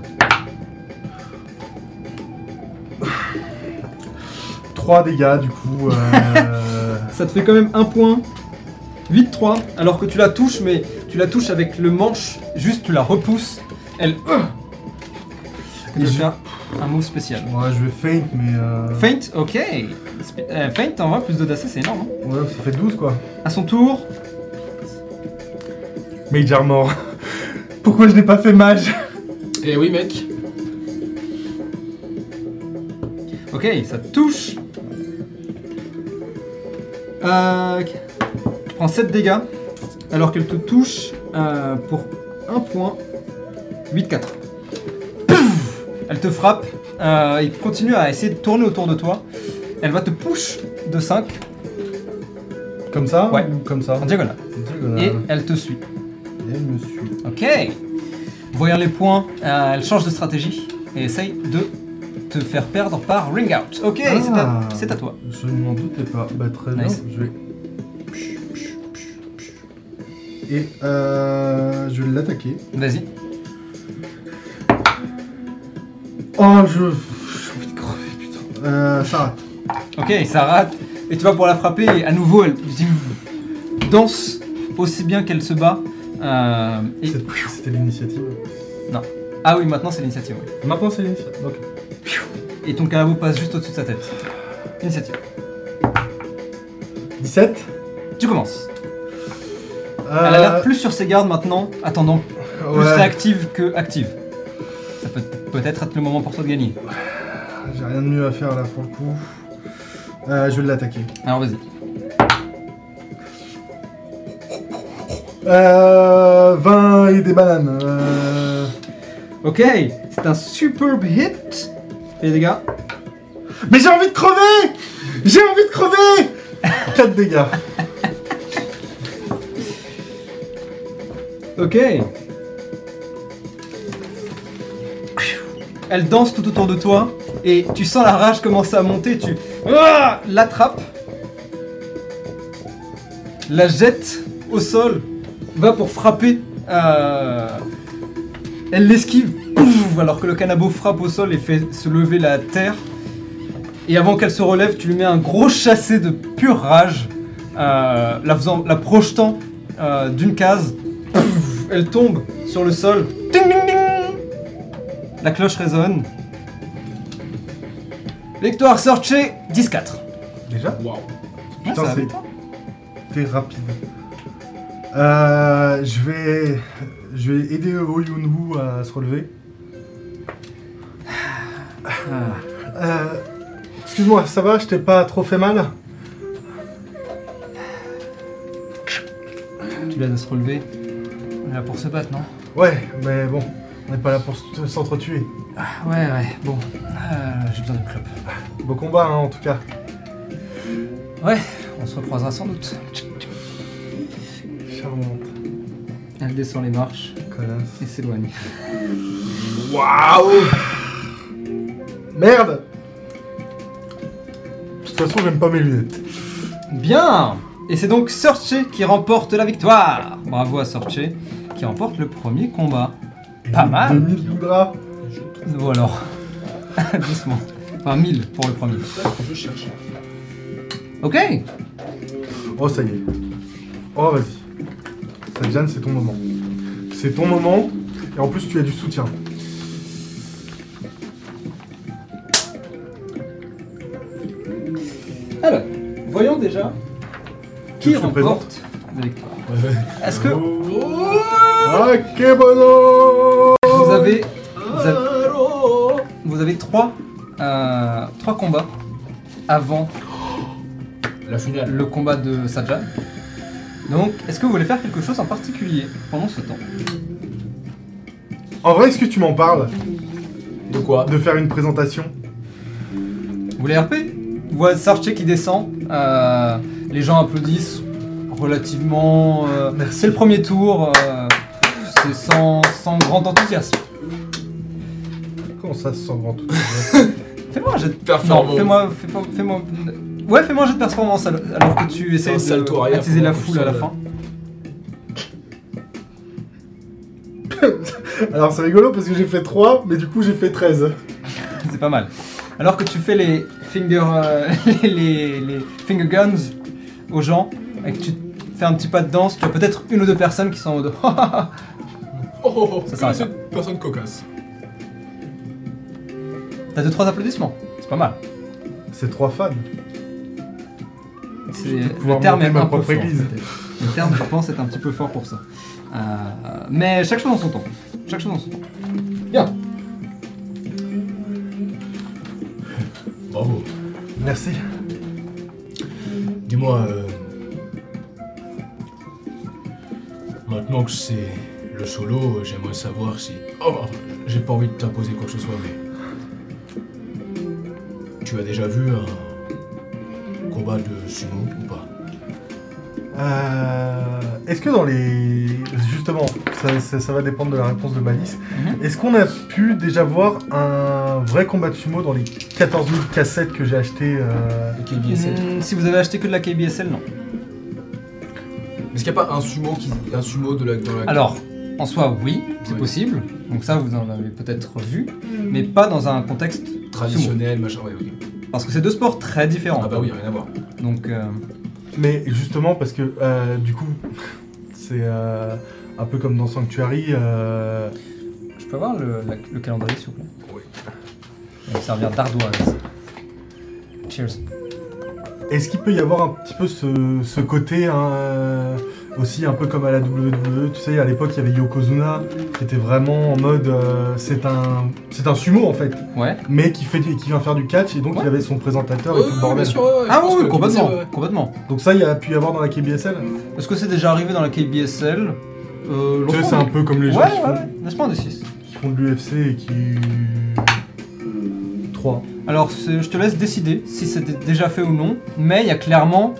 Speaker 2: 3 dégâts du coup. euh,
Speaker 1: Ça te fait quand même un point. 8-3, alors que tu la touches, mais tu la touches avec le manche, juste tu la repousses. Elle. Et
Speaker 2: Et
Speaker 1: je
Speaker 2: je-
Speaker 1: fais un, un move spécial.
Speaker 2: Ouais, je vais feint, mais. euh,
Speaker 1: Feint, ok. Sp- euh, feint, t'envoies plus de d'AC, c'est énorme. hein.
Speaker 2: Ouais, ça fait 12 quoi.
Speaker 1: à son tour,
Speaker 2: Mage Armor. Pourquoi je n'ai pas fait mage
Speaker 3: Eh oui, mec.
Speaker 1: ok, ça te touche. Euh, ok. tu prends 7 dégâts, alors qu'elle te touche euh, pour 1 point. 8-4. Pouf Elle te frappe. euh, il continue à essayer de tourner autour de toi. Elle va te push de 5
Speaker 2: Comme ça
Speaker 1: Ouais.
Speaker 2: ou comme ça
Speaker 1: en diagonale.
Speaker 2: Diagonale.
Speaker 1: Et elle te suit.
Speaker 2: euh, Et monsieur.
Speaker 1: Ok. Voyant les points, euh, elle change de stratégie et essaye de te faire perdre par ring out. Ok,
Speaker 2: Ah.
Speaker 1: c'est à- c'est à, toi.
Speaker 2: Je ne m'en doutais pas. Bah très
Speaker 1: Nice.
Speaker 2: bien. Je vais. Et euh, je vais l'attaquer.
Speaker 1: Vas-y.
Speaker 2: Oh je. J'ai envie de crever putain. Euh, ça rate.
Speaker 1: Ok, ça rate. Et tu vas pour la frapper, et à nouveau, elle danse aussi bien qu'elle se bat. Euh, et-
Speaker 2: C'est- C'était l'initiative.
Speaker 1: Ah oui, maintenant c'est l'initiative. oui.
Speaker 2: Maintenant, c'est l'initiative. Ok.
Speaker 1: Et ton calabo passe juste au-dessus de sa tête. Initiative.
Speaker 2: 17.
Speaker 1: Tu commences.
Speaker 2: Euh,
Speaker 1: Elle a l'air plus sur ses gardes maintenant, attendant plus
Speaker 2: ouais,
Speaker 1: réactive que active. Ça peut peut-être être le moment pour toi de gagner.
Speaker 2: J'ai rien de mieux à faire là pour le coup. Euh, je vais l'attaquer.
Speaker 1: Alors vas-y.
Speaker 2: Euh, 20 et des bananes. Euh...
Speaker 1: Ok, c'est un superbe hit. Et les dégâts
Speaker 2: Mais j'ai envie de crever J'ai envie de crever 4 dégâts.
Speaker 1: Ok. Elle danse tout autour de toi et tu sens la rage commencer à monter. Tu Ah l'attrapes, la jette au sol, va pour frapper. euh, Elle l'esquive pouf, alors que le canabo frappe au sol et fait se lever la terre. Et avant qu'elle se relève, tu lui mets un gros chassé de pure rage, euh, la, faisant, la projetant euh, d'une case elle tombe sur le sol. Ding, ding, ding. La cloche résonne. Victoire Sorche, 10-4.
Speaker 2: Déjà
Speaker 3: Waouh.
Speaker 1: Ah,
Speaker 2: Putain,
Speaker 1: ça
Speaker 2: c'est
Speaker 1: va.
Speaker 2: t'es rapide. Euh, je vais. Je vais aider Evo Yunhu à se relever.
Speaker 1: Ah.
Speaker 2: Euh, Excuse-moi, ça va Je t'ai pas trop fait mal
Speaker 1: Tu l'as de se relever. On est là pour se battre, non
Speaker 2: Ouais, mais bon, on n'est pas là pour s- s'entretuer.
Speaker 1: Ah Ouais, ouais, bon. Euh, J'ai besoin d'une clope.
Speaker 2: Beau combat, hein, en tout cas.
Speaker 1: On se recroisera sans doute.
Speaker 2: Charmante,
Speaker 1: Elle descend les marches
Speaker 2: connasse.
Speaker 1: et s'éloigne.
Speaker 2: Merde De toute façon, j'aime pas mes lunettes.
Speaker 1: Bien Et c'est donc Sorche qui remporte la victoire Bravo à Sorche qui remporte le premier combat. Pas mal.
Speaker 2: 2000 libras.
Speaker 1: Ou alors. Doucement. Enfin, 1000 pour le premier.
Speaker 3: Je cherche.
Speaker 1: Ok
Speaker 2: Oh, ça y est. Oh, vas-y. Sadjan, c'est ton moment. C'est ton moment, et en plus, tu as du soutien.
Speaker 1: Alors, voyons déjà qui
Speaker 2: Je te
Speaker 1: remporte la victoire. Est-ce que vous
Speaker 2: Ok, bono
Speaker 1: avez, vous avez, vous avez trois, euh, trois combats avant
Speaker 3: La finale.
Speaker 1: le combat de Sajan Donc, est-ce que vous voulez faire quelque chose en particulier pendant ce temps
Speaker 2: En vrai, est-ce que tu m'en parles
Speaker 3: De quoi
Speaker 2: De faire une présentation
Speaker 1: Vous voulez RP Vous voyez Sarché qui descend, euh, les gens applaudissent relativement. euh,
Speaker 2: Merci.
Speaker 1: c'est le premier tour, euh, c'est sans, sans grand enthousiasme.
Speaker 2: Comment ça, sans grand tout
Speaker 1: Fais-moi un jet de
Speaker 3: Performance.
Speaker 1: Non, fais-moi. Fais pas- fais-moi... Ouais, fais-moi un jet de performance alors alors que tu essayes
Speaker 3: un salto
Speaker 1: de
Speaker 3: arrière,
Speaker 1: attiser
Speaker 3: faut
Speaker 1: la
Speaker 3: que je
Speaker 1: foule à la
Speaker 3: saute.
Speaker 1: fin.
Speaker 2: Alors, c'est rigolo parce que j'ai fait 3, mais du coup, j'ai fait 13.
Speaker 1: C'est pas mal. Alors que tu fais les finger, euh, les, les- les finger guns aux gens et que tu fais un petit pas de danse, tu as peut-être une ou deux personnes qui sont en mode. Ah, ah, ah.
Speaker 3: Oh, oh, oh,
Speaker 1: Ça, ça va
Speaker 3: que cette personne cocasse.
Speaker 1: T'as deux trois applaudissements. C'est pas mal.
Speaker 2: C'est 3 fans.
Speaker 1: C'est-
Speaker 2: vais peut-être
Speaker 1: Le
Speaker 2: pouvoir
Speaker 1: terme
Speaker 2: monter
Speaker 1: est
Speaker 2: ma
Speaker 1: un peu
Speaker 2: propre
Speaker 1: fort.
Speaker 2: église.
Speaker 1: peut-être. Le terme, je pense, est un petit peu fort pour ça. Euh, mais chaque chose en son temps. Chaque chose en son temps.
Speaker 6: Bravo.
Speaker 2: Merci.
Speaker 6: Dis-moi, euh, maintenant que c'est le solo, euh, j'aimerais savoir si. Oh, j'ai pas envie de t'imposer quoi que ce soit, mais tu as déjà vu un combat de sumo ou pas
Speaker 2: Euh, est-ce que dans les... Justement, ça, ça- ça va dépendre de la réponse de Malice. Est-ce qu'on a pu déjà voir un vrai combat de sumo dans les 14 000 cassettes que j'ai achetées euh,
Speaker 3: Le KBSL.
Speaker 1: Hmm, si vous avez acheté que de la KBSL, non.
Speaker 3: Est-ce qu'il n'y a pas un sumo qui. Un sumo de la. Dans la...
Speaker 1: Alors, en soi, oui, c'est
Speaker 3: Oui.
Speaker 1: possible. Donc ça, vous en avez peut-être vu, mais pas dans un contexte
Speaker 3: Traditionnel, machin, ouais, ok.
Speaker 1: Parce que c'est deux sports très différents.
Speaker 3: Ah bah oui, rien à voir.
Speaker 1: Donc, euh,
Speaker 2: Mais justement, parce que euh, du coup, c'est euh, un peu comme dans Sanctuary. euh,
Speaker 1: je peux avoir le, la- le calendrier, s'il vous plaît Oui. va me servir d'ardoise. Cheers.
Speaker 3: Euh,
Speaker 2: Est-ce qu'il peut y avoir un petit peu ce, ce côté hein, aussi un peu comme à la WWE Tu sais, à l'époque, il y avait Yokozuna qui était vraiment en mode euh, c'est un c'est un sumo en fait,
Speaker 1: Ouais.
Speaker 2: mais qui fait qui vient faire du catch et donc il
Speaker 1: Ouais.
Speaker 2: avait son présentateur et
Speaker 3: Ouais,
Speaker 2: tout le
Speaker 3: ouais,
Speaker 2: bordel.
Speaker 3: bien sûr, ouais, ouais, je
Speaker 1: Ah
Speaker 3: pense
Speaker 1: oui,
Speaker 3: que-
Speaker 1: complètement,
Speaker 3: ouais, ouais.
Speaker 1: complètement.
Speaker 2: Donc ça, il y a pu y avoir dans la KBSL.
Speaker 1: Est-ce que c'est déjà arrivé dans la KBSL euh,
Speaker 2: Tu sais,
Speaker 1: l'enfant,
Speaker 2: c'est un peu comme les
Speaker 1: Ouais,
Speaker 2: gens
Speaker 1: ouais,
Speaker 2: qui, font,
Speaker 1: ouais. N'est-ce pas un des 6
Speaker 2: qui font de l'UFC et qui 3.
Speaker 1: Alors, c'est- je te laisse décider si c'était déjà fait ou non, mais il y a clairement,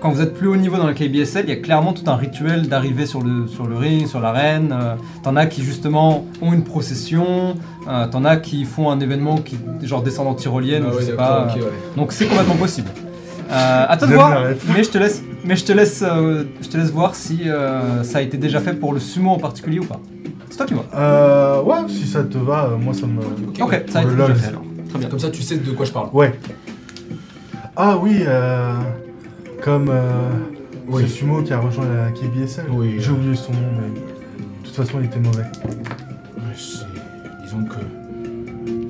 Speaker 1: quand vous êtes plus haut niveau dans la KBSL, il y a clairement tout un rituel d'arrivée sur le, sur le ring, sur l'arène. euh, t'en as qui, justement, ont une procession, euh, t'en as qui font un événement qui, genre, descendent en tyrolienne,
Speaker 3: Ah
Speaker 1: ou je
Speaker 3: ouais,
Speaker 1: sais
Speaker 3: d'accord,
Speaker 1: pas.
Speaker 3: ok, ouais.
Speaker 1: Donc, c'est complètement possible. Euh, à toi de
Speaker 2: J'aime
Speaker 1: voir,
Speaker 2: la ref.
Speaker 1: mais je te laisse, mais je te laisse, euh, je te laisse voir si euh, ça a été déjà fait pour le sumo en particulier ou pas. C'est toi qui vois.
Speaker 2: Euh, ouais, si ça te va, euh, moi ça me.
Speaker 1: Ok,
Speaker 3: ouais.
Speaker 1: ça a été
Speaker 2: Lol.
Speaker 1: déjà fait alors. Très bien.
Speaker 3: Comme ça, tu sais de quoi je parle.
Speaker 2: Ouais. Ah oui, euh, comme euh,
Speaker 6: Oui.
Speaker 2: ce sumo qui a rejoint la KBSL.
Speaker 6: Oui,
Speaker 2: J'ai
Speaker 6: euh.
Speaker 2: oublié son nom, mais de toute façon, il était mauvais.
Speaker 6: Ouais, c'est- Disons que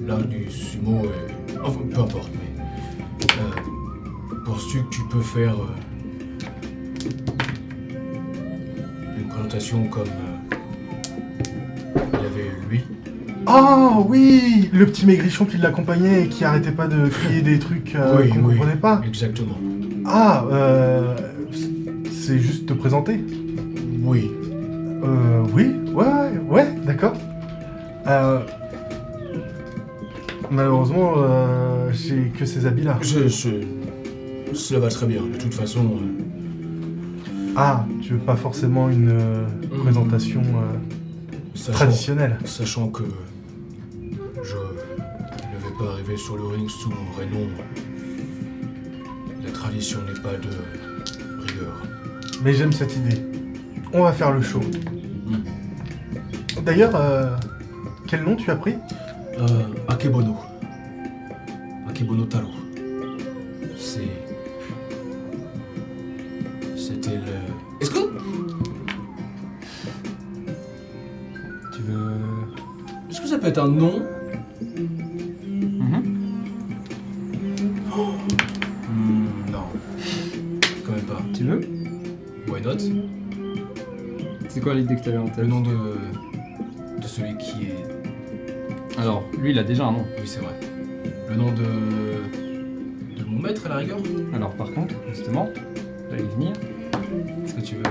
Speaker 6: l'art du sumo
Speaker 3: euh,
Speaker 6: est... Enfin, peu importe, mais... euh, Penses-tu que tu peux faire euh, une présentation comme euh, il y avait lui
Speaker 2: Ah oui, le petit maigrichon qui l'accompagnait et qui arrêtait pas de crier des trucs euh,
Speaker 6: Oui,
Speaker 2: qu'on
Speaker 6: oui.
Speaker 2: comprenait pas.
Speaker 6: Exactement.
Speaker 2: Ah, euh, c'est juste te présenter.
Speaker 6: Oui.
Speaker 2: Euh, oui, ouais, ouais, ouais, d'accord. Euh, malheureusement, euh, j'ai que ces habits-là.
Speaker 6: Je, je- Cela va très bien. De toute façon, euh,
Speaker 2: Ah, tu veux pas forcément une euh,
Speaker 1: Mmh.
Speaker 6: Mm.
Speaker 2: présentation euh,
Speaker 6: sachant,
Speaker 2: traditionnelle
Speaker 6: sachant que euh, je ne vais pas arriver sur le ring sous mon vrai nom, la tradition n'est pas de rigueur.
Speaker 2: Mais j'aime cette idée. On va faire le show.
Speaker 1: Mmh.
Speaker 2: D'ailleurs, euh, quel nom tu as pris
Speaker 6: Euh, Akebono. Akebono Taro. C'est. C'était le.
Speaker 3: Est-ce que
Speaker 1: Tu veux.
Speaker 3: Est-ce que ça peut être un nom
Speaker 1: Mhm.
Speaker 6: Hmm, non.
Speaker 3: Quand même pas.
Speaker 1: Tu veux
Speaker 3: Why not
Speaker 1: C'est quoi l'idée que tu avais en tête
Speaker 3: Le nom de. de celui qui est.
Speaker 1: Alors, lui, il a déjà un nom.
Speaker 3: Oui, c'est vrai. Le nom de. de mon maître à la rigueur
Speaker 1: Alors, par contre, justement, j'allais y venir.
Speaker 3: Est-ce que tu veux.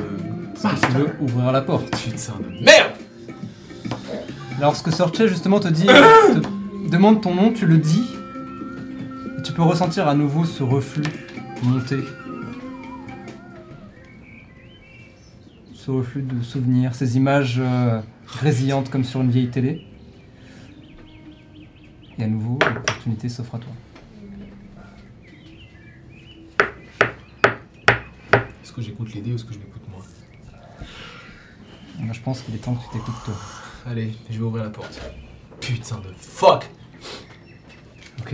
Speaker 1: Est-ce que tu veux ouvrir la porte
Speaker 3: Putain c'est un homme. Merde
Speaker 1: Lorsque Sorche, justement, te dit. te demande ton nom, tu le dis. Et tu peux ressentir à nouveau ce reflux monter. Ce reflux de souvenirs, ces images euh, résillantes comme sur une vieille télé. Et à nouveau, l'opportunité s'offre à toi.
Speaker 3: Est-ce que j'écoute l'idée ou est-ce que je l'écoute moi
Speaker 1: Moi, je pense qu'il est temps que tu t'écoutes, toi.
Speaker 3: Allez, je vais ouvrir la porte. Putain de fuck
Speaker 1: Ok.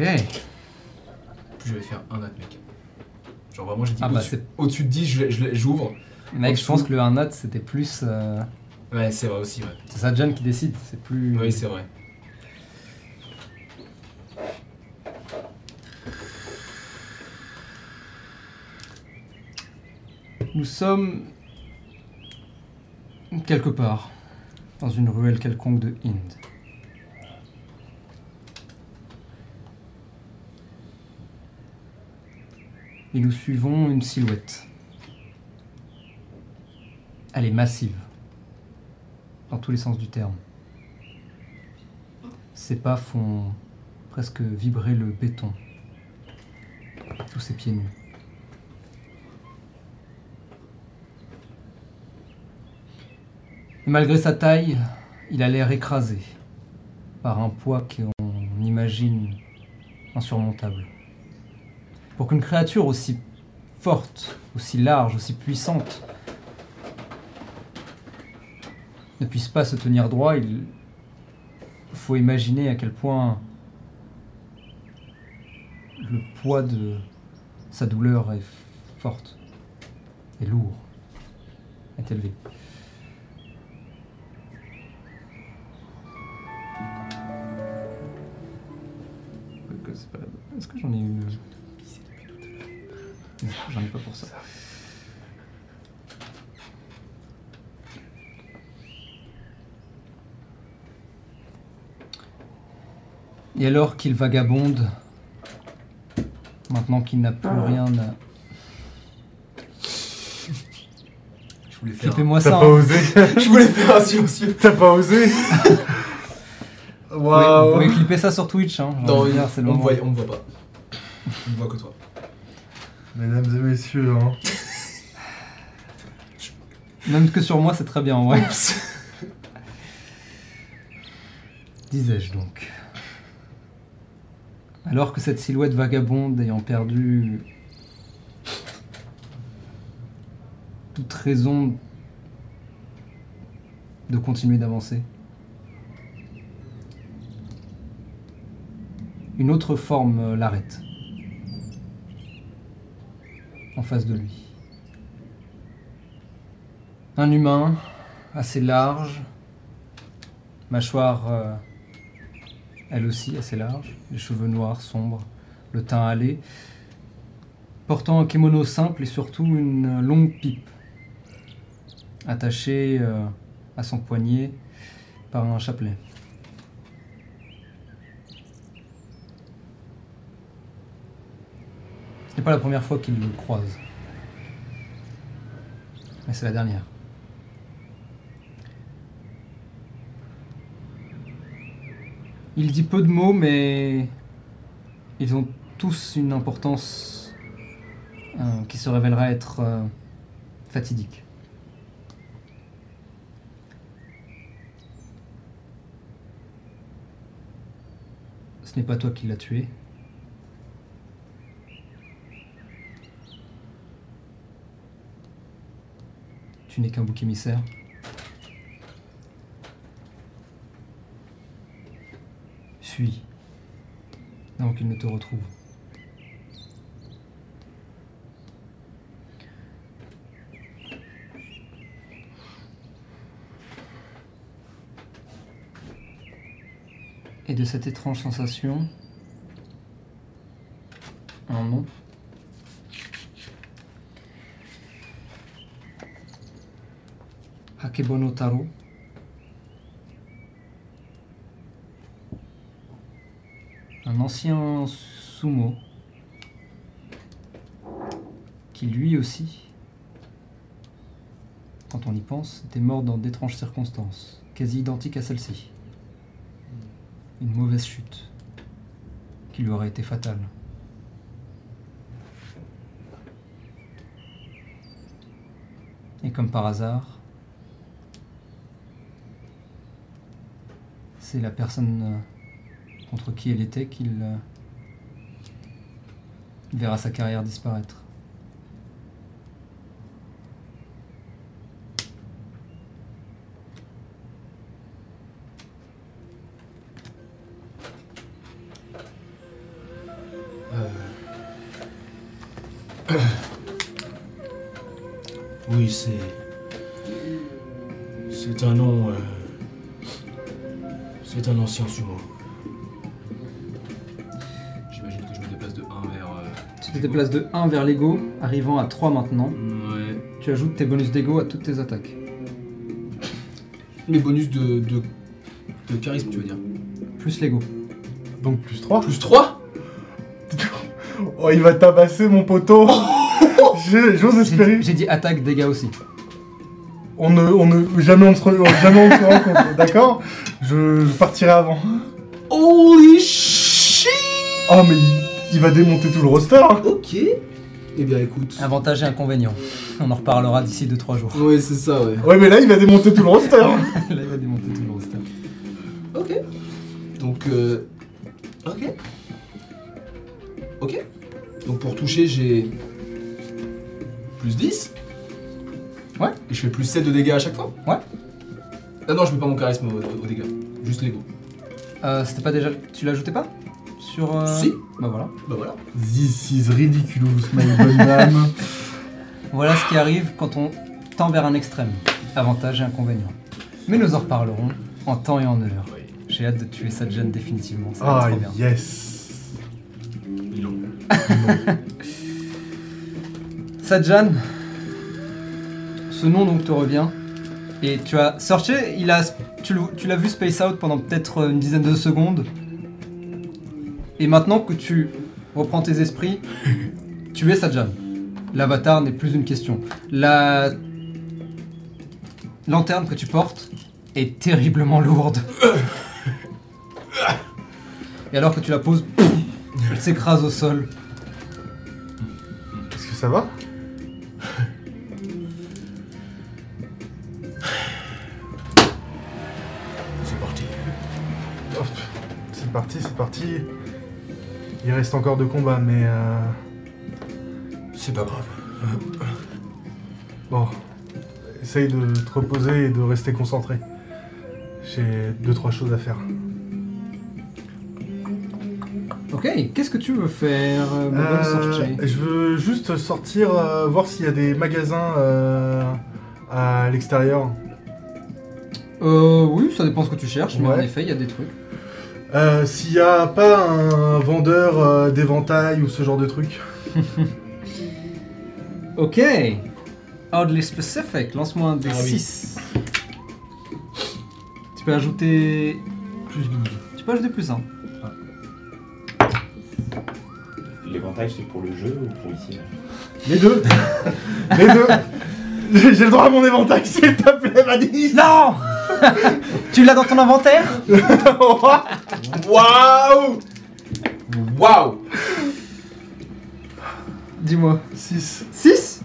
Speaker 3: Plus je vais faire un at mec. Genre vraiment j'ai dit
Speaker 1: Ah bah,
Speaker 3: au-dessus
Speaker 1: c'est-
Speaker 3: au-dessus de 10, je l'ai- je l'ai- j'ouvre.
Speaker 1: Mec, je pense que le 1 note c'était plus. euh,
Speaker 3: Ouais, c'est vrai aussi, ouais.
Speaker 1: c'est ça, John qui décide. C'est plus.
Speaker 3: Oui, c'est vrai.
Speaker 1: Nous sommes. quelque part. Dans une ruelle quelconque de Inde. Et nous suivons une silhouette. Elle est massive. Dans tous les sens du terme. Ses pas font presque vibrer le béton. Tous ses pieds nus. Et malgré sa taille, il a l'air écrasé par un poids qu'on imagine insurmontable. Pour qu'une créature aussi forte, aussi large, aussi puissante ne puisse pas se tenir droit, il faut imaginer à quel point le poids de sa douleur est forte, est lourd, est élevé. Que c'est pas la bonne. Est-ce que j'en ai eu Non, J'en ai pas pour ça. Et alors qu'il vagabonde, maintenant qu'il n'a plus rien à...
Speaker 3: Je voulais faire. un-
Speaker 1: Clippez-moi
Speaker 2: T'as
Speaker 1: ça.
Speaker 2: pas
Speaker 1: hein.
Speaker 2: osé
Speaker 6: Je voulais faire un silencieux.
Speaker 2: T'as pas osé
Speaker 1: Vous pouvez- Vous
Speaker 2: Waouh
Speaker 1: pouvez clipper ça sur Twitch. Hein, j'ai
Speaker 3: Non,
Speaker 1: envie de dire, c'est le
Speaker 3: on, me
Speaker 1: moment.
Speaker 3: voit, on me voit pas. On me voit que toi.
Speaker 2: Mesdames et messieurs, hein.
Speaker 1: Même que sur moi, c'est très bien en vrai. Disais-je donc. Alors que cette silhouette vagabonde ayant perdu toute raison de continuer d'avancer, une autre forme euh, l'arrête en face de lui. Un humain assez large, mâchoire euh, elle aussi assez large, les cheveux noirs sombres, le teint hâlé, portant un kimono simple et surtout une longue pipe attachée euh, à son poignet par un chapelet. Ce n'est pas la première fois qu'il le croise, mais c'est la dernière. Il dit peu de mots, mais ils ont tous une importance euh, qui se révélera être euh, fatidique. Ce n'est pas toi qui l'as tué. Tu n'es qu'un bouc émissaire. Suis. avant qu'il ne te retrouve. Et de cette étrange sensation, un nom. Hakebono Taro. un ancien sumo qui lui aussi, quand on y pense, était mort dans d'étranges circonstances, quasi identiques à celle-ci. Une mauvaise chute qui lui aurait été fatale. Et comme par hasard, c'est la personne euh, contre qui elle était qu'il euh, verra sa carrière disparaître.
Speaker 6: Oui, c'est. C'est un nom. euh, C'est un ancien sumo.
Speaker 3: J'imagine que je me déplace de 1 vers. euh,
Speaker 1: Tu te déplaces de 1 vers l'ego, arrivant à 3 maintenant.
Speaker 3: Ouais.
Speaker 1: Tu ajoutes tes bonus d'ego à toutes tes attaques.
Speaker 3: Les bonus de, de, de charisme, tu veux dire
Speaker 1: Plus l'ego.
Speaker 2: Donc plus 3.
Speaker 3: Plus 3
Speaker 2: Oh, il va tabasser mon poteau Je- J'ose espérer.
Speaker 1: J'ai j'ai dit attaque, dégâts aussi.
Speaker 2: On ne, on ne, jamais on se, re- jamais on se rencontre, d'accord je, je partirai avant.
Speaker 3: Holy shit
Speaker 2: Oh, mais il, il va démonter tout le roster
Speaker 3: Ok Eh bien, écoute.
Speaker 1: Avantages et inconvénients. On en reparlera d'ici 2-3 jours.
Speaker 3: Ouais, c'est ça, ouais.
Speaker 2: Ouais, mais là, il va démonter tout le roster
Speaker 1: Là, il va démonter tout le roster.
Speaker 3: Ok. Donc, euh... Ok. Ok. Donc pour toucher, j'ai... Plus 10
Speaker 1: Ouais.
Speaker 3: Et je fais plus 7 de dégâts à chaque fois
Speaker 1: Ouais.
Speaker 3: Ah non, je mets pas mon charisme au, au dégâts. Juste l'ego.
Speaker 1: Euh, c'était pas déjà. Tu l'ajoutais pas sur. euh,
Speaker 3: Si.
Speaker 1: Bah voilà.
Speaker 3: Bah voilà.
Speaker 2: This is ridiculous, my bonne dame.
Speaker 1: Voilà ce qui arrive quand on tend vers un extrême. Avantages et inconvénients. Mais nous en reparlerons en temps et en heure. J'ai hâte de tuer cette jeune définitivement. Ça va
Speaker 2: Ah,
Speaker 1: être trop bien.
Speaker 2: yes.
Speaker 1: Sadjan, ce nom donc te revient. Et tu as searché, il a, tu le- tu l'as vu space out pendant peut-être euh, une dizaine de secondes. Et maintenant que tu reprends tes esprits, tu es Sadjan. L'avatar n'est plus une question. La lanterne que tu portes est terriblement lourde. Et alors que tu la poses, elle s'écrase au sol.
Speaker 2: Est-ce que ça va
Speaker 6: C'est parti.
Speaker 2: Oh, C'est parti, c'est parti. Il reste encore deux combats, mais euh,
Speaker 6: C'est pas grave.
Speaker 2: bon. Essaye de te reposer et de rester concentré. J'ai deux, trois choses à faire.
Speaker 1: Ok, qu'est-ce que tu veux faire, euh, mon bon
Speaker 2: Euh,
Speaker 1: Sorche
Speaker 2: je veux juste sortir, euh, voir s'il y a des magasins euh, à l'extérieur.
Speaker 1: Euh, oui, ça dépend ce que tu cherches, mais
Speaker 2: Ouais.
Speaker 1: en effet, il y a des trucs.
Speaker 2: Euh, s'il n'y a pas un vendeur euh, d'éventail ou ce genre de truc.
Speaker 1: Ok. Oddly specific, lance-moi
Speaker 2: Ah
Speaker 1: un D6. Tu peux ajouter. Plus 12. Tu peux ajouter plus 1.
Speaker 4: L'éventail, c'est pour le jeu ou pour ici là
Speaker 2: Les deux Les deux J'ai le droit à mon éventail, s'il te plaît, Vanille
Speaker 1: Non Tu l'as dans ton inventaire
Speaker 3: Waouh Waouh
Speaker 1: Dis-moi.
Speaker 2: 6.
Speaker 1: 6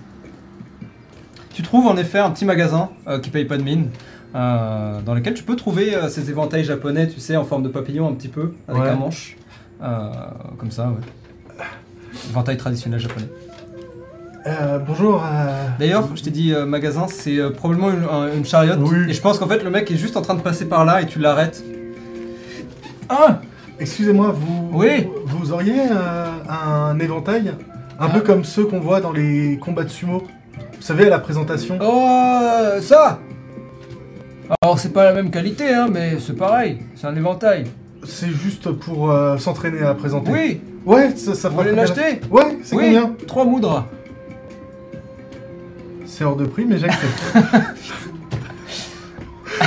Speaker 1: Tu trouves en effet un petit magasin euh, qui paye pas de mine. euh, dans lequel tu peux trouver euh, ces éventails japonais, tu sais, en forme de papillon un petit peu, avec
Speaker 2: Ouais.
Speaker 1: un manche. Euh, comme ça, ouais. Éventail traditionnel japonais.
Speaker 2: Euh, bonjour. euh,
Speaker 1: D'ailleurs, je t'ai dit euh, magasin, c'est euh, probablement une, un- une chariote.
Speaker 2: Oui.
Speaker 1: Et je pense qu'en fait, le mec est juste en train de passer par là et tu l'arrêtes. Ah
Speaker 2: Excusez-moi, vous,
Speaker 1: Oui.
Speaker 2: vous auriez euh, un éventail Un
Speaker 1: Ah.
Speaker 2: peu comme ceux qu'on voit dans les combats de sumo Vous savez, à la présentation
Speaker 1: Oh, ça Alors, c'est pas la même qualité, hein, mais c'est pareil. C'est un éventail.
Speaker 2: C'est juste pour euh, s'entraîner à présenter.
Speaker 1: Euh. Oui,
Speaker 2: Ouais, ça, ça
Speaker 1: vous
Speaker 2: fera
Speaker 1: voulez
Speaker 2: très bien.
Speaker 1: l'acheter
Speaker 2: Ouais, c'est
Speaker 1: Oui,
Speaker 2: combien
Speaker 1: 3 moudras.
Speaker 2: C'est hors de prix, mais j'accepte.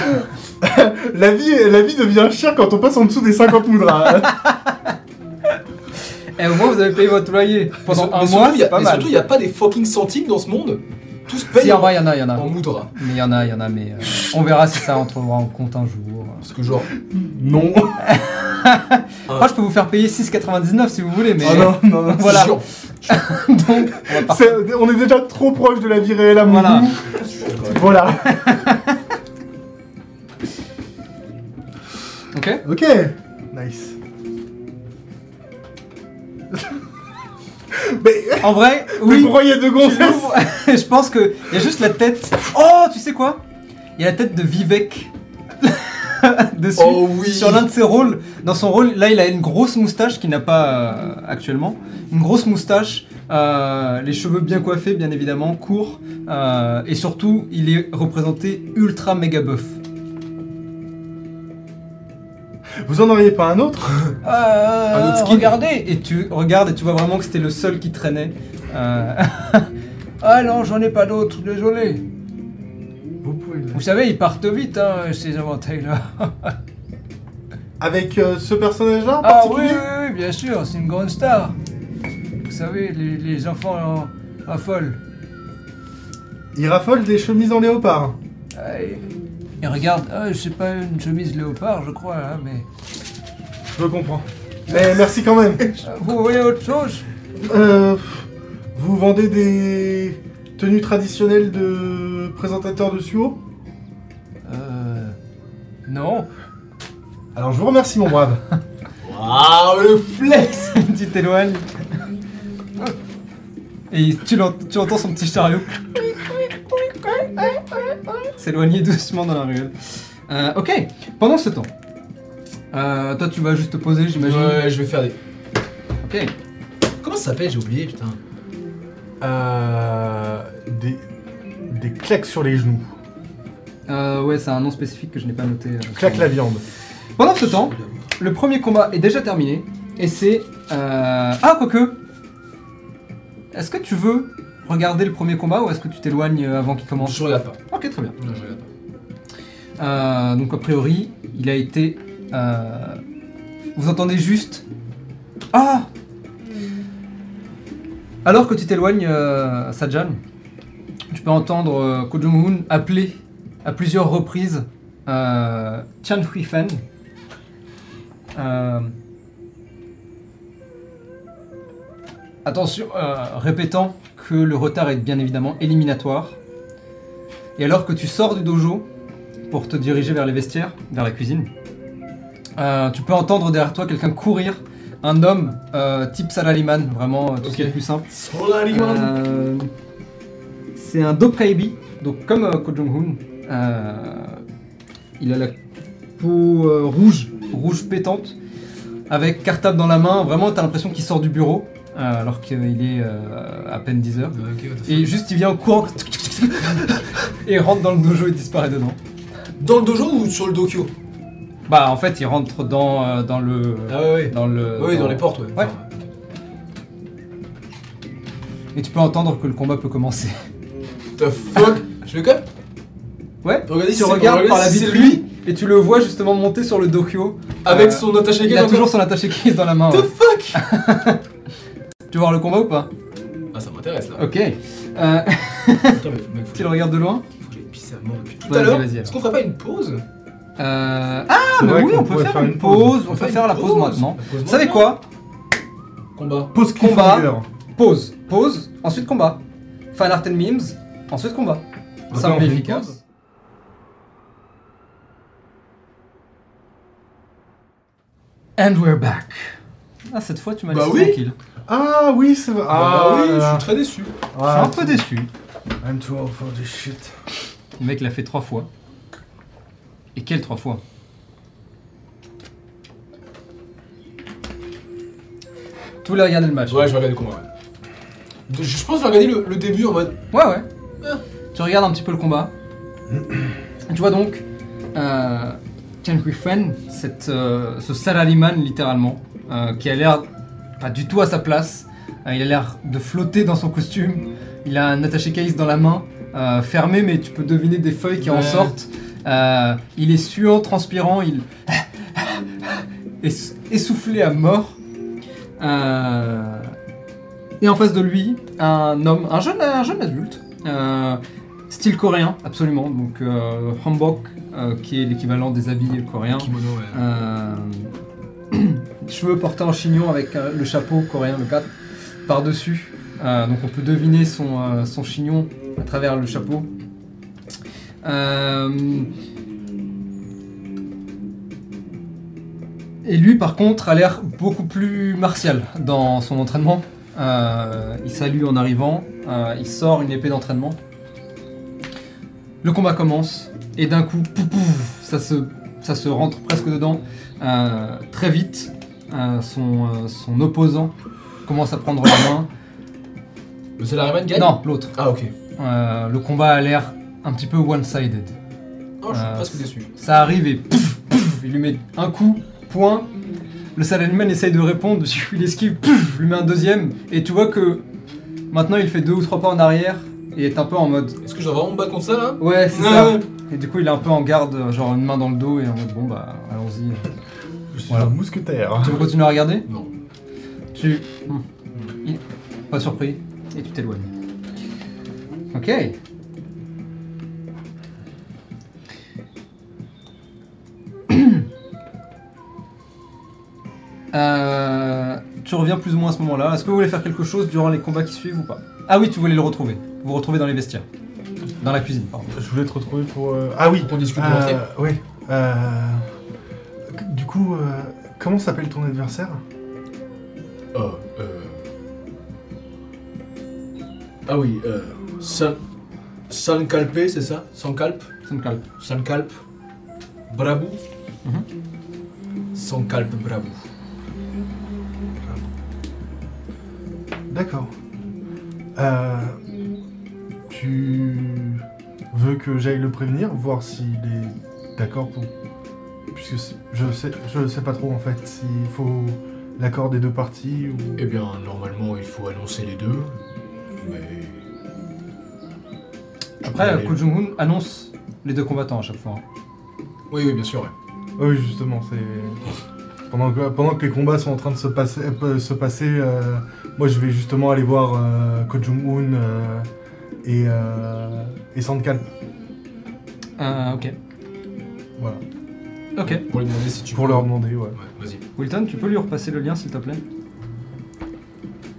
Speaker 2: la, vie, la vie devient chère quand on passe en dessous des 50 moudras.
Speaker 1: Et au moins, vous avez payé votre loyer. Pendant
Speaker 3: Mais
Speaker 1: un
Speaker 3: surtout,
Speaker 1: mois,
Speaker 3: il y a-
Speaker 1: c'est pas
Speaker 3: mais
Speaker 1: mal.
Speaker 3: surtout, il n'y a pas des fucking centimes dans ce monde. Tout se paye hein.
Speaker 1: Si, en
Speaker 3: en,
Speaker 1: vrai, il y en a, il y en a.
Speaker 3: en moudra.
Speaker 1: Mais il y en a, il y en a, mais euh, on verra si ça entrera en compte un jour.
Speaker 3: Parce que genre,
Speaker 2: non.
Speaker 3: Ah.
Speaker 1: Moi, je peux vous faire payer 6,99 si vous voulez, mais.
Speaker 2: Oh non, non, non.
Speaker 1: Voilà.
Speaker 3: chiant.
Speaker 1: Donc, on va partir.
Speaker 2: C'est- on est déjà trop proche de la vie réelle à mon
Speaker 1: Voilà.
Speaker 2: goût. Voilà.
Speaker 1: Ok
Speaker 2: Ok. Nice. mais,
Speaker 1: En vrai,
Speaker 2: mais
Speaker 1: oui.
Speaker 2: pourquoi il y a deux
Speaker 1: Tu
Speaker 2: gonzesses
Speaker 1: l'ouvres, je pense que il y a juste la tête. Oh, tu sais quoi Il y a la tête de Vivek dessus
Speaker 3: Oh oui.
Speaker 1: sur l'un de ses rôles. Dans son rôle, là, il a une grosse moustache qu'il n'a pas euh, actuellement. Une grosse moustache, euh, les cheveux bien coiffés, bien évidemment, courts, euh, et surtout, il est représenté ultra méga buff.
Speaker 2: Vous en auriez pas un autre
Speaker 1: Un
Speaker 3: autre skin.
Speaker 1: Euh, regardez Et tu regardes et tu vois vraiment que c'était le seul qui traînait. Euh, ah non, j'en ai pas d'autres, désolé.
Speaker 2: Vous pouvez le-
Speaker 1: Vous savez, ils partent vite, hein, ces inventaires-là.
Speaker 2: Avec euh, ce personnage-là en
Speaker 1: Ah oui,
Speaker 2: particulier
Speaker 1: oui, oui, bien sûr, c'est une grande star. Vous savez, les, les enfants en raffolent.
Speaker 2: Il raffole des chemises en léopard.
Speaker 1: Ah, Et, et regarde, ah, c'est pas une chemise léopard, je crois, hein, mais...
Speaker 2: Je comprends. Mais merci quand même.
Speaker 1: Ah, Vous voulez autre chose
Speaker 2: Euh, vous vendez des tenues traditionnelles de présentateurs de suo
Speaker 1: Euh... Non.
Speaker 2: Alors je vous remercie mon brave.
Speaker 3: Waouh, le flex
Speaker 1: tu t'éloignes. Et tu, l'ent- tu entends son petit chariot s'éloigner doucement dans la ruelle. Euh, ok, pendant ce temps, Euh, toi, tu vas juste te poser, j'imagine.
Speaker 3: Ouais, je vais faire des.
Speaker 1: Ok.
Speaker 3: Comment ça s'appelle J'ai oublié, putain.
Speaker 2: Euh, des, des claques sur les genoux.
Speaker 1: Euh, ouais, c'est un nom spécifique que je n'ai pas noté. euh,
Speaker 2: Tu claques
Speaker 1: sur-
Speaker 2: la viande.
Speaker 1: Pendant ce temps,
Speaker 3: Je vais l'avoir.
Speaker 1: le premier combat est déjà terminé. Et c'est. Euh... Ah, quoique Est-ce que tu veux regarder le premier combat ou est-ce que tu t'éloignes euh, avant qu'il commence
Speaker 3: Je regarde pas.
Speaker 1: Ok, très bien.
Speaker 3: Non, je regarde pas.
Speaker 1: Euh, donc a priori, il a été. euh, Vous entendez juste. Ah Alors que tu t'éloignes, euh, Sajan, tu peux entendre euh, Ko Jong-un appeler à plusieurs reprises euh, Tian Huifan. Euh, Attention, euh, répétant que le retard est bien évidemment éliminatoire. Et alors que tu sors du dojo, pour te diriger vers les vestiaires, vers la cuisine. Euh, tu peux entendre derrière toi quelqu'un courir, un homme euh, type salariman, vraiment euh, tout ce qui est
Speaker 3: Ok.
Speaker 1: le plus simple.
Speaker 3: Solarium
Speaker 1: Euh, c'est un dopreibi, donc comme euh, Ko Jong-hoon, euh, il a la peau euh, rouge, rouge pétante, avec cartable dans la main, vraiment t'as l'impression qu'il sort du bureau, euh, alors qu'il est euh, à peine 10 heures.
Speaker 3: Ok, what the fuck.
Speaker 1: Et juste il vient en courant, et rentre dans le dojo et disparaît dedans.
Speaker 3: Dans le dojo ou sur le Dokyo
Speaker 1: Bah en fait il rentre dans, euh, dans le...
Speaker 3: Ah ouais, ouais.
Speaker 1: Dans le...
Speaker 3: Oui, dans les portes, ouais.
Speaker 1: Ouais. Et tu peux entendre que le combat peut commencer.
Speaker 3: The fuck Je vais quand même
Speaker 1: Ouais
Speaker 3: regarder si
Speaker 1: Tu
Speaker 3: c'est-
Speaker 1: regardes
Speaker 3: regarder
Speaker 1: par la
Speaker 3: si c'est
Speaker 1: vitre
Speaker 3: lui
Speaker 1: lui et tu le vois justement monter sur le Dokyo.
Speaker 3: avec
Speaker 1: Euh,
Speaker 3: son attaché
Speaker 1: Il
Speaker 3: gaine
Speaker 1: a
Speaker 3: encore.
Speaker 1: toujours son attaché case dans la main.
Speaker 3: The
Speaker 1: ouais.
Speaker 3: fuck
Speaker 1: Tu veux voir le combat ou pas
Speaker 3: Ah, ça m'intéresse là.
Speaker 1: Ok. Euh,
Speaker 3: Putain, mais mec, faut
Speaker 1: tu
Speaker 3: que
Speaker 1: le regardes de loin
Speaker 3: faut que j'aille pisser à mort depuis tout
Speaker 1: Vas-y,
Speaker 3: à l'heure.
Speaker 1: vas-y,
Speaker 3: Est-ce qu'on ferait pas une pause
Speaker 1: Euh, Ah
Speaker 2: C'est
Speaker 1: mais
Speaker 2: vrai
Speaker 1: oui
Speaker 2: qu'on
Speaker 1: on peut
Speaker 2: pourrait
Speaker 1: faire une pause, on
Speaker 3: fait
Speaker 1: peut faire la
Speaker 3: une
Speaker 1: pause maintenant.
Speaker 3: La pause
Speaker 1: Vous savez
Speaker 3: maintenant.
Speaker 1: quoi
Speaker 3: Combat.
Speaker 2: Pause
Speaker 1: Combat.
Speaker 2: cliffhanger.
Speaker 1: Pause, pause, ensuite combat. Fan art and memes, ensuite combat.
Speaker 2: Attends, on
Speaker 1: Simple
Speaker 2: fait
Speaker 1: et
Speaker 2: une
Speaker 1: efficace.
Speaker 2: pause
Speaker 1: And we're back. Ah, cette fois, tu m'as
Speaker 3: Bah
Speaker 1: laissé
Speaker 3: oui.
Speaker 1: tranquille.
Speaker 2: Ah oui, c'est vrai.
Speaker 3: Ah,
Speaker 2: Ah
Speaker 3: oui,
Speaker 2: là
Speaker 3: je
Speaker 2: là.
Speaker 3: suis très déçu.
Speaker 1: Je suis
Speaker 2: Ah,
Speaker 1: un peu déçu.
Speaker 2: I'm too old for this shit.
Speaker 1: Le mec l'a fait trois fois. Et quelle trois fois Tous les regarder le match.
Speaker 3: Ouais, je vais regarder le combat. ouais. Je je pense que je vais regarder le, le début en mode.
Speaker 1: Ouais, ouais. Tu regardes un petit peu le combat. Et tu vois donc euh, Chen Huifen, cette, euh, ce salariman littéralement, euh, qui a l'air pas du tout à sa place. Euh, il a l'air de flotter dans son costume. Il a un attaché case dans la main, euh, fermé, mais tu peux deviner des feuilles qui en
Speaker 3: Ouais.
Speaker 1: sortent. Euh, il est suant, transpirant, il est essoufflé à mort. Euh, et en face de lui, un homme, un jeune, un jeune adulte, euh, style coréen, absolument. Donc euh, hanbok, euh, qui est l'équivalent des habits coréens.
Speaker 3: Kimono, ouais.
Speaker 1: Euh, cheveux portés en chignon avec euh, le chapeau coréen, le 4, par-dessus. Euh, donc on peut deviner son, euh, son chignon à travers le chapeau. Euh, Et lui, par contre, a l'air beaucoup plus martial dans son entraînement. Euh, il salue en arrivant, euh, il sort une épée d'entraînement. Le combat commence, et d'un coup, pouf, pouf, ça, se, ça se rentre presque dedans. Euh, très vite, euh, son, euh, son opposant commence à prendre la main.
Speaker 3: Le salariman gagne
Speaker 1: Non, l'autre.
Speaker 3: Ah, ok.
Speaker 1: Euh, le combat a l'air un petit peu one-sided.
Speaker 3: Oh, je suis
Speaker 1: Euh,
Speaker 3: presque déçu.
Speaker 1: Ça arrive et pouf, pouf, il lui met un coup, point. Le salaryman essaye de répondre, il esquive, pouf, lui met un deuxième. Et tu vois que maintenant il fait deux ou trois pas en arrière et est un peu en mode
Speaker 3: Est-ce que je dois vraiment me battre contre ça là
Speaker 1: ouais, c'est
Speaker 3: Ouais,
Speaker 1: ça.
Speaker 3: ouais.
Speaker 1: Et du coup, il est un peu en garde, genre une main dans le dos et en mode bon bah allons-y.
Speaker 2: Je suis
Speaker 1: Voilà.
Speaker 2: un mousquetaire.
Speaker 1: Tu veux continuer à regarder
Speaker 3: Non.
Speaker 1: Tu. Hmm. Il- Pas surpris et tu t'éloignes. Ok. Euh, tu reviens plus ou moins à ce moment-là. Est-ce que vous voulez faire quelque chose durant les combats qui suivent ou pas Ah oui, tu voulais le retrouver. Vous vous retrouvez dans les vestiaires. Dans la cuisine, pardon.
Speaker 2: Je voulais te retrouver pour. euh, Ah oui.
Speaker 3: Pour discuter de l'entrée.
Speaker 2: Euh, oui. Euh, Du coup, euh, comment s'appelle ton adversaire
Speaker 6: Oh, euh... Ah oui, euh... San... Sancalpe, c'est ça Sancalpe
Speaker 1: Ça me calme.
Speaker 6: Sancalpe Brabou
Speaker 1: Mhm.
Speaker 3: Sans calpe, bravo.
Speaker 2: D'accord. Euh, tu veux que j'aille le prévenir, voir s'il est d'accord pour. Puisque c'est- je sais, je sais pas trop en fait s'il faut l'accord des deux parties ou.
Speaker 6: Eh bien, normalement, il faut annoncer les deux. Mais.
Speaker 1: Après,
Speaker 6: Allez.
Speaker 1: Ko Jong-un annonce les deux combattants à chaque fois.
Speaker 6: Oui, oui, bien sûr. ouais.
Speaker 2: Ah Oui, justement, c'est. Pendant que, pendant que les combats sont en train de se passer, euh, se passer euh, moi je vais justement aller voir euh, Ko Jong-un euh, et, euh, et Sandkal.
Speaker 1: Euh, ok.
Speaker 2: Voilà.
Speaker 1: Ok.
Speaker 6: Pour lui demander si tu.
Speaker 2: Pour leur demander, ouais.
Speaker 6: Ouais, vas-y.
Speaker 1: Wilton, tu peux lui repasser le lien s'il te plaît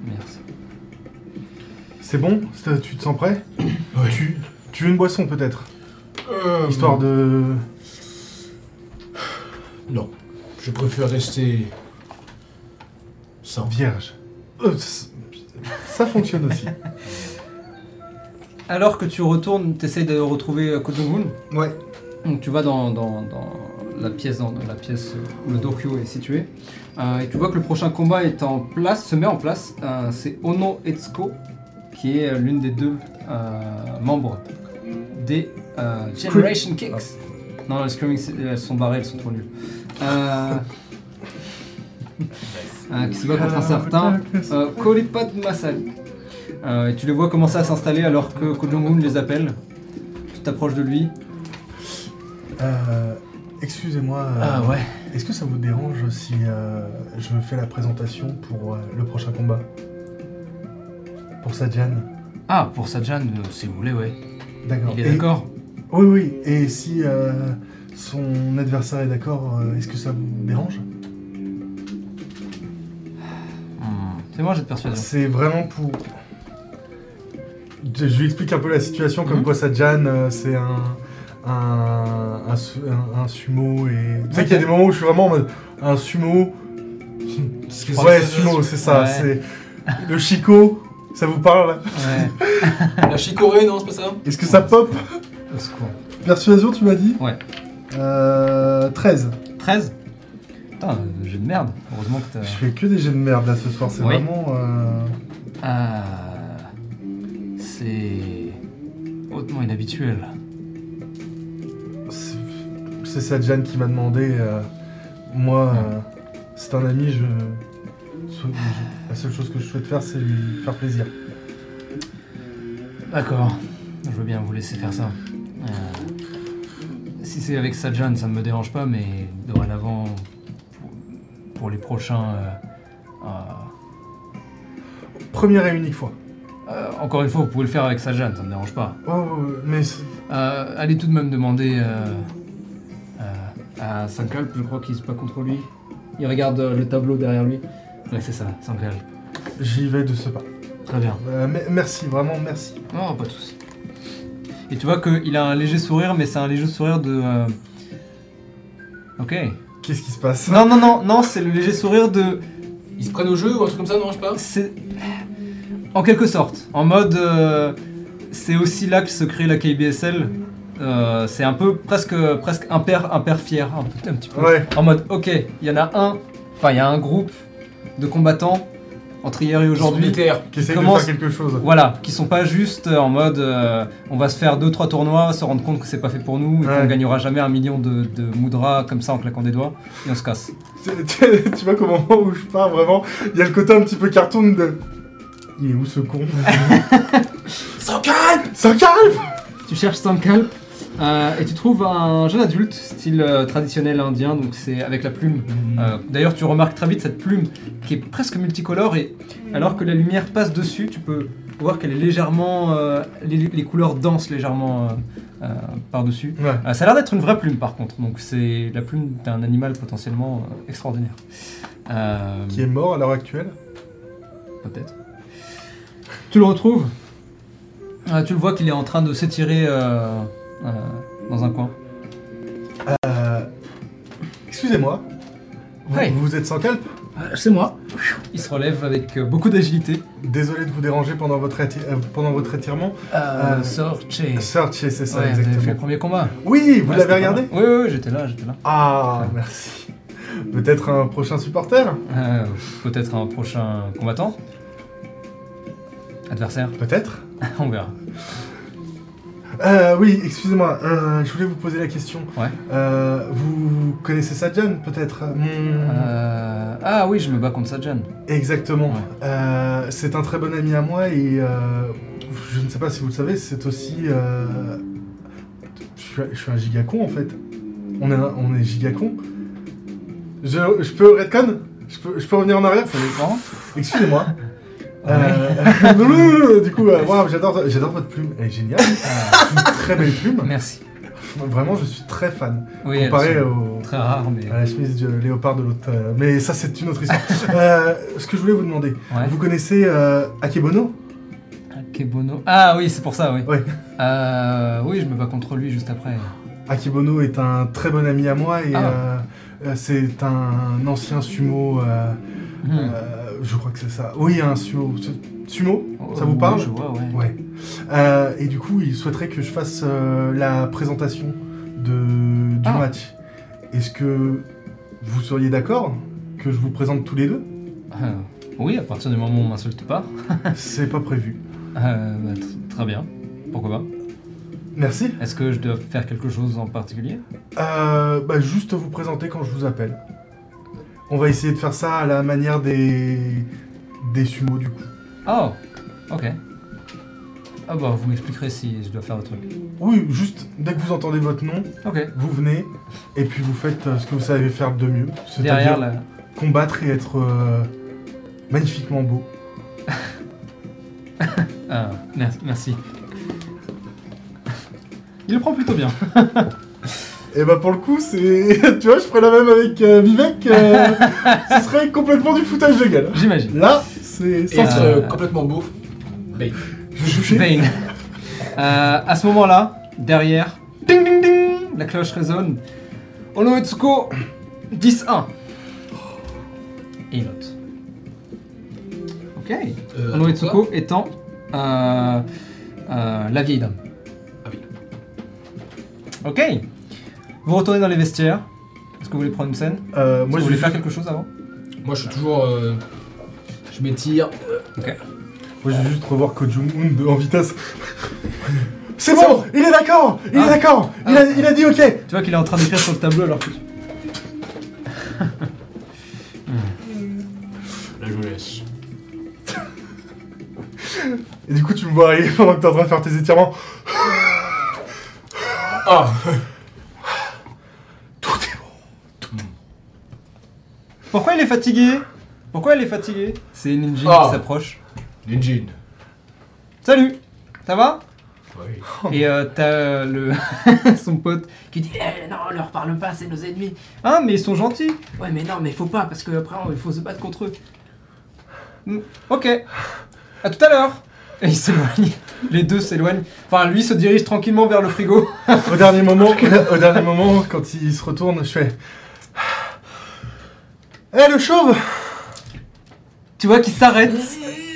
Speaker 1: Merci.
Speaker 2: C'est bon C'est- Tu te sens prêt
Speaker 6: Ouais.
Speaker 2: tu, tu veux une boisson peut-être
Speaker 6: Euh,
Speaker 2: Histoire de.
Speaker 6: Non. Je préfère rester. Sans.
Speaker 2: Vierge. Euh, c- ça fonctionne aussi.
Speaker 1: Alors que tu retournes, tu essayes de retrouver euh, Ko Jong-un.
Speaker 2: Ouais.
Speaker 1: Donc tu vas dans, dans- dans la pièce, dans, dans la pièce où le Dokyo est situé. Euh, et tu vois que le prochain combat est en place, se met en place. Euh, c'est Ono Etsuko, qui est euh, l'une des deux euh, membres des euh, Generation Kicks. Non, les Screaming, c'est- elles sont barrées, elles sont trop nulles. Euh, euh, qui se bat contre un certain euh, Koripad Masali. Euh, et tu les vois commencer à s'installer alors que Ko Jong-un les appelle. Tu t'approches de lui.
Speaker 2: Euh, Excusez-moi. euh,
Speaker 5: Ah ouais.
Speaker 2: Est-ce que ça vous dérange si euh, je fais la présentation pour euh, le prochain combat Pour Sadjan
Speaker 5: Ah, pour Sajan, euh, si vous voulez, ouais.
Speaker 2: D'accord.
Speaker 5: Il est
Speaker 2: Et-
Speaker 5: d'accord
Speaker 2: Oui, oui. Et si euh, son adversaire est d'accord, euh, est-ce que ça vous dérange
Speaker 1: C'est moi, j'ai de persuasion.
Speaker 2: C'est vraiment pour. Je, je lui explique un peu la situation. Comme
Speaker 1: Mhm.
Speaker 2: quoi, Sadjan, euh, c'est un. Un, un, su- un- un sumo et. Tu sais qu'il y a
Speaker 1: Ok.
Speaker 2: des moments où je suis vraiment en mode. Un sumo. Ouais, sumo, c'est ça.
Speaker 1: Ouais.
Speaker 2: C'est. Le Chico, ça vous parle
Speaker 1: Ouais,
Speaker 3: La chicorée, non, c'est pas ça
Speaker 2: Est-ce que ça pop
Speaker 1: au secours.
Speaker 2: Persuasion, tu m'as dit
Speaker 1: Ouais.
Speaker 2: Euh. 13.
Speaker 1: 13 Putain, euh, j'ai de merde. Heureusement que t'as.
Speaker 2: Je fais que des jets de merde là ce soir, c'est
Speaker 1: Oui.
Speaker 2: vraiment. euh,
Speaker 5: Ah. C'est. hautement inhabituel.
Speaker 2: c'est- C'est ça, Jeanne, qui m'a demandé. euh, Moi, euh, c'est un ami, je. sou- je- La seule chose que je souhaite faire, c'est lui faire plaisir.
Speaker 5: D'accord. Je veux bien vous laisser faire ça. Euh, si c'est avec Sajan, ça ne me dérange pas, mais dorénavant, pour, pour les prochains. euh, euh,
Speaker 2: Première et unique fois.
Speaker 5: euh, encore une fois, vous pouvez le faire avec Sajan, ça ne me dérange pas.
Speaker 2: Oh, mais. c'est-
Speaker 5: Euh, allez tout de même demander euh, euh, à Sankalp, je crois qu'il se bat contre lui.
Speaker 1: Il regarde euh, le tableau derrière lui.
Speaker 5: Ouais, c'est ça, Sankalp.
Speaker 2: J'y vais de ce pas.
Speaker 5: Très bien.
Speaker 2: Euh, me- merci, vraiment merci.
Speaker 5: Non, pas de soucis.
Speaker 1: Et tu vois qu'il a un léger sourire, mais c'est un léger sourire de. euh, Ok.
Speaker 2: Qu'est-ce qui se passe
Speaker 1: Non, non, non, non, c'est le léger sourire de.
Speaker 3: Ils se prennent au jeu ou un truc comme ça, non, je sais pas
Speaker 1: C'est. En quelque sorte. En mode. euh, C'est aussi là que se crée la KBSL. Euh, c'est un peu presque presque un père, un père fier, un, peu- un petit peu.
Speaker 2: Ouais,
Speaker 1: En mode, ok, il y en a un, enfin, il y a un groupe de combattants entre hier et aujourd'hui.
Speaker 3: Militaire.
Speaker 2: qui essaye
Speaker 1: commence-
Speaker 2: de faire quelque chose.
Speaker 1: Voilà, qui sont pas juste euh, en mode euh, on va se faire 2-3 tournois, se rendre compte que c'est pas fait pour nous et
Speaker 2: Ouais.
Speaker 1: qu'on gagnera jamais un million de, de moudras comme ça en claquant des doigts et on se casse.
Speaker 2: Tu- tu tu vois qu'au moment où je pars, vraiment, il y a le côté un petit peu cartoon de. Il est où ce con
Speaker 3: Sans calpe
Speaker 2: Ça calme
Speaker 1: Tu cherches Sankal euh, et tu trouves un jeune adulte, style euh, traditionnel indien, donc c'est avec la plume. Euh, D'ailleurs, tu remarques très vite cette plume qui est presque multicolore et alors que la lumière passe dessus, tu peux voir qu'elle est légèrement. euh, les, les couleurs dansent légèrement euh, euh, par-dessus.
Speaker 2: Ouais.
Speaker 1: Euh, ça a l'air d'être une vraie plume par contre, donc c'est la plume d'un animal potentiellement euh, extraordinaire. Euh,
Speaker 2: Qui est mort à l'heure actuelle
Speaker 1: Peut-être. Tu le retrouves. Euh, tu le vois qu'il est en train de s'étirer euh, euh, dans un coin.
Speaker 2: Euh, Excusez-moi. Vous,
Speaker 1: Ouais.
Speaker 2: vous êtes sans calpe
Speaker 5: Euh, c'est moi.
Speaker 1: Il se relève avec euh, beaucoup d'agilité.
Speaker 2: Désolé de vous déranger pendant votre, éti- euh, pendant votre étirement. Euh,
Speaker 5: Euh, Sorche. Ouais,
Speaker 2: Search, c'est ça,
Speaker 5: vous avez fait
Speaker 2: exactement.
Speaker 5: le premier combat.
Speaker 2: Oui, vous
Speaker 1: Ouais,
Speaker 2: l'avez
Speaker 1: c'était pas
Speaker 2: regardé
Speaker 1: mal. Oui, oui, oui, j'étais là, j'étais là.
Speaker 2: Ah, merci. Peut-être un prochain supporter
Speaker 1: Euh, Peut-être un prochain combattant Adversaire
Speaker 2: Peut-être
Speaker 1: On verra.
Speaker 5: Mm.
Speaker 2: Euh, Oui, excusez-moi, euh, je voulais vous poser la question.
Speaker 1: Ouais.
Speaker 2: Euh, vous connaissez Sadjan, peut-être Mon-
Speaker 1: Euh, Ah oui, je me bats contre Sajan.
Speaker 2: Exactement.
Speaker 1: Ouais.
Speaker 2: Euh, c'est un très bon ami à moi et euh, je ne sais pas si vous le savez, c'est aussi. euh, je, suis, je suis un gigacon en fait. On est, un- on est gigacon. Je, je peux redcon je peux, je peux revenir en arrière
Speaker 1: Ça dépend.
Speaker 2: Excusez-moi.
Speaker 1: Ah
Speaker 2: Euh, non, non, non, non, du coup, euh, waouh, j'adore, j'adore votre plume, elle est géniale. C'est une très belle plume.
Speaker 1: Euh, Merci.
Speaker 2: Vraiment, je suis très fan.
Speaker 1: Oui, elles
Speaker 2: Comparé
Speaker 1: sont
Speaker 2: au,
Speaker 1: Très rare, mais.
Speaker 2: à la chemise de léopard de l'autre. euh, mais ça, c'est une autre histoire. Euh, ce que je voulais vous demander,
Speaker 1: Ouais.
Speaker 2: vous connaissez euh, Akebono
Speaker 1: Akebono. Ah oui, c'est pour ça, oui.
Speaker 2: Ouais.
Speaker 1: Euh, oui, je me bats contre lui juste après.
Speaker 2: Akebono est un très bon ami à moi et
Speaker 1: Ah.
Speaker 2: euh, euh, c'est un ancien sumo. euh,
Speaker 1: Hmm.
Speaker 2: euh, je crois que c'est ça. Oui, un sumo. Sumo
Speaker 1: Oh,
Speaker 2: Ça vous
Speaker 1: oui,
Speaker 2: parle
Speaker 1: Je vois, ouais.
Speaker 2: Ouais. Euh, et du coup, il souhaiterait que je fasse euh, la présentation de, du
Speaker 1: Ah.
Speaker 2: match. Est-ce que vous seriez d'accord que je vous présente tous les deux
Speaker 1: Euh, oui, à partir du moment où on m'insulte pas.
Speaker 2: C'est pas prévu.
Speaker 1: Euh, bah, tr- très bien. Pourquoi pas
Speaker 2: Merci.
Speaker 1: Est-ce que je dois faire quelque chose en particulier
Speaker 2: Euh, bah, juste vous présenter quand je vous appelle. On va essayer de faire ça à la manière des, des sumos du coup.
Speaker 1: Oh, ok. Ah bah, vous m'expliquerez si je dois faire le truc.
Speaker 2: Oui, juste dès que vous entendez votre nom,
Speaker 1: Ok.
Speaker 2: vous venez et puis vous faites euh, ce que vous savez faire de mieux.
Speaker 1: Derrière,
Speaker 2: C'est-à-dire
Speaker 1: là.
Speaker 2: combattre et être euh, magnifiquement beau.
Speaker 1: Ah, mer- merci. Il le prend plutôt bien.
Speaker 2: Et bah pour le coup, c'est. tu vois, je ferais la même avec euh, Vivek. euh, ce serait complètement du foutage de gueule.
Speaker 1: J'imagine.
Speaker 2: Là, c'est.
Speaker 3: Et être
Speaker 1: euh,
Speaker 3: euh, complètement beau.
Speaker 2: Je vais toucher.
Speaker 1: Bane. Euh, à ce moment-là, derrière, ding ding ding, la cloche résonne. Ono Etsuko, 10-1. Et il note. Ok. Ono
Speaker 3: Euh, attends, quoi
Speaker 1: Etsuko étant euh, euh, la vieille dame.
Speaker 3: Ah oui.
Speaker 1: Ok. Vous retournez dans les vestiaires. Est-ce que vous voulez prendre une scène Moi,
Speaker 2: Euh, moi,
Speaker 1: Vous
Speaker 2: je
Speaker 1: voulez
Speaker 2: vais
Speaker 1: faire quelque chose avant
Speaker 3: Moi, je suis toujours. euh, je m'étire.
Speaker 2: Moi, je vais juste revoir Ko Jung-un de- en vitesse. C'est bon, Il est d'accord Il
Speaker 1: Ah.
Speaker 2: est d'accord il, a,
Speaker 1: Ah.
Speaker 2: il a dit ok
Speaker 1: Tu vois qu'il est en train d'écrire sur le tableau alors que.
Speaker 3: Là, je vous laisse.
Speaker 2: Et du coup, tu me vois arriver pendant que t'es en train de faire tes étirements.
Speaker 3: Ah
Speaker 2: Tout est bon
Speaker 1: Pourquoi il est fatigué Pourquoi il est fatigué Oh. C'est Ninji
Speaker 3: Ah.
Speaker 1: qui s'approche.
Speaker 3: Ninjin.
Speaker 1: Salut, ça va
Speaker 3: Oui.
Speaker 1: Et euh, t'as euh, le son pote qui dit
Speaker 5: Eh, non, on leur parle pas, c'est nos ennemis.
Speaker 1: Ah mais ils sont gentils
Speaker 5: Ouais, mais non, mais faut pas, parce que après, on- il faut se battre contre eux.
Speaker 1: Mm, Ok, à tout à l'heure Et ils s'éloignent, les deux s'éloignent. Enfin lui se dirige tranquillement vers le frigo.
Speaker 2: Au dernier moment, au, au dernier moment, quand il se retourne, je fais. Eh le chauve
Speaker 1: Tu vois qu'il s'arrête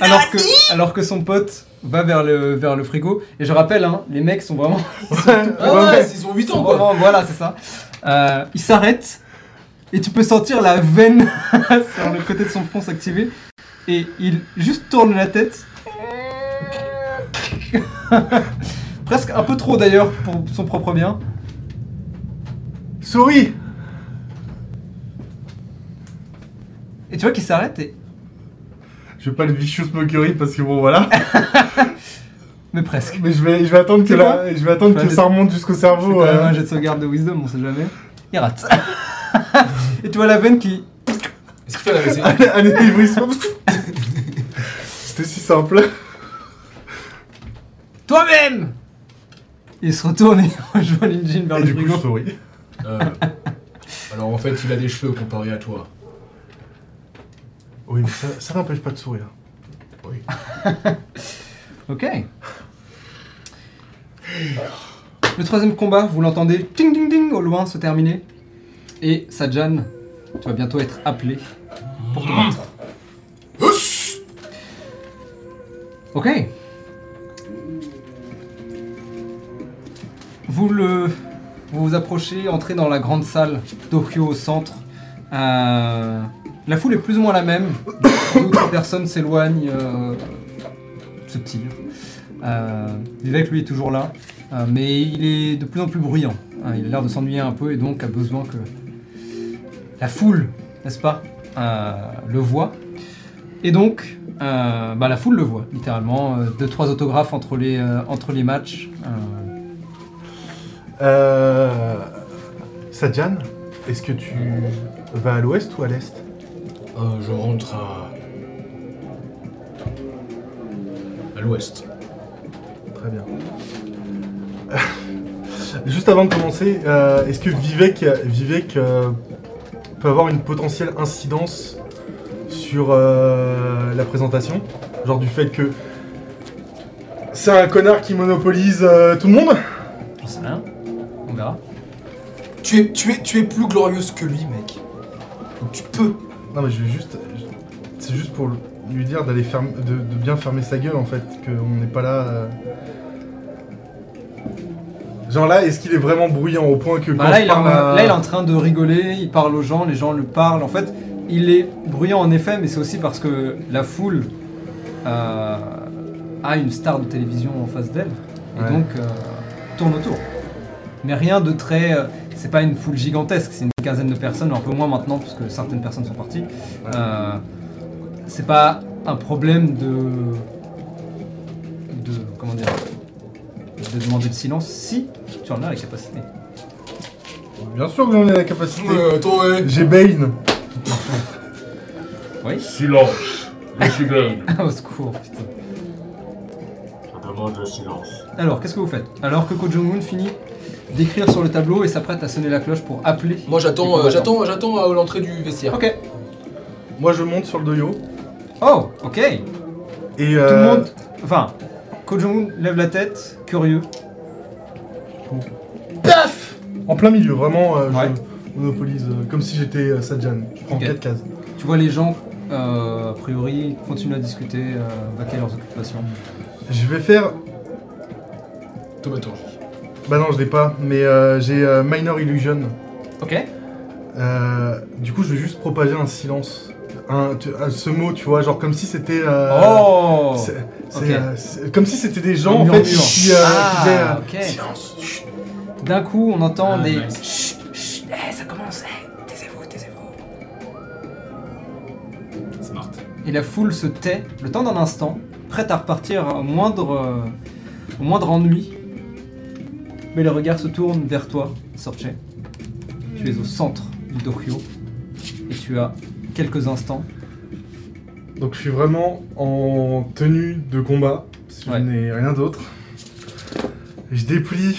Speaker 1: alors que, alors que son pote va vers le, vers le frigo. Et je rappelle, hein, les mecs sont vraiment...
Speaker 2: Ouais,
Speaker 3: Ah
Speaker 2: ouais, ouais.
Speaker 3: ouais, ils ont 8 ans quoi
Speaker 1: vraiment- voilà, c'est ça. Euh, il s'arrête et tu peux sentir la veine sur le côté de son front s'activer. Et il juste tourne la tête. Presque un peu trop d'ailleurs pour son propre bien.
Speaker 2: Souris
Speaker 1: Et tu vois qu'il s'arrête et...
Speaker 2: Je vais pas le vicious mockery parce que bon voilà.
Speaker 1: Mais presque.
Speaker 2: Mais je vais, je vais attendre que
Speaker 1: C'est
Speaker 2: la- je vais attendre
Speaker 1: Enfin,
Speaker 2: que ça remonte jusqu'au
Speaker 1: Je fais
Speaker 2: cerveau.
Speaker 1: quand même
Speaker 2: euh.
Speaker 1: un jet de sauvegarde de wisdom, on sait jamais. Il rate. et tu vois la veine qui...
Speaker 3: Est-ce qu'il fait la vaisselle
Speaker 2: Un énévrissement. C'était si simple.
Speaker 1: Toi-même Il se retourne et rejoint Linjin vers
Speaker 2: Et
Speaker 1: le
Speaker 2: du coup,
Speaker 1: frigo.
Speaker 2: je souris.
Speaker 3: Euh, Alors en fait, il a des cheveux comparé à toi.
Speaker 2: Oui, mais ça, ça n'empêche pas de sourire.
Speaker 1: Ok. Le troisième combat, vous l'entendez ding ding ding au loin se terminer. Et Sajan, tu vas bientôt être appelé pour te battre. Ok. Vous le. Vous vous approchez, entrez dans la grande salle d'Okyo au centre, Euh, la foule est plus ou moins la même. D'autres personnes s'éloignent, euh, se tirent. Euh, L'évêque, lui, est toujours là, euh, mais il est de plus en plus bruyant. hein. il a l'air de s'ennuyer un peu et donc a besoin que la foule, n'est-ce pas, euh, le voit. Et donc, euh, bah, la foule le voit, littéralement. Euh, deux, trois autographes entre les, euh, entre les matchs. Euh,
Speaker 2: Euh, Sadjan, est-ce que tu vas à l'ouest ou à l'est
Speaker 6: Euh, je rentre à. à l'ouest.
Speaker 2: Très bien. Euh, Juste avant de commencer, euh, est-ce que Vivek, Vivek euh, peut avoir une potentielle incidence sur euh, la présentation Genre du fait que c'est un connard qui monopolise euh, tout le monde
Speaker 1: J'en sais rien. On verra.
Speaker 6: Tu es, tu, es, tu es plus glorieuse que lui, mec. Donc tu peux.
Speaker 2: Non mais je vais juste... je- C'est juste pour lui dire d'aller ferme- de, de bien fermer sa gueule en fait, qu'on n'est pas là... euh. Genre là, est-ce qu'il est vraiment bruyant au point que...
Speaker 1: Bah,
Speaker 2: quand
Speaker 1: là,
Speaker 2: je
Speaker 1: il est en,
Speaker 2: parle à-
Speaker 1: là, il est en train de rigoler, il parle aux gens, les gens le parlent. En fait, il est bruyant en effet, mais c'est aussi parce que la foule euh, a une star de télévision en face d'elle, et
Speaker 2: Ouais.
Speaker 1: donc euh, tourne autour. Mais rien de très. euh, c'est pas une foule gigantesque, c'est une quinzaine de personnes, un peu moins maintenant, parce que certaines personnes sont parties. Euh, c'est pas un problème de. de. comment dire. de demander le silence si tu en as la capacité.
Speaker 2: Bien sûr que j'en ai la capacité.
Speaker 6: Euh, attends, ouais.
Speaker 2: J'ai Bane.
Speaker 4: Silence. Je suis Bane.
Speaker 1: Au secours, putain.
Speaker 6: Je demande le silence.
Speaker 1: Alors, qu'est-ce que vous faites Alors que Kojo Moon finit d'écrire sur le tableau et s'apprête à sonner la cloche pour appeler.
Speaker 6: Moi j'attends,
Speaker 1: les
Speaker 6: euh,
Speaker 1: combattants.
Speaker 6: j'attends, j'attends à l'entrée du vestiaire.
Speaker 1: Ok.
Speaker 2: Moi je monte sur le doyo.
Speaker 1: Oh, ok.
Speaker 2: Et euh,
Speaker 1: Tout le monde. Enfin, Kojo Moon lève la tête, curieux.
Speaker 2: Paf En plein milieu, vraiment, euh,
Speaker 1: Ouais.
Speaker 2: je monopolise euh, comme si j'étais euh, Sadjan. Je prends
Speaker 1: Ok.
Speaker 2: 4 cases.
Speaker 1: Tu vois les gens, euh, a priori, continuent à discuter, euh, vaquer leurs occupations.
Speaker 2: Je vais faire.
Speaker 6: Tomaturgie.
Speaker 2: Bah non, je l'ai pas, mais euh, j'ai euh, Minor Illusion.
Speaker 1: Ok.
Speaker 2: Euh, du coup, je vais juste propager un silence. Un, tu- un- ce mot, tu vois, genre comme si c'était. euh,
Speaker 1: oh
Speaker 2: c'est- c'est,
Speaker 1: ok.
Speaker 2: euh, c'est- comme si c'était des gens
Speaker 1: Un
Speaker 2: en fait
Speaker 1: murmure.
Speaker 2: qui, euh, qui faisaient, euh, Ah,
Speaker 1: Ah, ok.
Speaker 6: Silence. Chut.
Speaker 1: D'un coup, on entend des.
Speaker 6: Chut, chut. Eh, ça commence. Eh, taisez-vous, taisez-vous. Smart.
Speaker 1: eh. Et la foule se tait, le temps d'un instant, prête à repartir au moindre, euh, au moindre ennui. Mais les regards se tournent vers toi, Sorche. Tu es au centre du Dokyo. Et tu as quelques instants.
Speaker 2: Donc je suis vraiment en tenue de combat, parce que
Speaker 1: Ouais.
Speaker 2: je n'ai rien d'autre. Je déplie.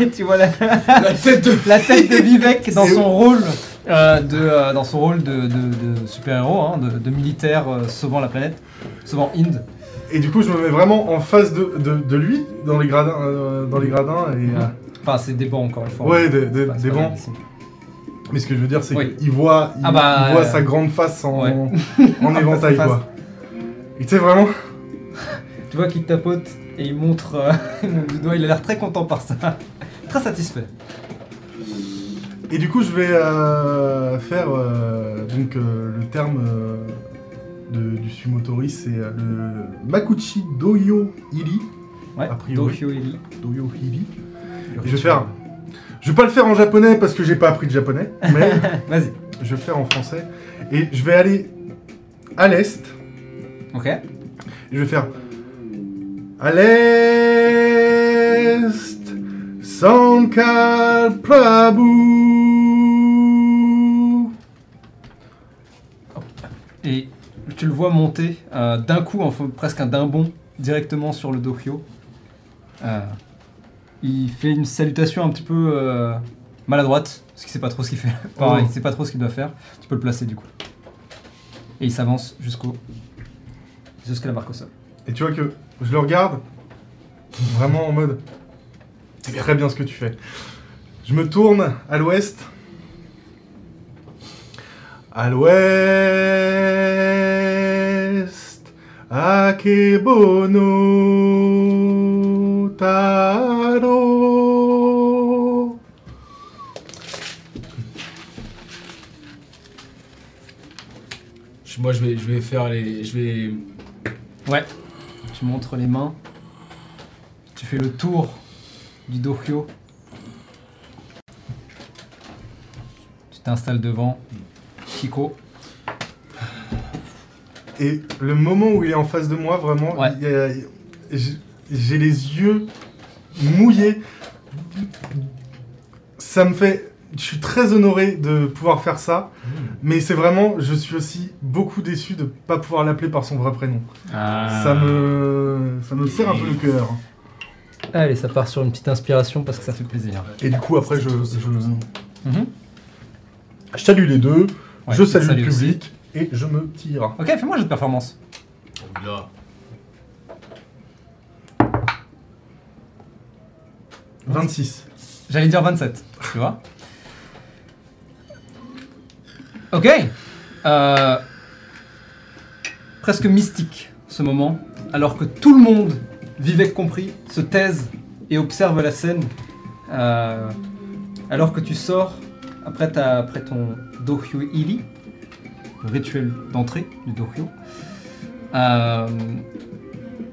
Speaker 1: Et tu vois la,
Speaker 6: La tête de.
Speaker 1: la tête de Vivek dans son rôle euh, de, euh, dans son rôle de, de- de super-héros, hein, de, de militaire euh, sauvant la planète, sauvant Inde.
Speaker 2: Et du coup, je me mets vraiment en face de, de- de lui, dans les gradins. euh, dans les gradins et, euh,
Speaker 1: Enfin, c'est des bancs encore une fois.
Speaker 2: ouais, des, des-
Speaker 1: Enfin, c'est
Speaker 2: des
Speaker 1: Mhm. pas mal
Speaker 2: bancs.
Speaker 1: ici.
Speaker 2: Mais ce que je veux dire, c'est
Speaker 1: Oui.
Speaker 2: qu'il voit, il,
Speaker 1: Ah bah,
Speaker 2: il voit
Speaker 1: euh,
Speaker 2: sa grande face en,
Speaker 1: ouais.
Speaker 2: en éventail,
Speaker 1: Face à face.
Speaker 2: quoi. Et tu sais, vraiment,
Speaker 1: Tu vois qu'il tapote et il montre euh, il montre du doigt, il a l'air très content par ça. très satisfait.
Speaker 2: Et du coup, je vais euh, faire euh, donc euh, le terme euh, de- du sumotori, c'est euh, le Makuchi Doyo Iri.
Speaker 1: Ouais,
Speaker 2: A priori.
Speaker 1: Dokyo Eli.
Speaker 2: Doyo Iri. Et je vais faire. Je vais pas le faire en japonais parce que j'ai pas appris le japonais, mais
Speaker 1: Vas-y.
Speaker 2: je vais le faire en français. Et je vais aller à l'est.
Speaker 1: Ok.
Speaker 2: Et je vais faire. À l'est, Sankar Prabhu.
Speaker 1: Et tu le vois monter euh, d'un coup, enfin presque un d'un bond, directement sur le Dokyo. Euh, il fait une salutation un petit peu euh, maladroite, parce qu'il sait pas trop ce qu'il fait. Pareil,
Speaker 2: Oh.
Speaker 1: il sait pas trop ce qu'il doit faire. Tu peux le placer du coup. Et il s'avance jusqu'au. jusqu'à la barque au sol.
Speaker 2: Et tu vois que je le regarde vraiment en mode c'est très bien ce que tu fais. Je me tourne à l'ouest. À l'ouest, Akebono Taro.
Speaker 3: Je- Moi, je vais, je vais faire les. Je vais.
Speaker 1: Ouais. Tu montres les mains. Tu fais le tour du Dokyo. Tu t'installes devant. Chico.
Speaker 2: Et le moment où il est en face de moi, vraiment,
Speaker 1: Ouais.
Speaker 2: il y a- j'ai- j'ai les yeux mouillés. Ça me fait. Je suis très honoré de pouvoir faire ça,
Speaker 1: Hmm.
Speaker 2: mais c'est vraiment. Je suis aussi beaucoup déçu de ne pas pouvoir l'appeler par son vrai prénom. Ça me.
Speaker 1: Ah.
Speaker 2: Ça me serre un peu le cœur.
Speaker 5: Allez, ça part sur une petite inspiration parce que ça
Speaker 1: Ça fait plaisir.
Speaker 2: Et du coup, après, je. je-
Speaker 1: Mhm.
Speaker 2: Je salue les deux,
Speaker 1: Ouais,
Speaker 2: je salue le
Speaker 1: aussi.
Speaker 2: public et je me tire.
Speaker 1: Ok, fais-moi un jeu de performance.
Speaker 3: Là.
Speaker 2: 26.
Speaker 1: J'allais dire 27, tu vois. Ok. Euh, presque mystique ce moment, alors que tout le monde, Vivek compris, se taise et observe la scène. Euh, alors que tu sors après, ta, après ton Dohyo Ili, le rituel d'entrée du Dohyo, euh,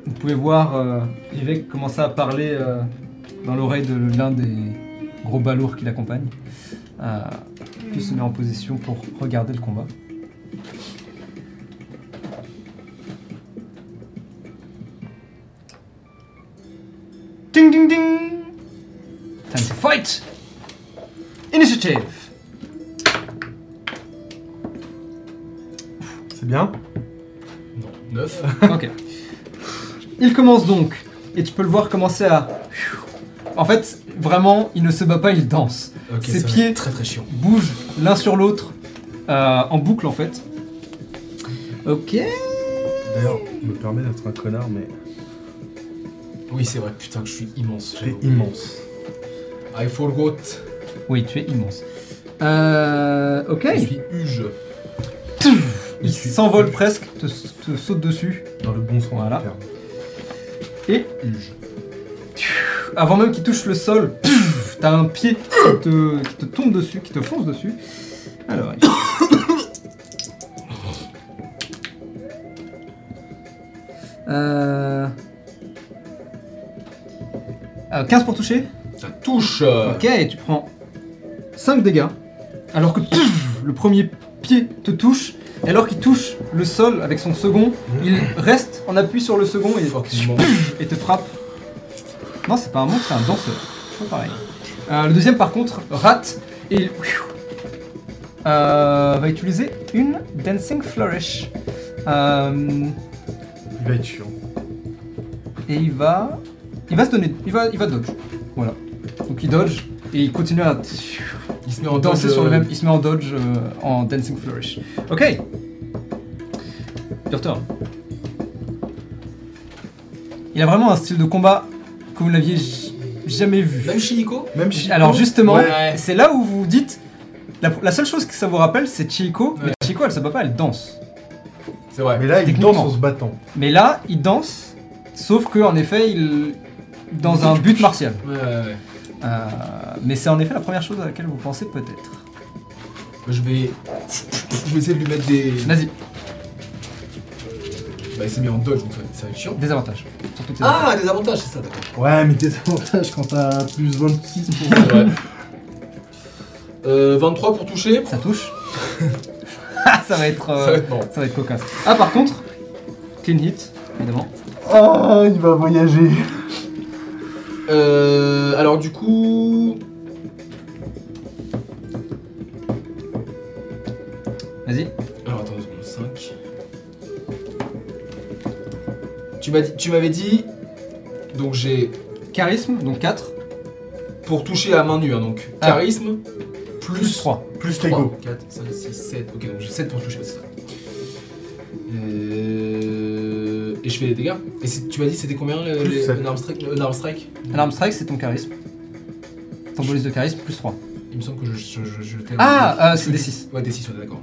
Speaker 1: vous pouvez voir euh, Vivek commencer à parler. euh, dans l'oreille de l'un des gros balourds qui l'accompagne. Euh, puis se met en position pour regarder le combat. Ding ding ding Time to fight Initiative
Speaker 2: C'est bien.
Speaker 3: Non. 9.
Speaker 1: Ok. Il commence donc, et tu peux le voir commencer à... En fait, vraiment, il ne se bat pas, il danse.
Speaker 3: Ok,
Speaker 1: Ses
Speaker 3: ça va
Speaker 1: pieds-
Speaker 3: être Très très chiant.
Speaker 1: bougent l'un sur l'autre euh, en boucle en fait. Ok.
Speaker 2: D'ailleurs, je me permets d'être un connard, mais
Speaker 3: Oui, c'est vrai, putain, que je suis immense.
Speaker 2: t'es
Speaker 3: j'avoue. Ah,
Speaker 2: immense.
Speaker 3: I forgot.
Speaker 1: Oui, tu es immense. Euh, ok.
Speaker 3: Je suis huge.
Speaker 1: Il s'envole presque, te, te saute dessus.
Speaker 2: Dans le bon sens du
Speaker 1: Voilà.
Speaker 2: terme.
Speaker 1: Et avant même qu'il touche le sol, t'as un pied qui te, qui te tombe dessus, qui te fonce dessus. Alors. il- Euh... euh, 15 pour toucher
Speaker 3: Ça touche. euh,
Speaker 1: Ok, et tu prends 5 dégâts, alors que pff, le premier pied te touche, et alors qu'il touche le sol avec son second, il reste en appui sur le second et,
Speaker 3: Fucking mort.
Speaker 1: et te frappe. Non, c'est pas un monstre, c'est un danseur. C'est pas pareil. Euh, le deuxième, par contre, rate, et il euh, va utiliser une Dancing Flourish. Euh,
Speaker 2: Il va être chiant.
Speaker 1: et il va. Il va se donner. Il va, il va dodge. Voilà. Donc il dodge et il continue à
Speaker 3: Il se met en
Speaker 1: danser
Speaker 3: dodge,
Speaker 1: sur le
Speaker 3: euh,
Speaker 1: même. Il se met en dodge euh, en Dancing Flourish. Ok Your turn. Il a vraiment un style de combat que vous n'aviez j- jamais vu.
Speaker 3: Même Shiniko
Speaker 2: Même si.
Speaker 1: Alors justement,
Speaker 3: Ouais.
Speaker 1: c'est là où vous vous dites. La, la seule chose que ça vous rappelle, c'est Chico. Mais
Speaker 3: Ouais.
Speaker 1: Chico, elle se bat pas, elle danse.
Speaker 3: C'est vrai.
Speaker 2: Mais là, il
Speaker 1: Techniquement.
Speaker 2: danse en se battant.
Speaker 1: Mais là, il danse, sauf que en effet, il. dans un but martial.
Speaker 3: Ouais, ouais, ouais.
Speaker 1: Euh, mais c'est en effet la première chose à laquelle vous pensez peut-être.
Speaker 3: Je vais. Je vais essayer de lui mettre des.
Speaker 1: Vas-y,
Speaker 3: Bah, il s'est mis en dodge, donc ça va être- ça va être chiant.
Speaker 1: des avantages. Surtout tes avantages.
Speaker 3: Ah, des avantages, c'est ça, d'accord.
Speaker 2: Ouais, mais tes avantages quand t'as plus 26 pour.
Speaker 3: C'est vrai. Euh, 23 pour toucher.
Speaker 1: Ça touche. Ah, ça va être. euh,
Speaker 3: Ça va être bon.
Speaker 1: ça va être cocasse. Ah, par contre, clean hit, évidemment.
Speaker 2: Ah, il va voyager.
Speaker 3: Euh, alors du coup...
Speaker 1: Vas-y.
Speaker 3: Alors attends, 5. Tu m'as dit- tu m'avais dit... Donc j'ai...
Speaker 1: Charisme, donc 4.
Speaker 3: Pour toucher à main nue, hein, donc.
Speaker 1: Ah.
Speaker 3: Charisme, plus...
Speaker 1: Plus 3.
Speaker 2: Plus l'ego.
Speaker 3: 4, 5, 6, 7. Ok, donc j'ai 7 pour toucher, c'est ça. Euh, Et je fais les dégâts. Et c'est- tu m'as dit c'était combien le,
Speaker 2: Plus
Speaker 3: les-
Speaker 2: sept.
Speaker 3: un arm strike, un arm strike
Speaker 1: Un arm strike, c'est ton charisme. Ton bonus de charisme, plus 3.
Speaker 3: Il me semble que je, je, je, je t'ai-
Speaker 1: Ah, euh,
Speaker 3: je-
Speaker 1: c'est des 6.
Speaker 3: Ouais, des 6, on est d'accord.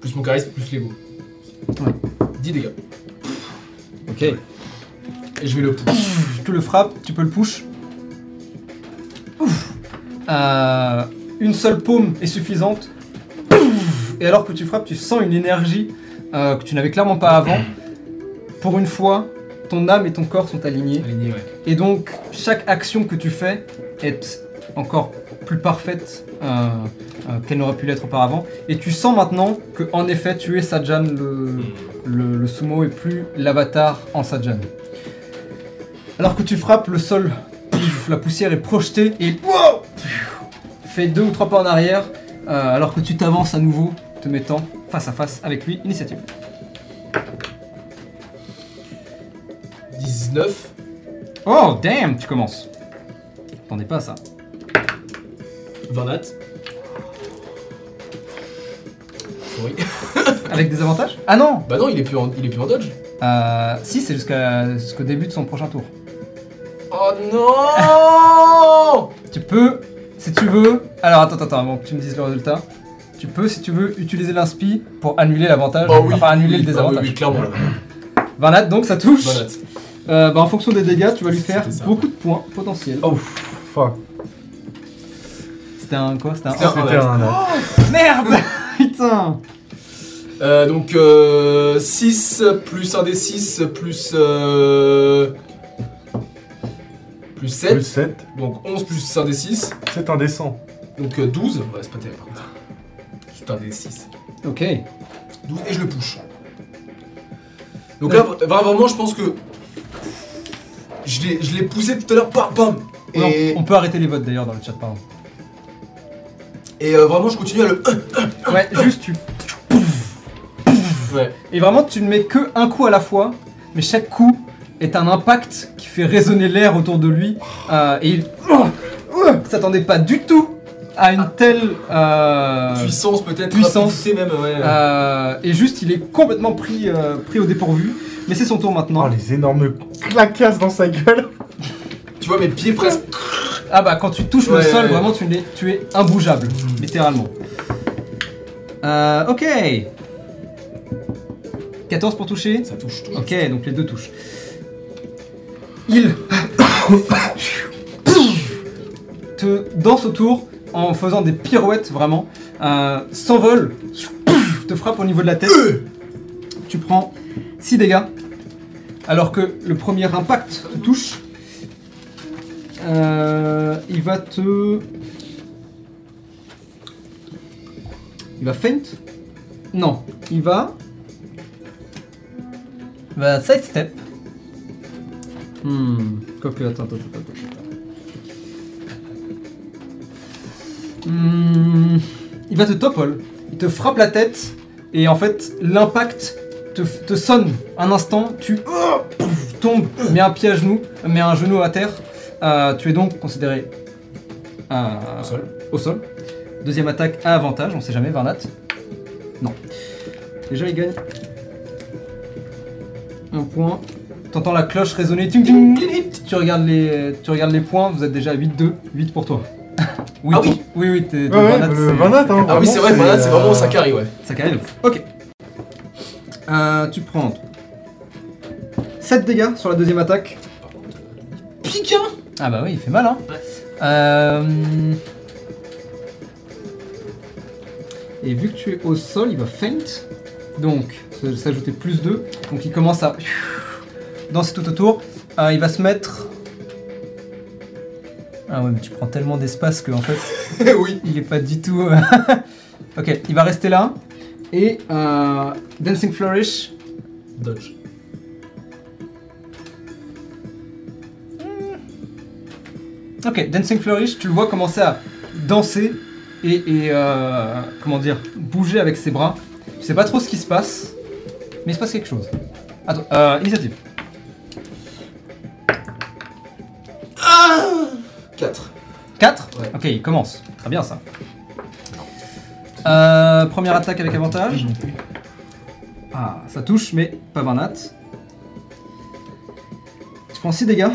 Speaker 3: Plus mon charisme, plus l'ego.
Speaker 1: Ouais.
Speaker 3: 10 dégâts.
Speaker 1: Ok.
Speaker 3: Et je vais le pousser.
Speaker 1: Tu le frappes, tu peux le push. Ouf. Euh, une seule paume est suffisante. Pouf. et alors que tu frappes, tu sens une énergie euh, que tu n'avais clairement pas avant. Pour une fois, ton âme et ton corps sont alignés.
Speaker 3: Aligné, ouais.
Speaker 1: Et donc, chaque action que tu fais est encore plus parfaite euh, euh, qu'elle n'aurait pu l'être auparavant. Et tu sens maintenant que, en effet, tu es Sajan, le, le, le sumo, et plus l'avatar en Sajan. Alors que tu frappes le sol, pff, la poussière est projetée et wow, pff, fait deux ou trois pas en arrière, euh, alors que tu t'avances à nouveau, te mettant face à face avec lui. Initiative.
Speaker 3: 19.
Speaker 1: Oh, damn, tu commences. T'entendais pas à ça.
Speaker 3: 24. Oui.
Speaker 1: Avec des avantages Ah non
Speaker 3: Bah non, il est plus en, il est plus en dodge.
Speaker 1: Euh, Si, c'est jusqu'à- jusqu'au début de son prochain tour.
Speaker 3: Oh non
Speaker 1: Tu peux, si tu veux. Alors attends, attends, attends, avant que tu me dises le résultat. Tu peux, si tu veux, utiliser l'inspi pour annuler l'avantage,
Speaker 3: Oh oui.
Speaker 1: enfin annuler le
Speaker 3: Ah oui,
Speaker 1: désavantage.
Speaker 3: oui, clairement. là.
Speaker 1: 20 nat, donc ça touche.
Speaker 3: Voilà.
Speaker 1: Euh, bah, en fonction des dégâts, tu vas lui faire
Speaker 3: C'était ça.
Speaker 1: beaucoup de points potentiels.
Speaker 2: Oh fuck.
Speaker 1: C'était un quoi C'était un.
Speaker 3: C'était un-
Speaker 2: C'était un
Speaker 1: Oh, merde Putain
Speaker 3: Euh, donc 6 plus 1 des 6 plus euh, plus 7.
Speaker 2: Plus 7.
Speaker 3: Donc 11 plus 1 des 6.
Speaker 2: C'est indécent.
Speaker 3: Donc euh, 12. Ouais, c'est pas terrible par contre. C'est un des 6.
Speaker 1: Ok.
Speaker 3: 12 et je le push. Donc là, vra- vra- vraiment, je pense que. Je l'ai- je l'ai poussé tout à l'heure, pam pam
Speaker 1: Non,
Speaker 3: Et,
Speaker 1: on peut arrêter les votes d'ailleurs dans le chat, pardon.
Speaker 3: et euh, vraiment, je continue à le.
Speaker 1: Ouais, juste tu.
Speaker 3: Ouais.
Speaker 1: Et vraiment, tu ne mets que un coup à la fois, mais chaque coup est un impact qui fait résonner l'air autour de lui. euh, et il oh, oh, s'attendait pas du tout à une telle euh,
Speaker 3: Ah. Puissance Ah. peut-être.
Speaker 1: puissance.
Speaker 3: rapidité même, ouais.
Speaker 1: euh, et juste, il est complètement pris, euh, pris au dépourvu. Mais c'est son tour
Speaker 2: Oh
Speaker 1: maintenant.
Speaker 2: les énormes claquasses dans sa gueule.
Speaker 3: Tu vois mes pieds presque.
Speaker 1: Ah bah, quand tu touches le
Speaker 3: Ouais,
Speaker 1: sol,
Speaker 3: ouais.
Speaker 1: vraiment, tu, n'es- tu es imbougeable, littéralement. Euh, ok. 14 pour toucher.
Speaker 3: Ça touche tout.
Speaker 1: Ok, donc les deux touchent. Il te danse autour en faisant des pirouettes vraiment, euh, s'envole, te frappe au niveau de la tête. Tu prends 6 dégâts, alors que le premier impact te touche. Euh, il va te. Il va feint Non, il va. Bah, sidestep. Hmm. Quoique, attends, attends, attends. attends. Hmm, Il va te topple. Il te frappe la tête. Et en fait, l'impact te, te sonne un instant. Tu oh, pouf, tombes, mets un pied à genoux, mets un genou à terre. Euh, tu es donc considéré euh,
Speaker 3: Au sol.
Speaker 1: au sol. Deuxième attaque à avantage, on sait jamais, Varnat. Non. Déjà, il gagne un point. T'entends la cloche résonner. ting, ting, ting, ting. Tu regardes les, tu regardes les points. Vous êtes déjà à 8-2. 8 pour toi. Oui,
Speaker 3: Ah
Speaker 1: pour-
Speaker 3: oui.
Speaker 1: oui, oui. T'es,
Speaker 2: Ouais, ouais,
Speaker 1: Vanat,
Speaker 2: le
Speaker 1: c'est-
Speaker 2: Vanat, hein.
Speaker 3: Ah oui, c'est vrai,
Speaker 2: Vraiment,
Speaker 3: voilà, c'est
Speaker 2: euh,
Speaker 3: vraiment ça carry, ouais.
Speaker 1: Ça carré de ouf. Ok. Euh, tu prends 7 dégâts sur la deuxième attaque.
Speaker 3: Piquin
Speaker 1: Ah bah oui, il fait mal, hein. Euh, Et vu que tu es au sol, il va feint. Donc, ça- s'ajouter plus 2. Donc il commence à danser tout autour. Euh, il va se mettre... Ah ouais, mais tu prends tellement d'espace que en fait...
Speaker 3: Oui.
Speaker 1: Il est pas du tout. euh, ok, il va rester là. Et euh, Dancing Flourish.
Speaker 3: Dodge.
Speaker 1: Ok, Dancing Flourish, tu le vois commencer à danser et, et, euh, comment dire, bouger avec ses bras. Tu sais pas trop ce qui se passe, mais il se passe quelque chose. Attends, euh, initiative.
Speaker 3: 4.
Speaker 1: 4
Speaker 3: Ouais.
Speaker 1: Ok, il commence. Très bien ça. Euh, première attaque avec avantage. Ah, ça touche, mais pas 20 nat. Tu prends 6 dégâts.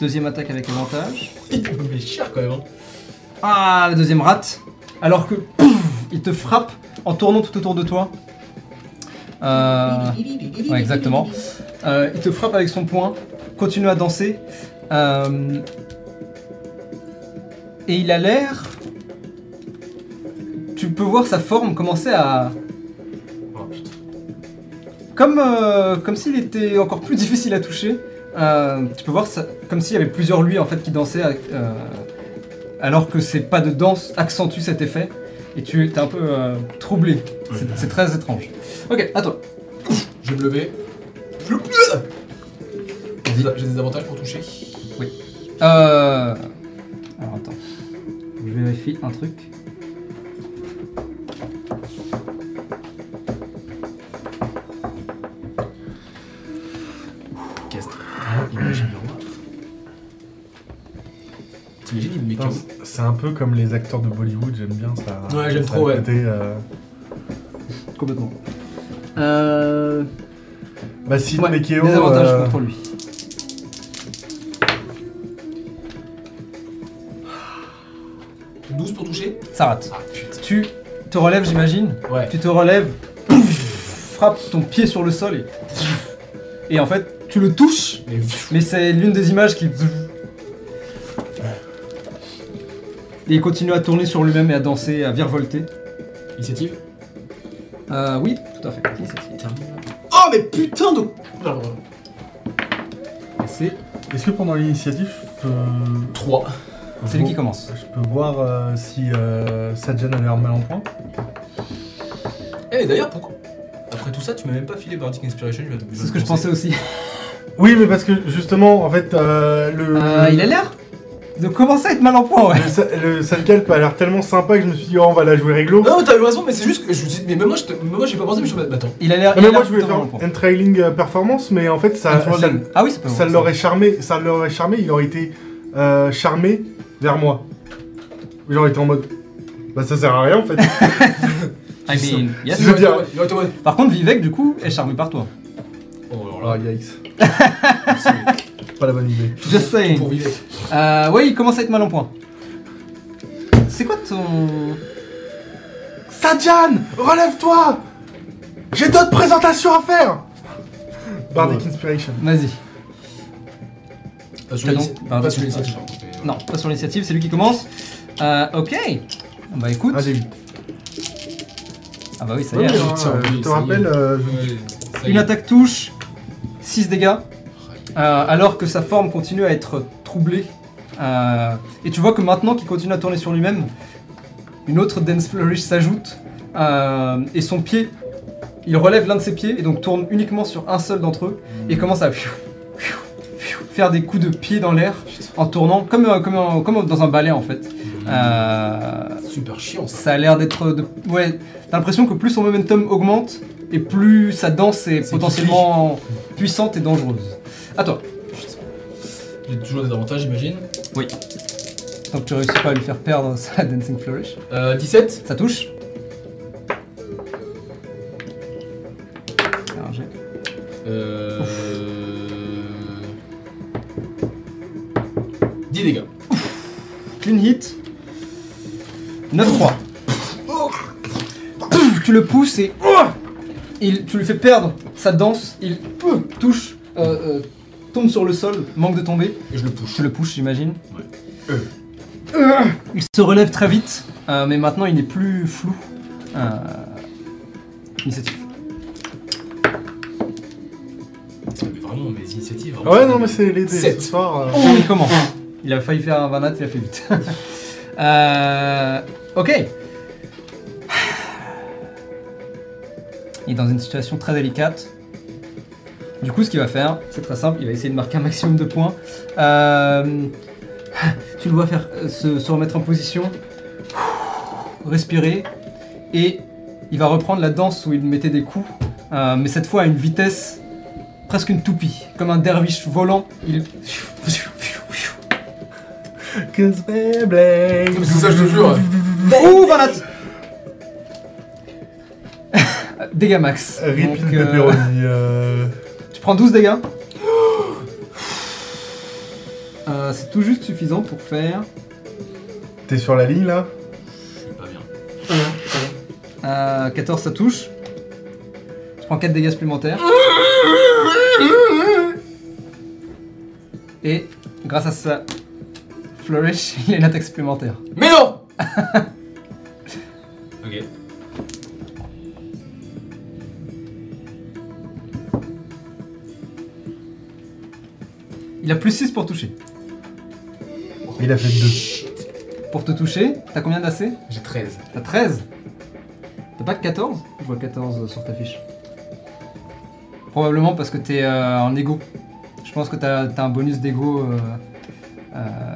Speaker 1: Deuxième attaque avec avantage.
Speaker 3: Mais cher quand même. hein.
Speaker 1: Ah, la deuxième rate. Alors que pouf, il te frappe en tournant tout autour de toi. Euh, ouais, exactement. Euh, il te frappe avec son poing, continue à danser. euh, et il a l'air. tu peux voir sa forme commencer à.
Speaker 3: Oh putain.
Speaker 1: Comme, euh, comme s'il était encore plus difficile à toucher. euh, tu peux voir ça- comme s'il y avait plusieurs lui en fait qui dansaient euh, alors que ses pas de danse accentuent cet effet et tu es un peu euh, troublé. C'est- C'est très étrange. Ok, à toi.
Speaker 3: Je vais me lever. J'ai des avantages pour toucher.
Speaker 1: Euh... Alors attends. Je vérifie un truc.
Speaker 3: T'imagines, il me met
Speaker 2: Putain,
Speaker 3: KO.
Speaker 2: c'est- C'est un peu comme les acteurs de Bollywood, j'aime bien ça.
Speaker 3: Ouais, j'aime
Speaker 2: ça,
Speaker 3: trop,
Speaker 2: le
Speaker 3: ouais.
Speaker 2: côté, euh,
Speaker 1: Complètement. Euh...
Speaker 2: Bah si,
Speaker 1: ouais,
Speaker 2: mais Keo,
Speaker 1: des avantages
Speaker 2: euh,
Speaker 1: contre lui.
Speaker 3: Pour 12 pour toucher
Speaker 1: Ça rate.
Speaker 3: Ah putain.
Speaker 1: Tu te relèves, j'imagine
Speaker 3: Ouais.
Speaker 1: Tu te relèves, frappe ton pied sur le sol et... Et en fait, tu le touches,
Speaker 3: Mais
Speaker 1: mais c'est l'une des images qui... Et il continue à tourner sur lui-même et à danser, à virevolter.
Speaker 3: Initiative
Speaker 1: Euh, oui, tout à fait.
Speaker 3: Oh mais putain de. Alors,
Speaker 1: C'est
Speaker 2: Est-ce que pendant l'initiative, je peux-
Speaker 3: 3.
Speaker 1: c'est lui qui commence.
Speaker 2: je peux voir euh, si euh, Sajan a l'air mal en point
Speaker 3: Eh d'ailleurs, pourquoi Après tout ça, tu m'as même pas filé Bardic Inspiration.
Speaker 1: C'est ce que je pensais aussi.
Speaker 2: Oui, mais parce que justement, en fait, euh, le...
Speaker 1: Euh, il a l'air de commencer à être mal en point, ouais.
Speaker 2: Le, sa- le Salcalp a l'air tellement sympa que je me suis dit, oh, on va la jouer réglo.
Speaker 3: Non, mais t'as eu raison, mais c'est juste que je me suis dit, mais même moi, j'étais- même moi j'ai pas pensé, mais je me suis dit, bah, attends,
Speaker 1: Il a l'air.
Speaker 2: Non,
Speaker 1: Ah, il
Speaker 2: mais
Speaker 1: a
Speaker 2: moi,
Speaker 1: l'air
Speaker 2: je voulais
Speaker 1: plutôt
Speaker 2: faire
Speaker 1: mal en point.
Speaker 2: un trailing euh, performance, mais en fait, ça, ça,
Speaker 1: Ah oui, ça peut.
Speaker 2: ça l'aurait charmé, ça l'aurait charmé, il aurait été euh, charmé vers moi. J'aurais été en mode, bah ça sert à rien en fait.
Speaker 1: I mean, yes.
Speaker 2: Je veux dire-
Speaker 3: Il aurait été en mode-
Speaker 1: Ah, Par contre, Vivek, du coup, est charmé par toi.
Speaker 3: Oh alors
Speaker 2: oh,
Speaker 3: là,
Speaker 2: yikes. C'est pas la bonne idée.
Speaker 1: Just
Speaker 3: là,
Speaker 1: saying.
Speaker 3: pour vivre.
Speaker 1: Euh, ouais, il commence à être mal en point. C'est quoi ton.
Speaker 2: Sadjan, relève-toi J'ai d'autres présentations à faire Bardic Inspiration.
Speaker 1: Vas-y.
Speaker 3: Pas sur
Speaker 1: T'as donc-
Speaker 3: l'initiative.
Speaker 1: pardon,
Speaker 3: Pas
Speaker 1: excuse-moi.
Speaker 3: sur l'initiative. par contre, mais-
Speaker 1: Non, pas sur l'initiative, c'est lui qui commence. Euh, ok. Bah écoute.
Speaker 2: Ah, j'ai eu.
Speaker 1: Ah bah oui, ça y
Speaker 2: Ouais,
Speaker 1: est.
Speaker 2: mais,
Speaker 3: putain,
Speaker 2: hein, euh,
Speaker 3: oui,
Speaker 2: je te
Speaker 3: ça y est.
Speaker 2: rappelle, euh, je-
Speaker 3: Ouais, ça y
Speaker 1: Une
Speaker 3: est.
Speaker 1: attaque touche, 6 dégâts, euh, alors que sa forme continue à être troublée. Euh, et tu vois que maintenant qu'il continue à tourner sur lui-même, une autre Dance Flourish s'ajoute, euh, et son pied, il relève l'un de ses pieds, et donc tourne uniquement sur un seul d'entre eux, et commence à pfiou, pfiou, pfiou, faire des coups de pied dans l'air, en tournant, comme, euh, comme, un- comme dans un ballet en fait.
Speaker 3: Hmm.
Speaker 1: Euh,
Speaker 3: Super chiant ça.
Speaker 1: ça a l'air d'être. De... Ouais, t'as l'impression que plus son momentum augmente et plus sa danse est,
Speaker 3: C'est
Speaker 1: potentiellement puissante et dangereuse. À toi,
Speaker 3: J'ai toujours des avantages, j'imagine.
Speaker 1: tant que tu réussis pas à lui faire perdre sa Dancing Flourish,
Speaker 3: Euh, 17
Speaker 1: ça touche. C'est un jet.
Speaker 3: Euh. 10 dégâts.
Speaker 1: Clean hit. 9-3. Pouf, Tu le pousses et. oh, Il, tu lui fais perdre sa danse. Il pouf, touche, euh, euh, tombe sur le sol, manque de tomber.
Speaker 3: Et je le push.
Speaker 1: Tu le push, j'imagine.
Speaker 3: Ouais.
Speaker 1: Euh, Il se relève très vite, euh, mais maintenant il n'est plus flou. Euh, initiative.
Speaker 3: Mais vraiment, mes initiatives. Vraiment,
Speaker 2: Ouais, non, mais c'est les dés ce
Speaker 3: Sept.
Speaker 2: soir. euh.
Speaker 1: Oh, il commence. Il a failli faire un vanat, il a fait vite. Euh, ok. Il est dans une situation très délicate. Du coup, ce qu'il va faire, c'est très simple, il va essayer de marquer un maximum de points. Euh, tu le vois faire euh, se, se remettre en position, respirer, et il va reprendre la danse où il mettait des coups, euh, mais cette fois à une vitesse presque une toupie, comme un derviche volant. Il.
Speaker 2: Cause Beyblade.
Speaker 3: C'est ça, je te jure.
Speaker 1: Ouh, voilà Dégâts max.
Speaker 2: Rip
Speaker 1: Donc,
Speaker 2: in
Speaker 1: euh,
Speaker 2: pepperoni, euh,
Speaker 1: tu prends 12 dégâts. Euh, c'est tout juste suffisant pour faire.
Speaker 2: T'es sur la ligne là
Speaker 3: C'est pas bien.
Speaker 1: euh, 14, ça touche. Tu prends 4 dégâts supplémentaires. Et grâce à sa flourish, il a une attaque supplémentaire.
Speaker 3: Mais non Ok.
Speaker 1: y a plus 6 pour toucher.
Speaker 2: Il a fait deux.
Speaker 1: Pour te toucher, t'as combien d'AC
Speaker 3: J'ai 13.
Speaker 1: T'as 13 T'as pas de 14 Je vois 14 sur ta fiche. Probablement parce que t'es euh, en ego. Je pense que t'as t'as un bonus d'ego. euh, euh,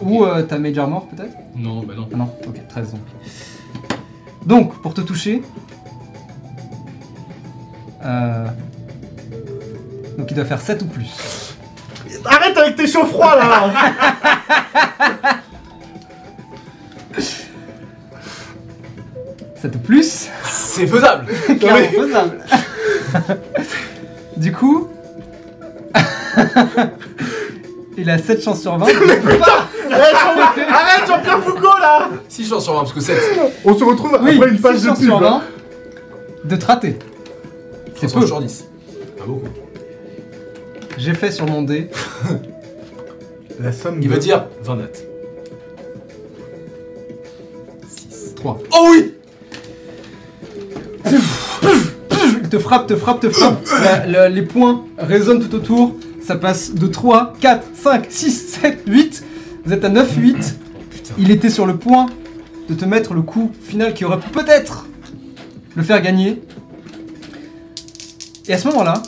Speaker 1: ou euh, t'as Major Mort peut-être
Speaker 3: Non, bah non.
Speaker 1: Ah non, ok, 13 donc. Donc, pour te toucher. euh, donc il doit faire 7 ou plus.
Speaker 2: Arrête avec tes chauds froids là
Speaker 1: Ça te plus
Speaker 3: C'est faisable
Speaker 1: Clairement faisable. du coup. il a 7 chances sur 20.
Speaker 2: Arrête Eh, Jean-Pierre Foucault là
Speaker 3: 6 chances sur 20, parce que 7.
Speaker 2: On se retrouve
Speaker 1: oui,
Speaker 2: après une page
Speaker 1: six
Speaker 2: de
Speaker 1: chances
Speaker 2: pub.
Speaker 1: sur
Speaker 2: hein.
Speaker 1: 20 de te rater. C'est
Speaker 3: 300
Speaker 1: peu.
Speaker 3: sur 10. Pas beaucoup.
Speaker 1: J'ai fait sur mon dé. hein.
Speaker 2: La somme
Speaker 3: Il
Speaker 2: de-
Speaker 3: va dire 20 dates. 6.
Speaker 1: 3.
Speaker 3: Oh oui
Speaker 1: Il te frappe, te frappe, te frappe. La- la- les points résonnent tout autour. Ça passe de 3, 4, 5, 6, 7, 8. Vous êtes à 9, 8.
Speaker 3: Putain.
Speaker 1: Il était sur le point de te mettre le coup final qui aurait pu peut-être le faire gagner. Et à ce moment-là,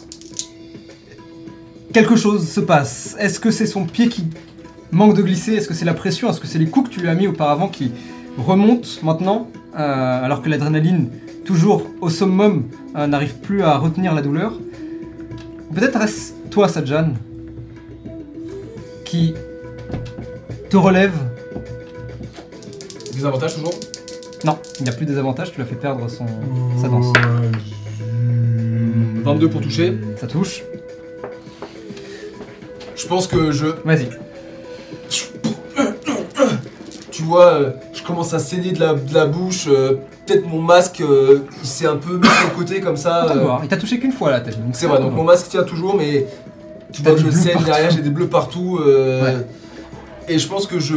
Speaker 1: quelque chose se passe. Est-ce que c'est son pied qui manque de glisser Est-ce que c'est la pression Est-ce que c'est les coups que tu lui as mis auparavant qui remontent maintenant euh, alors que l'adrénaline, toujours au summum, euh, n'arrive plus à retenir la douleur Peut-être reste toi, Sadjan, qui te relève
Speaker 3: Des avantages toujours
Speaker 1: non, il n'a plus des avantages, tu l'as fait perdre son... sa danse.
Speaker 3: Oh.
Speaker 2: euh,
Speaker 1: Mmh.
Speaker 3: 22 pour toucher.
Speaker 1: Ça touche
Speaker 3: Je pense que je.
Speaker 1: Vas-y.
Speaker 3: Tu vois, euh, je commence à saigner de la, de la bouche. euh, Peut-être mon masque, euh, il s'est un peu mis sur le côté comme
Speaker 1: On
Speaker 3: ça.
Speaker 1: va
Speaker 3: euh,
Speaker 1: voir. Il t'a touché qu'une fois la tête. donc
Speaker 3: C'est vrai, donc mon masque tient toujours, mais tu
Speaker 1: T'as
Speaker 3: vois que
Speaker 1: des
Speaker 3: je
Speaker 1: bleus
Speaker 3: saigne
Speaker 1: partout.
Speaker 3: derrière, j'ai des bleus partout. euh, Et je pense que je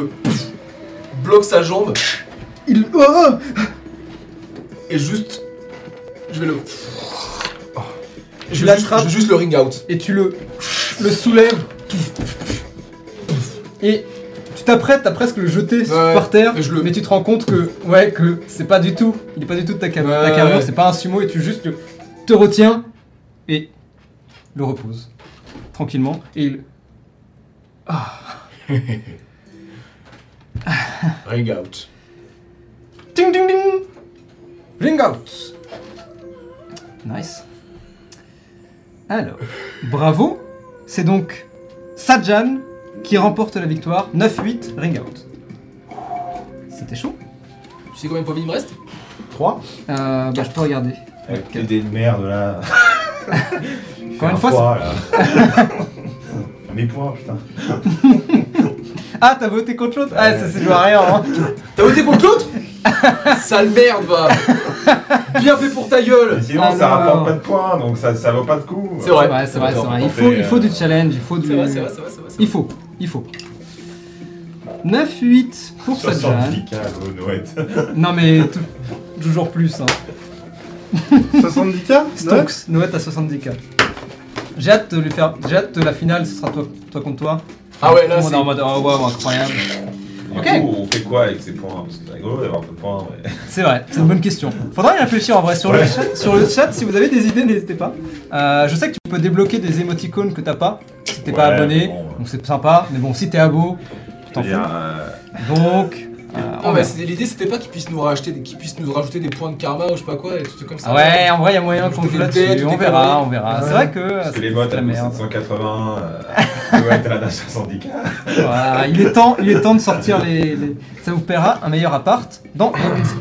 Speaker 3: bloque sa jambe
Speaker 1: Il... Oh
Speaker 3: et juste. Je vais le. Oh. Je vais, juste,
Speaker 1: l'attrapes.
Speaker 3: je vais juste le ring out.
Speaker 1: et tu le... le soulèves. Et tu t'apprêtes à presque le jeter
Speaker 3: Ouais,
Speaker 1: par terre,
Speaker 3: et je le-
Speaker 1: mais tu te rends compte que... Ouais, que c'est pas du tout... Il est pas du tout de ta, cam-
Speaker 3: Ouais,
Speaker 1: ta carrure,
Speaker 3: ouais.
Speaker 1: c'est pas un sumo, et tu juste le- te retiens et le repose. Tranquillement. Et il...
Speaker 3: Ring out.
Speaker 1: Ding ding ding Ring out Nice. Alors, bravo. C'est donc Sajan qui remporte la victoire. 9-8, ring out. C'était chaud.
Speaker 3: Tu sais combien de points il me reste
Speaker 2: Trois.
Speaker 1: Euh, bah, je peux regarder.
Speaker 4: Avec tes dés de merde là.
Speaker 1: Encore une
Speaker 4: Un
Speaker 1: fois,
Speaker 4: poids, là. Mes points, putain.
Speaker 1: c'est- Ah, t'as voté contre l'autre Ah, ça, c'est joué à rien. hein.
Speaker 3: T'as voté contre l'autre Sale merde, va Bien fait pour ta
Speaker 4: Mais
Speaker 3: gueule
Speaker 4: sinon,
Speaker 1: Alors-
Speaker 4: ça rapporte pas de points, donc ça, ça vaut pas de coup.
Speaker 3: C'est vrai.
Speaker 1: Ouais, Ah c'est vrai, c'est vrai. Il
Speaker 4: Attends,
Speaker 1: faut, il
Speaker 4: euh,
Speaker 1: faut du challenge, il faut du.
Speaker 3: C'est vrai, c'est vrai, c'est vrai, c'est vrai. c'est
Speaker 1: Il
Speaker 3: vrai.
Speaker 1: faut, il faut. 9-8 pour Sajan.
Speaker 4: 70 k gros Noët.
Speaker 1: Non, mais tou- toujours plus. Hein.
Speaker 2: 70k ouais.
Speaker 1: Stonks, Noët à 70k. J'ai hâte de lui faire. J'ai hâte de la finale, ce sera toi, toi contre toi.
Speaker 3: Ah ouais,
Speaker 1: Tout
Speaker 3: là,
Speaker 1: le monde est
Speaker 3: c'est.
Speaker 1: en mode oh wow, incroyable.
Speaker 4: Du
Speaker 1: Ok.
Speaker 4: coup, on fait quoi avec ces points Parce que c'est rigolo d'avoir peu de points. mais-
Speaker 1: C'est vrai, c'est une bonne question. Faudra y réfléchir en vrai. Sur, le,
Speaker 4: Ouais.
Speaker 1: chat, sur le chat, si vous avez des idées, n'hésitez pas. Euh, je sais que tu peux débloquer des émoticônes que t'as pas si t'es pas
Speaker 4: Ouais,
Speaker 1: abonné.
Speaker 4: bon, ouais.
Speaker 1: Donc c'est sympa, mais bon, si t'es abo,
Speaker 4: Je
Speaker 1: t'en
Speaker 4: veux dire,
Speaker 1: fous.
Speaker 4: euh,
Speaker 1: Donc. euh, on
Speaker 3: Non, mais
Speaker 1: verra.
Speaker 3: c'était- l'idée, c'était pas qu'ils puissent nous racheter, des- qu'ils puissent nous rajouter des points de karma ou je sais pas quoi, et des trucs comme ça.
Speaker 1: Ah ouais, en vrai, y a moyen
Speaker 3: Je
Speaker 1: qu'on joue
Speaker 3: te fais
Speaker 1: là-dessus.
Speaker 3: des
Speaker 1: On
Speaker 3: têtes,
Speaker 1: verra,
Speaker 3: des
Speaker 1: on verra.
Speaker 2: conneries.
Speaker 1: C'est vrai que.
Speaker 4: Parce que
Speaker 1: Ah, c'est
Speaker 4: les bots
Speaker 1: de la
Speaker 4: à
Speaker 1: merde.
Speaker 4: 780, euh, Noët à la 70 k
Speaker 1: Voilà, il est temps, il est temps de sortir les, les- Ça vous paiera un meilleur appart dans.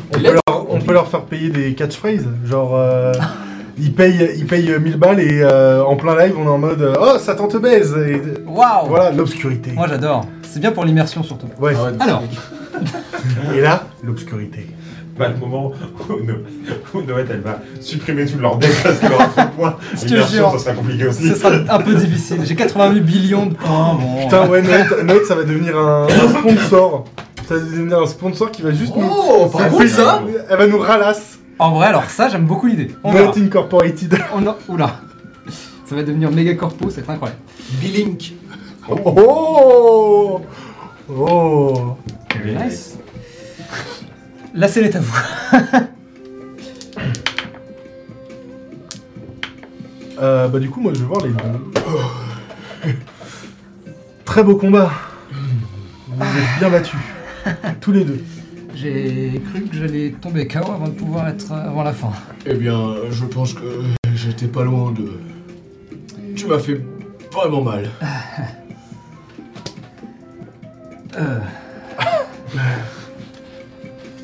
Speaker 2: On peut, leur, on peut leur faire payer des catchphrases, genre euh, ils payent, ils payent euh, 1000 balles et euh, en plein live on est en mode euh, oh ça tente baise et euh,
Speaker 1: Waouh.
Speaker 2: voilà l'obscurité.
Speaker 1: Moi j'adore. C'est bien pour l'immersion surtout.
Speaker 2: Ouais.
Speaker 3: Ah ouais, donc-
Speaker 1: Alors,
Speaker 2: Et là l'obscurité.
Speaker 4: Bah, le moment où, No- où Noët elle va supprimer tout leur deck parce qu'elle aura trop de points.
Speaker 1: Je te
Speaker 4: Immersion,
Speaker 1: jure.
Speaker 4: ça sera compliqué aussi.
Speaker 1: ce sera un peu difficile. J'ai 88 billions de points. Bon.
Speaker 2: Putain ouais Note, Note, ça va devenir un, un sponsor. Ça va devenir un sponsor qui va juste nous.
Speaker 3: Oh, par contre, ça
Speaker 2: Elle va nous ralasse.
Speaker 1: En vrai, alors ça, j'aime beaucoup l'idée. On verra.
Speaker 2: Note Incorporated.
Speaker 1: On en- Oula. Ça va devenir méga corpo, c'est incroyable.
Speaker 3: Bilink.
Speaker 6: Oh Oh
Speaker 1: Nice. La scène est à vous.
Speaker 2: Euh, bah du coup, moi je vais voir les deux. Oh. Très beau combat. Vous vous êtes bien battus. Tous les deux.
Speaker 1: J'ai cru que j'allais tomber KO avant de pouvoir être euh, avant la fin.
Speaker 6: Eh bien, je pense que j'étais pas loin de. Tu m'as fait vraiment mal.
Speaker 1: Ah. Euh.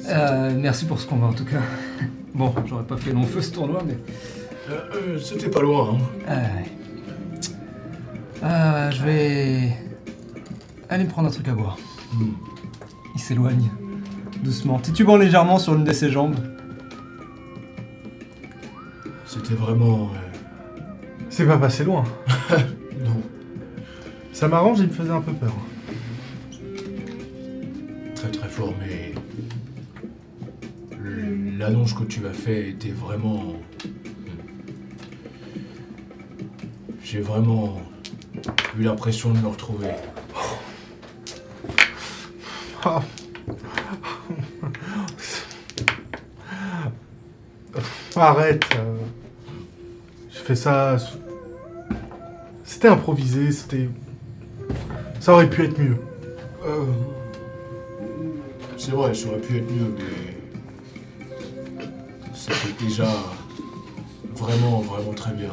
Speaker 1: Euh, merci pour ce combat en tout cas. Bon, j'aurais pas fait long feu ce tournoi, mais.
Speaker 6: Euh, euh, C'était pas loin, hein.
Speaker 1: Ah ouais. Ah, je vais aller me prendre un truc à boire.
Speaker 6: Hmm.
Speaker 1: Il s'éloigne doucement, titubant légèrement sur l'une de ses jambes.
Speaker 6: C'était vraiment. euh,
Speaker 2: C'est pas passé loin.
Speaker 6: non,
Speaker 2: Ça m'arrange, il me faisait un peu peur.
Speaker 6: très très fort, mais. L'annonce que tu as fait était vraiment. J'ai vraiment eu l'impression de me retrouver.
Speaker 2: Ah. Arrête. euh. J'ai fait ça. sous- C'était improvisé, c'était. Ça aurait pu être mieux.
Speaker 6: Euh, C'est vrai, ça aurait pu être mieux, mais. C'était déjà vraiment, vraiment très bien.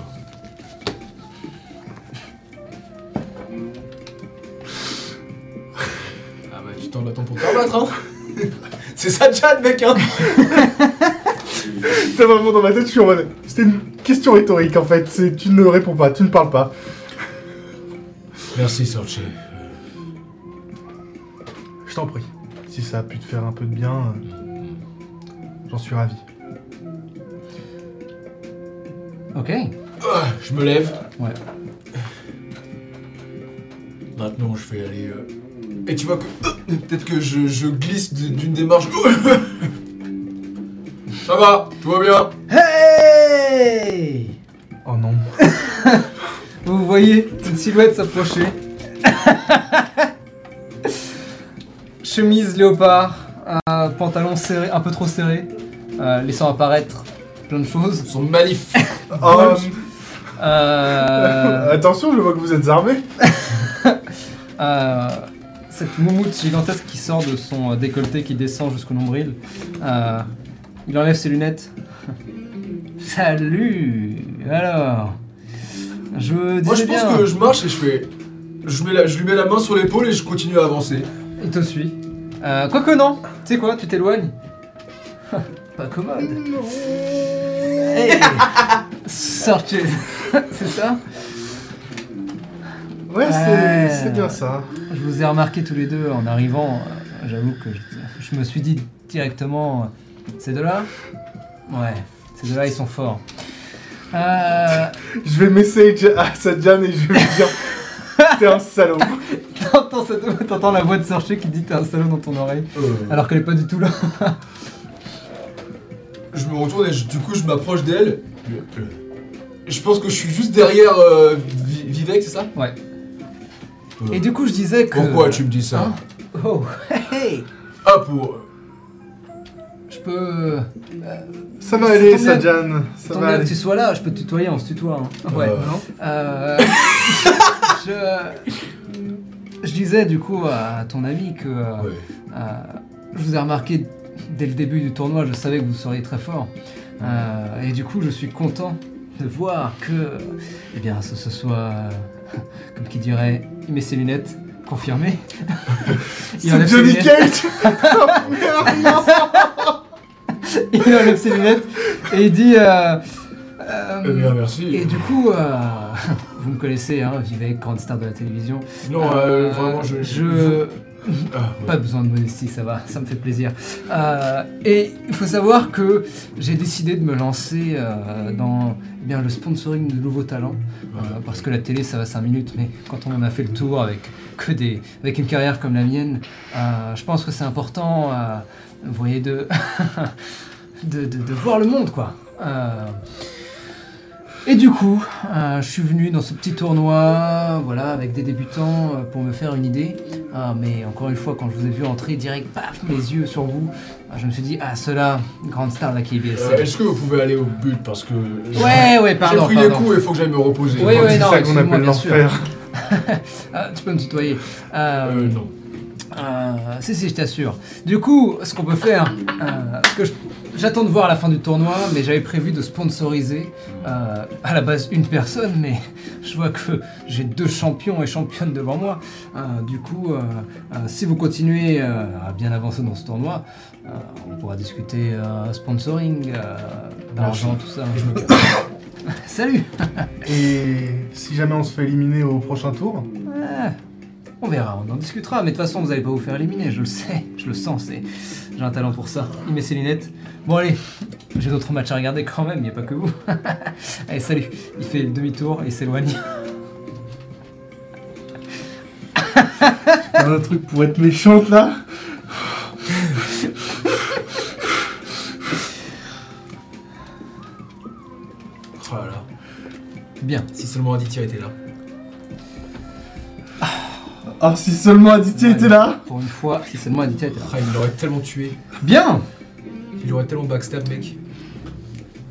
Speaker 6: Ah bah tu t'en attends pour te battre, hein C'est ça, Chad, mec, hein
Speaker 2: T'es vraiment dans ma tête, je suis en mode. C'était une question rhétorique en fait. C'est tu ne réponds pas, tu ne parles pas.
Speaker 6: Merci, Sorche. Euh,
Speaker 2: Je t'en prie. Si ça a pu te faire un peu de bien, euh, j'en suis ravi.
Speaker 1: Ok.
Speaker 6: Je me lève.
Speaker 1: Ouais.
Speaker 6: Maintenant, je vais aller. euh, Et tu vois que. euh, Peut-être que je, je glisse d- d'une démarche. Ça va, tout va bien.
Speaker 1: Hey
Speaker 2: Oh non.
Speaker 1: Vous voyez une silhouette s'approcher. Chemise léopard, un pantalon serré, un peu trop serré, euh, laissant apparaître plein de choses.
Speaker 6: Ils sont magnifiques.
Speaker 2: Euh,
Speaker 1: Ah, Euh,
Speaker 2: Attention, je vois que vous êtes armés.
Speaker 1: Euh, cette moumoute gigantesque qui sort de son euh, décolleté, qui descend jusqu'au nombril. Euh, il enlève ses lunettes. Salut Alors Je disais
Speaker 6: Moi, je pense
Speaker 1: bien,
Speaker 6: que je marche et je fais. Je, mets la- je lui mets la main sur l'épaule et je continue à avancer.
Speaker 1: il te suit. Euh, Quoique non Tu sais quoi Tu t'éloignes Pas commode Hey Sortez C'est ça
Speaker 2: Ouais,
Speaker 1: Ouais.
Speaker 2: c'est c'est bien ça.
Speaker 1: Je vous ai remarqué tous les deux en arrivant. euh, J'avoue que je, je me suis dit directement, euh, ces deux-là Ouais, ces deux-là, ils sont forts. Euh,
Speaker 2: Je vais message à Sadjan et je vais lui dire T'es un salaud.
Speaker 1: T'entends cette- t'entends la voix de Sorche qui dit t'as un salaud dans ton oreille,
Speaker 6: Euh,
Speaker 1: alors qu'elle est pas du tout là.
Speaker 6: je me retourne et je- du coup, je m'approche d'elle. Euh, Je pense que je suis juste derrière euh, Vi- Vivek, c'est ça
Speaker 1: Ouais.
Speaker 6: Euh,
Speaker 1: Et du coup, je disais que.
Speaker 6: Pourquoi tu me dis ça
Speaker 1: Oh, hey
Speaker 6: Ah, pour.
Speaker 1: Je peux.
Speaker 2: Ça va
Speaker 1: Ça
Speaker 2: aller,
Speaker 1: tombe bien.
Speaker 2: Sadjan. Ça
Speaker 1: Tant
Speaker 2: va
Speaker 1: bien
Speaker 2: Ah
Speaker 1: que
Speaker 2: aller.
Speaker 1: tu sois là, je peux te tutoyer, on se tutoie. hein. Ouais.
Speaker 6: Euh,
Speaker 1: Euh,
Speaker 2: bah
Speaker 1: je. Je disais du coup à ton ami que. euh,
Speaker 6: ouais.
Speaker 1: Euh, je vous ai remarqué dès le début du tournoi, je savais que vous seriez très fort. Euh, et du coup, je suis content de voir que, eh bien, ce, ce soit, euh, comme qui dirait, il met ses lunettes, confirmé. il,
Speaker 2: C'est
Speaker 1: enlève ses
Speaker 2: Johnny
Speaker 1: lunettes,
Speaker 2: Cage
Speaker 1: il enlève ses lunettes et il dit. euh, euh,
Speaker 6: Eh bien, merci.
Speaker 1: et du coup, euh, vous me connaissez, hein, Vivek, grande star de la télévision.
Speaker 6: Non, euh,
Speaker 1: Euh,
Speaker 6: vraiment, je.
Speaker 1: je...
Speaker 6: Ah, ouais.
Speaker 1: Pas besoin de modestie, ça va, ça me fait plaisir. Euh, et il faut savoir que j'ai décidé de me lancer euh, dans eh bien, le sponsoring de nouveaux talents. euh, parce que la télé, ça va 5 minutes, mais quand on en a fait le tour avec, que des, avec une carrière comme la mienne, euh, je pense que c'est important, euh, vous voyez, de, de, de- de voir le monde, quoi. Euh, Et du coup, euh, je suis venu dans ce petit tournoi, voilà, avec des débutants euh, pour me faire une idée. Ah, mais encore une fois, quand je vous ai vu entrer direct, paf, mes yeux sur vous, ah, je me suis dit, ah, cela, grande star de la KBSL.
Speaker 6: Euh, Est-ce que vous pouvez aller au but parce que
Speaker 1: Ouais, ouais,
Speaker 6: j'ai
Speaker 1: pardon.
Speaker 6: pris
Speaker 1: pardon.
Speaker 6: des coups et il faut que j'aille me reposer.
Speaker 1: Oui, oui,
Speaker 2: C'est
Speaker 1: non,
Speaker 2: ça qu'on
Speaker 1: absolument,
Speaker 2: appelle
Speaker 1: bien sûr.
Speaker 2: l'enfer.
Speaker 1: Ah, tu peux me tutoyer. Euh,
Speaker 6: Euh, non.
Speaker 1: Euh, si, si, je t'assure. Du coup, ce qu'on peut faire, euh, ce que je- j'attends de voir à la fin du tournoi, mais j'avais prévu de sponsoriser euh, à la base une personne, mais je vois que j'ai deux champions et championnes devant moi. Euh, du coup, euh, euh, si vous continuez euh, à bien avancer dans ce tournoi, euh, on pourra discuter euh, sponsoring, euh, d'argent, tout ça. Salut
Speaker 2: Et si jamais on se fait éliminer au prochain tour,
Speaker 1: Ah, On verra, on en discutera, mais de toute façon, vous allez pas vous faire éliminer, je le sais, je le sens, c'est... j'ai un talent pour ça. Il met ses lunettes. Bon, allez, j'ai d'autres matchs à regarder quand même, il n'y a pas que vous. allez, salut Il fait le demi-tour et s'éloigne.
Speaker 2: t'as un truc pour être méchante là
Speaker 3: Oh là là.
Speaker 1: Bien.
Speaker 3: Si seulement Aditya était là.
Speaker 2: Ah, si seulement Aditya était là
Speaker 1: Pour une fois, si seulement Aditya était là.
Speaker 3: Ah, il l'aurait tellement tué.
Speaker 1: Bien
Speaker 3: Il l'aurait tellement backstab, mec.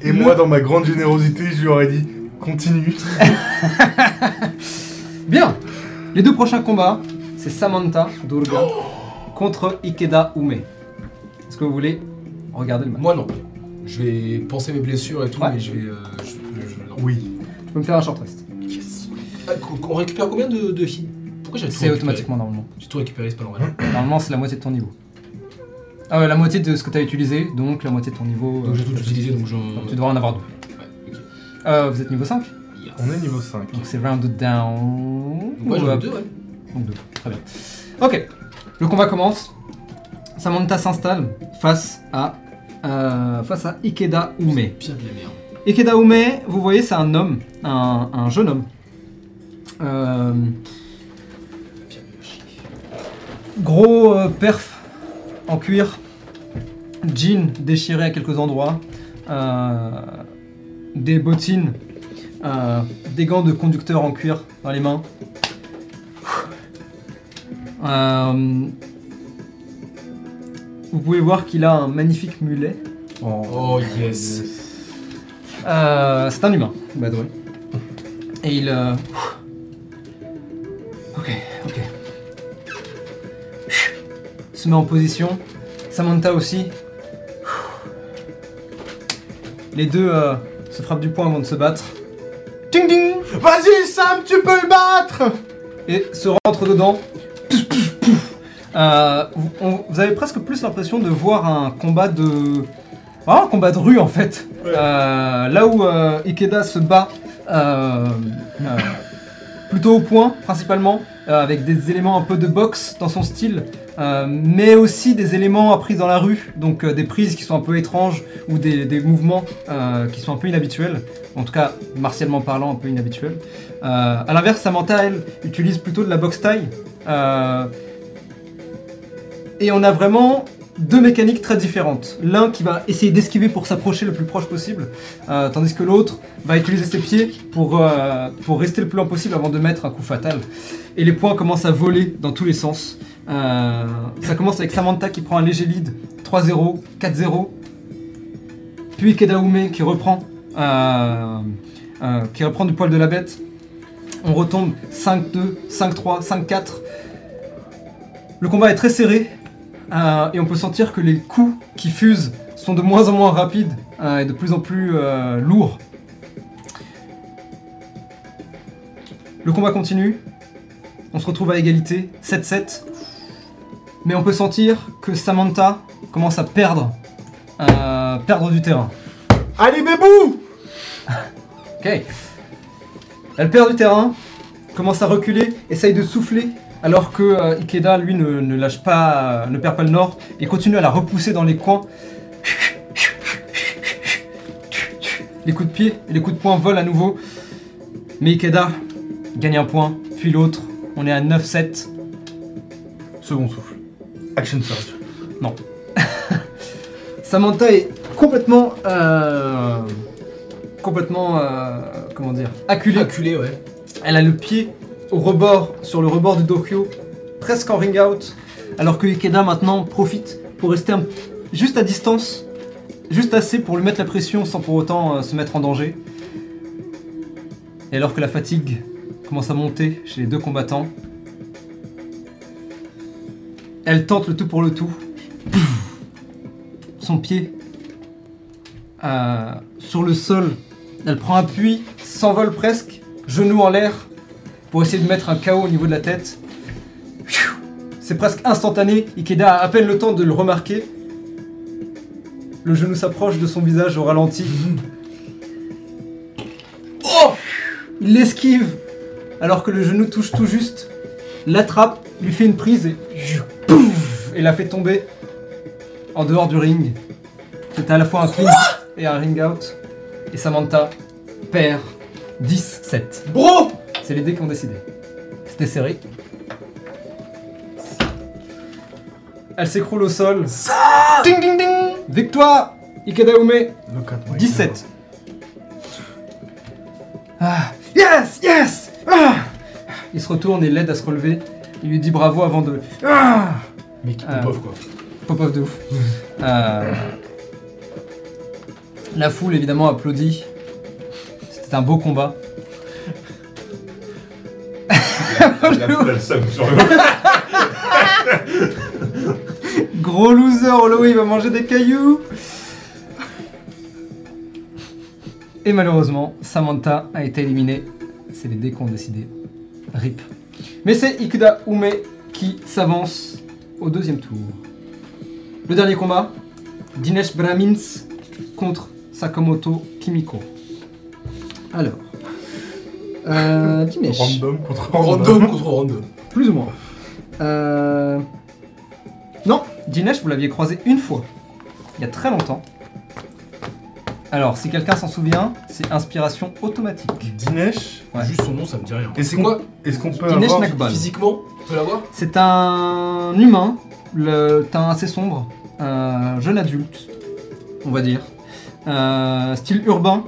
Speaker 2: Et moi, dans ma grande générosité, je lui aurais dit continue.
Speaker 1: Bien Les deux prochains combats, c'est Samantha Durga contre Ikeda Ume. Est-ce que vous voulez regarder le match
Speaker 3: Moi, non. Je vais penser mes blessures et tout,
Speaker 1: Ouais.
Speaker 3: mais je vais. euh, je- je- non.
Speaker 2: Oui.
Speaker 1: Je peux me faire un short rest.
Speaker 3: Yes. Ah, qu'on- qu'on récupère combien de, de hits Pourquoi j'ai tout
Speaker 1: C'est
Speaker 3: récupéré
Speaker 1: automatiquement normalement.
Speaker 3: J'ai tout récupéré, c'est pas
Speaker 6: Hein
Speaker 3: normal.
Speaker 1: Normalement, c'est la moitié de ton niveau. Ah ouais, la moitié de ce que tu as utilisé, donc la moitié de ton niveau. euh,
Speaker 3: donc j'ai tout
Speaker 1: t'as
Speaker 3: utilisé, donc euh, j'en.
Speaker 1: Donc tu devras en avoir deux.
Speaker 3: Ouais, ok.
Speaker 1: Euh, vous êtes niveau 5
Speaker 3: Yes.
Speaker 2: On est niveau 5.
Speaker 1: Donc c'est rounded down.
Speaker 3: Donc, ouais, j'en ai
Speaker 1: Ou up
Speaker 3: deux, ouais.
Speaker 1: Donc deux. Très bien. Ok, le combat commence. Samantha s'installe face à. euh, face à Ikeda Ume.
Speaker 3: Pire de la merde.
Speaker 1: Ikeda Ume, vous voyez, c'est un homme, un, un jeune homme. Euh, gros euh, perf en cuir, jean déchiré à quelques endroits, euh, des bottines, euh, des gants de conducteur en cuir dans les mains. Euh, vous pouvez voir qu'il a un magnifique mulet.
Speaker 3: Oh yes.
Speaker 1: Euh, c'est un humain, by the way. Et il. euh, Ok, ok. Se met en position. Samantha aussi. Les deux euh, se frappent du poing avant de se battre. Ding ding
Speaker 2: Vas-y, Sam, tu peux le battre
Speaker 1: Et se rentre dedans. Pouf, pouf, pouf. Euh, vous, on- vous avez presque plus l'impression de voir un combat de. Vraiment Ah, un combat de rue en fait. Euh, là où euh, Ikeda se bat euh, euh, plutôt au point principalement, euh, avec des éléments un peu de boxe dans son style, euh, mais aussi des éléments appris dans la rue, donc euh, des prises qui sont un peu étranges ou des, des mouvements euh, qui sont un peu inhabituels, en tout cas martialement parlant un peu inhabituels. Euh, à l'inverse, Samantha, elle, utilise plutôt de la boxe taille. et on a vraiment deux mécaniques très différentes. L'un qui va essayer d'esquiver pour s'approcher le plus proche possible, euh, tandis que l'autre va utiliser ses pieds pour, euh, pour rester le plus loin possible avant de mettre un coup fatal. Et les points commencent à voler dans tous les sens. Euh, ça commence avec Samantha qui prend un léger lead, 3-0, 4-0. Puis Kedaume qui reprend, euh, euh, qui reprend du poil de la bête. On retombe 5-2, 5-3, 5-4. Le combat est très serré, euh, et on peut sentir que les coups qui fusent sont de moins en moins rapides euh, et de plus en plus euh, lourds. Le combat continue. On se retrouve à égalité, 7-7. Mais on peut sentir que Samantha commence à perdre, euh, perdre du terrain.
Speaker 2: Allez, bébou
Speaker 1: Ok. Elle perd du terrain, commence à reculer, essaye de souffler, alors que euh, Ikeda, lui, ne, ne lâche pas, euh, ne perd pas le nord, et continue à la repousser dans les coins. Les coups de pied et les coups de poing volent à nouveau. Mais Ikeda gagne un point, puis l'autre. On est à 9-7.
Speaker 2: Second souffle. Action surge.
Speaker 1: Samantha est complètement. euh, complètement. euh, comment dire, acculée.
Speaker 3: Acculé, ouais.
Speaker 1: Elle a le pied au rebord, sur le rebord du Dokyo, presque en ring out, alors que Ikeda maintenant profite pour rester un- juste à distance, juste assez pour lui mettre la pression sans pour autant euh, se mettre en danger. Et alors que la fatigue commence à monter chez les deux combattants, elle tente le tout pour le tout. Son pied euh, sur le sol, elle prend appui, s'envole presque, genou en l'air, pour essayer de mettre un KO au niveau de la tête. Pfiou C'est presque instantané, Ikeda a à peine le temps de le remarquer. Le genou s'approche de son visage au ralenti. Oh Il l'esquive alors que le genou touche tout juste, l'attrape, lui fait une prise et, pfiou, pouf et la fait tomber en dehors du ring. C'est à la fois un clean et un ring out. Et Samantha perd 10-7.
Speaker 6: Bro
Speaker 1: C'est les dés qui ont décidé. C'était serré. Elle s'écroule au sol. ding ding ding Victoire Ikeda Ume, 17. Ah, yes Yes Ah Il se retourne et l'aide à se relever. Il lui dit bravo avant de... Ah
Speaker 6: Mec,
Speaker 1: Euh,
Speaker 6: pauvre quoi.
Speaker 1: Pop-off de ouf. Euh, la foule évidemment applaudit. C'était un beau combat.
Speaker 4: La foule, elle somme sur le.
Speaker 1: Gros loser, Holloway il va manger des cailloux. Et malheureusement, Samantha a été éliminée. C'est les dés qui ont décidé. Rip. Mais c'est Ikuda Ume qui s'avance au deuxième tour. Le dernier combat, Dinesh Brahmins contre Sakamoto Kimiko. Alors, euh, Dinesh,
Speaker 2: Random contre
Speaker 3: Random contre random.
Speaker 1: plus ou moins. Euh, Non, Dinesh, vous l'aviez croisé une fois, il y a très longtemps. Alors, si quelqu'un s'en souvient, c'est inspiration automatique.
Speaker 2: Dinesh.
Speaker 1: Ouais.
Speaker 3: Juste son nom, ça me dit rien.
Speaker 2: Et
Speaker 3: C'est quoi
Speaker 2: Est-ce qu'on peut
Speaker 1: Dinesh
Speaker 2: avoir...
Speaker 1: Nakbal.
Speaker 3: Physiquement, tu peux l'avoir
Speaker 1: C'est un humain, le teint assez sombre, un jeune adulte, on va dire. Euh, style urbain,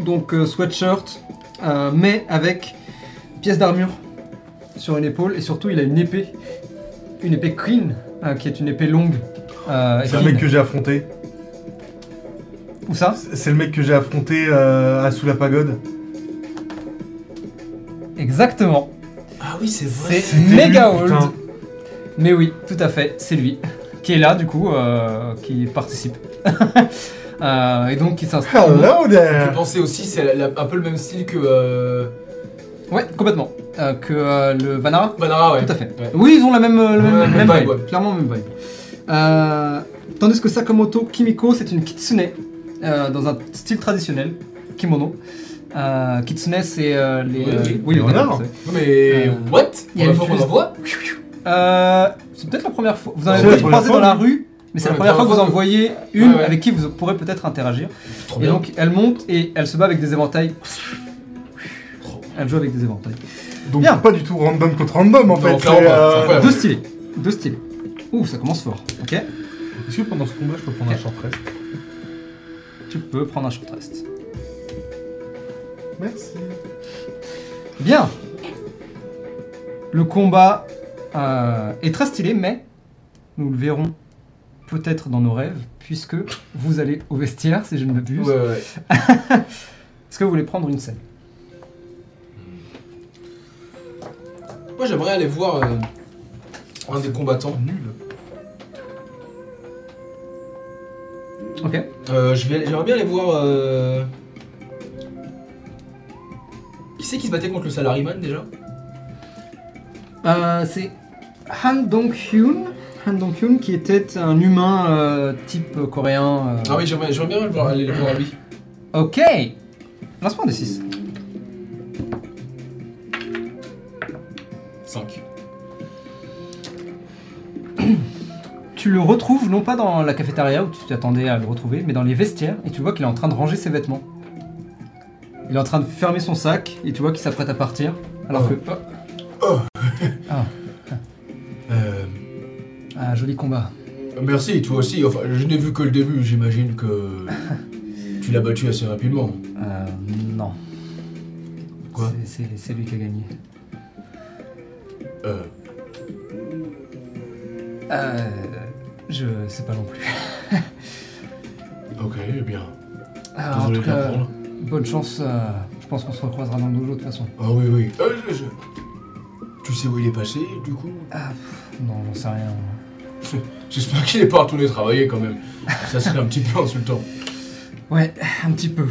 Speaker 1: donc euh, sweatshirt, euh, mais avec pièce d'armure sur une épaule et surtout il a une épée, une épée clean, euh, qui est une épée longue. euh,
Speaker 2: C'est le
Speaker 1: clean.
Speaker 2: mec que j'ai affronté.
Speaker 1: Où ça
Speaker 2: C'est le mec que j'ai affronté euh, à Sous la Pagode.
Speaker 1: Exactement.
Speaker 3: Ah oui, c'est vrai.
Speaker 1: C'est
Speaker 2: C'était
Speaker 1: méga
Speaker 2: lui,
Speaker 1: old.
Speaker 2: putain.
Speaker 1: Mais oui, tout à fait, c'est lui qui est là du coup, euh, qui participe. Euh, et donc qui s'installe.
Speaker 2: Hello
Speaker 3: Je
Speaker 2: there
Speaker 3: pensais aussi, c'est la- la- un peu le même style que euh,
Speaker 1: Ouais, complètement. Euh, que euh, le Vanara
Speaker 3: Banara, ouais.
Speaker 1: Tout à fait.
Speaker 3: Ouais.
Speaker 1: Oui, ils ont la même, euh, le
Speaker 3: Ouais,
Speaker 1: même,
Speaker 3: même
Speaker 1: même
Speaker 3: vibe,
Speaker 1: vibe.
Speaker 3: ouais.
Speaker 1: Clairement, même vibe. Euh, tandis que Sakamoto Kimiko, c'est une kitsune euh, dans un style traditionnel, kimono. Euh, kitsune, c'est euh, les.
Speaker 3: Oui,
Speaker 1: euh,
Speaker 3: oui.
Speaker 1: les
Speaker 2: Voilà.
Speaker 1: bananes, c'est-
Speaker 3: Non, Mais
Speaker 1: Euh,
Speaker 3: what
Speaker 1: il y a
Speaker 3: On la
Speaker 1: une
Speaker 3: fois qu'on
Speaker 1: fuse.
Speaker 3: en voit
Speaker 1: Euh, c'est peut-être la première fois. Vous en
Speaker 2: C'est
Speaker 1: avez
Speaker 2: la
Speaker 1: peut-être
Speaker 2: première
Speaker 1: croisé
Speaker 2: fois,
Speaker 1: dans la
Speaker 2: oui.
Speaker 1: rue, mais c'est
Speaker 3: Ouais,
Speaker 1: la première fois que vous en voyez une
Speaker 3: Ouais, ouais.
Speaker 1: avec qui vous pourrez peut-être interagir.
Speaker 3: Trop
Speaker 1: Et
Speaker 3: bien.
Speaker 1: donc elle monte et elle se bat avec des éventails. Elle joue avec des éventails.
Speaker 2: Donc
Speaker 1: Bien.
Speaker 2: pas du tout random contre random en
Speaker 3: Non,
Speaker 2: fait.
Speaker 3: clairement
Speaker 2: c'est,
Speaker 3: pas, c'est
Speaker 2: euh,
Speaker 3: incroyable.
Speaker 1: Deux stylés. Deux stylés. Ouh, ça commence fort. Ok
Speaker 2: Est-ce que pendant ce combat je peux prendre un short rest
Speaker 1: Tu peux prendre un short rest.
Speaker 2: Merci.
Speaker 1: Bien Le combat euh, est très stylé, mais nous le verrons peut-être dans nos rêves, puisque vous allez au vestiaire, si je ne m'abuse.
Speaker 3: Ouais, ouais, ouais.
Speaker 1: Est-ce que vous voulez prendre une scène
Speaker 3: Moi, j'aimerais aller voir euh, un des combattants. Nul.
Speaker 1: Ok.
Speaker 3: Euh, je vais- J'aimerais bien aller voir. euh, Qui c'est qui se battait contre le salaryman déjà
Speaker 1: Euh, C'est Han Dong-hyun. Han Dong-hyun qui était un humain euh, type euh, coréen. euh,
Speaker 3: Ah oui, j'aimerais j'aimerais bien aller le voir, aller le voir à lui.
Speaker 1: Ok Lance-moi un des 6.
Speaker 3: 5.
Speaker 1: Tu le retrouves non pas dans la cafétéria où tu t'attendais à le retrouver, mais dans les vestiaires et tu vois qu'il est en train de ranger ses vêtements. Il est en train de fermer son sac et tu vois qu'il s'apprête à partir. Alors
Speaker 3: Ah.
Speaker 1: que. Oh,
Speaker 6: Euh,
Speaker 1: un joli combat.
Speaker 6: merci, toi aussi. Enfin, je n'ai vu que le début, j'imagine que. Tu l'as battu assez rapidement.
Speaker 1: Euh, non.
Speaker 6: Quoi
Speaker 1: C'est- C'est c'est lui qui a gagné.
Speaker 6: Euh.
Speaker 1: Euh, je sais pas non plus.
Speaker 6: Ok, eh bien.
Speaker 1: Ah, en
Speaker 6: Désolé
Speaker 1: tout
Speaker 6: de
Speaker 1: cas,
Speaker 6: l'apprendre.
Speaker 1: bonne chance. euh, je pense qu'on se recroisera dans le dojo de toute façon.
Speaker 6: Ah oui, oui. Euh, je- je- Tu sais où il est passé, du coup
Speaker 1: Ah, pff, non, j'en sais rien.
Speaker 6: J'espère qu'il n'est pas retourné travailler quand même. Ça serait un petit peu insultant.
Speaker 1: Ouais, un petit peu.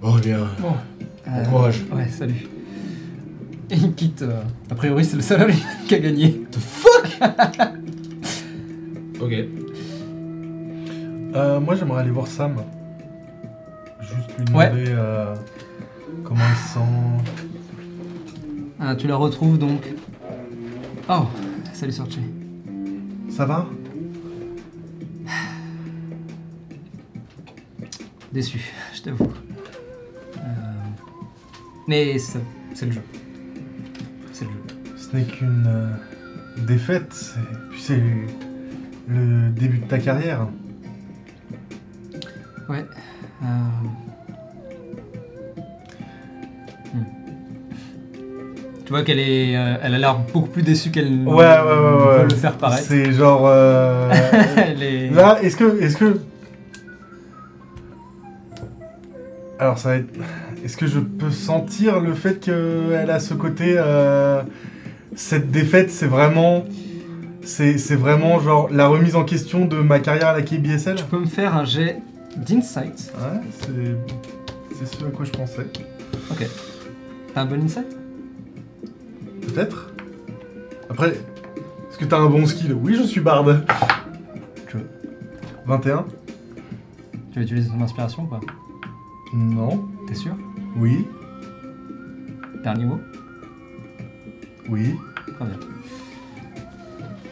Speaker 6: Bon, eh bien,
Speaker 1: Euh,
Speaker 6: bon courage.
Speaker 1: Ouais, salut. Et il quitte. euh, a priori, c'est le seul homme qui a gagné.
Speaker 3: Ok.
Speaker 2: Euh, moi, j'aimerais aller voir Sam. Juste lui
Speaker 1: Ouais.
Speaker 2: demander euh, comment il se sent.
Speaker 1: Ah, tu la retrouves donc. Oh, salut Sorche.
Speaker 2: Ça va
Speaker 1: Déçu, je t'avoue. Euh, Mais ça- c'est le jeu. C'est le jeu.
Speaker 2: Ce n'est qu'une euh, défaite. Et puis c'est le, le début de ta carrière.
Speaker 1: Ouais. euh, hmm. Tu vois qu'elle est, euh, elle a l'air beaucoup plus déçue qu'elle ne
Speaker 2: Ouais, ouais, ouais, ouais.
Speaker 1: veut le faire paraître.
Speaker 2: C'est genre. euh,
Speaker 1: Elle est-
Speaker 2: Là, est-ce que, est-ce que. Alors ça va être. Est-ce que je peux sentir le fait qu'elle a ce côté. euh, Cette défaite, c'est vraiment. C'est c'est vraiment genre la remise en question de ma carrière à la KBSL
Speaker 1: Tu peux me faire un jet d'insight.
Speaker 2: Ouais, c'est. C'est ce à quoi je pensais.
Speaker 1: T'as un bon insight
Speaker 2: Peut-être Après, est-ce que t'as un bon skill Oui, je suis barde. Que- 21
Speaker 1: Tu vas utiliser ton inspiration ou pas
Speaker 2: Non.
Speaker 1: T'es sûr
Speaker 2: Oui.
Speaker 1: T'as un niveau
Speaker 2: Oui.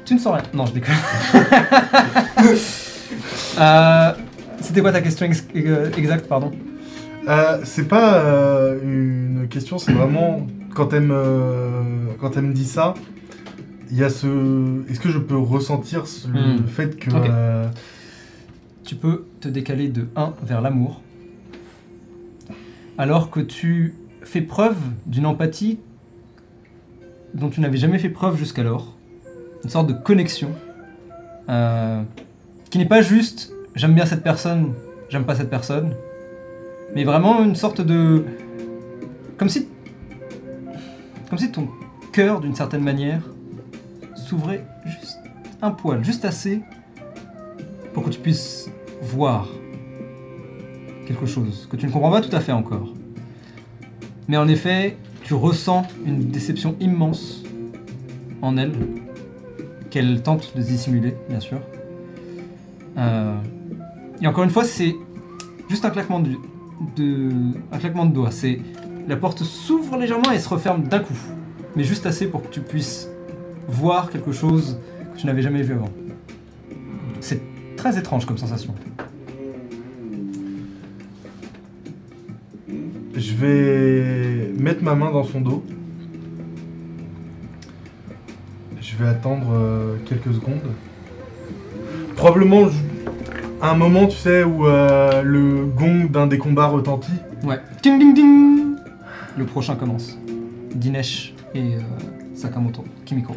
Speaker 1: Tu ne sens rien. Non, je déconne. Euh, C'était quoi ta question ex- euh, exacte, pardon
Speaker 2: Euh, c'est pas euh, une question, c'est vraiment quand elle me quand elle me dit ça, il y a ce est-ce que je peux ressentir ce-
Speaker 1: Hmm.
Speaker 2: le fait que
Speaker 1: Ok.
Speaker 2: euh,
Speaker 1: tu peux te décaler de 1 vers l'amour, alors que tu fais preuve d'une empathie dont tu n'avais jamais fait preuve jusqu'alors, une sorte de connexion, euh, qui n'est pas juste j'aime bien cette personne, j'aime pas cette personne, mais vraiment une sorte de... Comme si... Comme si ton cœur, d'une certaine manière, s'ouvrait juste un poil, juste assez pour que tu puisses voir quelque chose que tu ne comprends pas tout à fait encore. Mais en effet, tu ressens une déception immense en elle, qu'elle tente de dissimuler, bien sûr. Euh, et encore une fois, c'est juste un claquement de, de- un claquement de doigts. C'est la porte s'ouvre légèrement et se referme d'un coup, mais juste assez pour que tu puisses voir quelque chose que tu n'avais jamais vu avant. C'est Très étrange comme sensation.
Speaker 2: je vais mettre ma main dans son dos. Je vais attendre euh, quelques secondes. Probablement je- à un moment, tu sais, où euh, le gong d'un des combats retentit.
Speaker 1: Ouais. Ding ding ding Le prochain commence. Dinesh et euh, Sakamoto. Kimiko.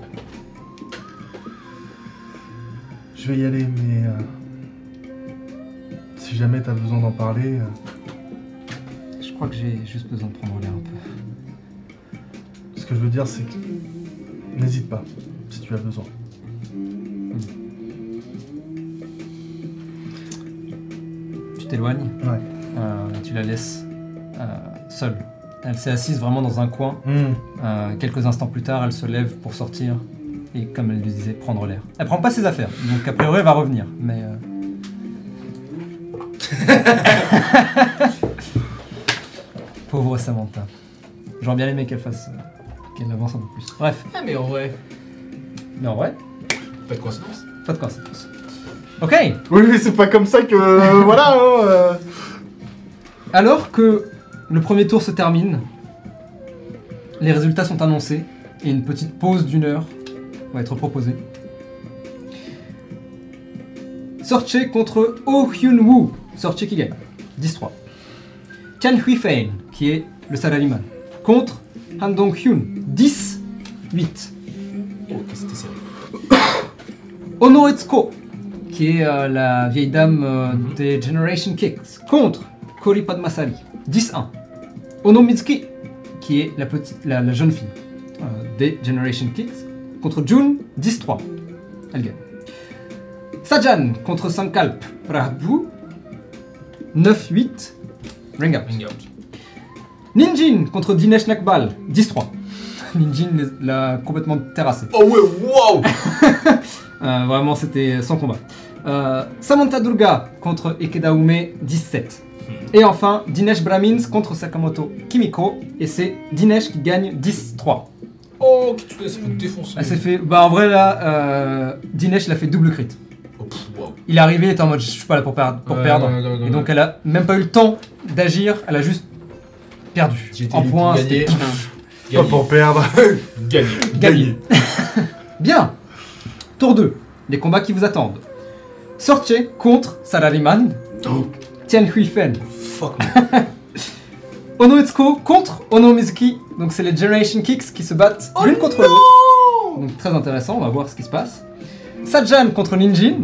Speaker 2: Je vais y aller, mais euh, si jamais t'as besoin d'en parler. euh,
Speaker 1: Je crois que j'ai juste besoin de prendre l'air un peu.
Speaker 2: Ce que je veux dire, c'est que n'hésite pas si tu as besoin.
Speaker 1: Tu t'éloignes
Speaker 2: Ouais.
Speaker 1: Euh, tu la laisses euh, seule. Elle s'est assise vraiment dans un coin.
Speaker 2: Hmm.
Speaker 1: Euh, quelques instants plus tard, elle se lève pour sortir et, comme elle le disait, prendre l'air. Elle prend pas ses affaires, donc a priori elle va revenir. Mais euh, pauvre Samantha. J'aurais bien aimé qu'elle fasse, euh, qu'elle avance un peu plus. Bref,
Speaker 3: Ah, mais en vrai,
Speaker 1: mais en vrai,
Speaker 3: pas de coïncidence.
Speaker 1: pas de coïncidence. Ok.
Speaker 2: Oui, mais c'est pas comme ça que. euh, voilà, hein, euh.
Speaker 1: Alors que le premier tour se termine, les résultats sont annoncés et une petite pause d'une heure va être proposée. Sorche contre Oh Hyun Woo. Sorche qui gagne. 10-3. Chan Hui Fein, qui est le salariman, contre Han Dong-hyun. 10, 8.
Speaker 3: Oh, que c'était serré.
Speaker 1: Ono Etsuko, qui est euh, la vieille dame euh,
Speaker 3: Mhm.
Speaker 1: des Generation Kicks, contre Kori Padmasari, 10-1. Ono Mitsuki, qui est la, petite, la, la jeune fille euh, des Generation Kicks, contre Jun, 10-3. Elle gagne. Sajan contre Sankalp Prabhu, 9-8. Ring out.
Speaker 3: Ring out.
Speaker 1: Ninjin contre Dinesh Nakbal, 10-3. Ninjin les- l'a complètement terrassé.
Speaker 3: Oh ouais, wow
Speaker 1: Euh, vraiment, c'était sans combat. Euh, Samantha Durga contre Ikeda Ume, 17.
Speaker 3: Hmm.
Speaker 1: Et enfin, Dinesh Brahmins contre Sakamoto Kimiko. Et c'est Dinesh qui gagne 10-3.
Speaker 3: Oh, que tu l'as fait défoncer.
Speaker 1: Elle s'est fait. Bah, en vrai, là, euh, Dinesh l'a fait double crit.
Speaker 3: Oh, pff, Euh, wow.
Speaker 1: Il est arrivé, il était en mode je suis pas là pour, perdre- pour
Speaker 3: Ouais,
Speaker 1: perdre.
Speaker 3: ouais, ouais, ouais,
Speaker 1: Et donc,
Speaker 3: ouais.
Speaker 1: elle a même pas eu le temps d'agir, elle a juste perdu.
Speaker 3: J'étais
Speaker 1: en
Speaker 3: lui pour
Speaker 1: points,
Speaker 3: gagner.
Speaker 1: c'était
Speaker 2: Pas
Speaker 3: Gagné.
Speaker 2: pour perdre.
Speaker 3: Gagné.
Speaker 1: gagné. Bien Tour 2, les combats qui vous attendent. Sortier contre Salaryman.
Speaker 2: Oh.
Speaker 1: Tian Huifen.
Speaker 3: Fuck, man.
Speaker 1: Ono Etsuko contre Ono Mizuki. Donc c'est les Generation Kicks qui se battent
Speaker 2: Oh
Speaker 1: l'une contre l'autre. Donc très intéressant, on va voir ce qui se passe. Sajan contre Ninjin.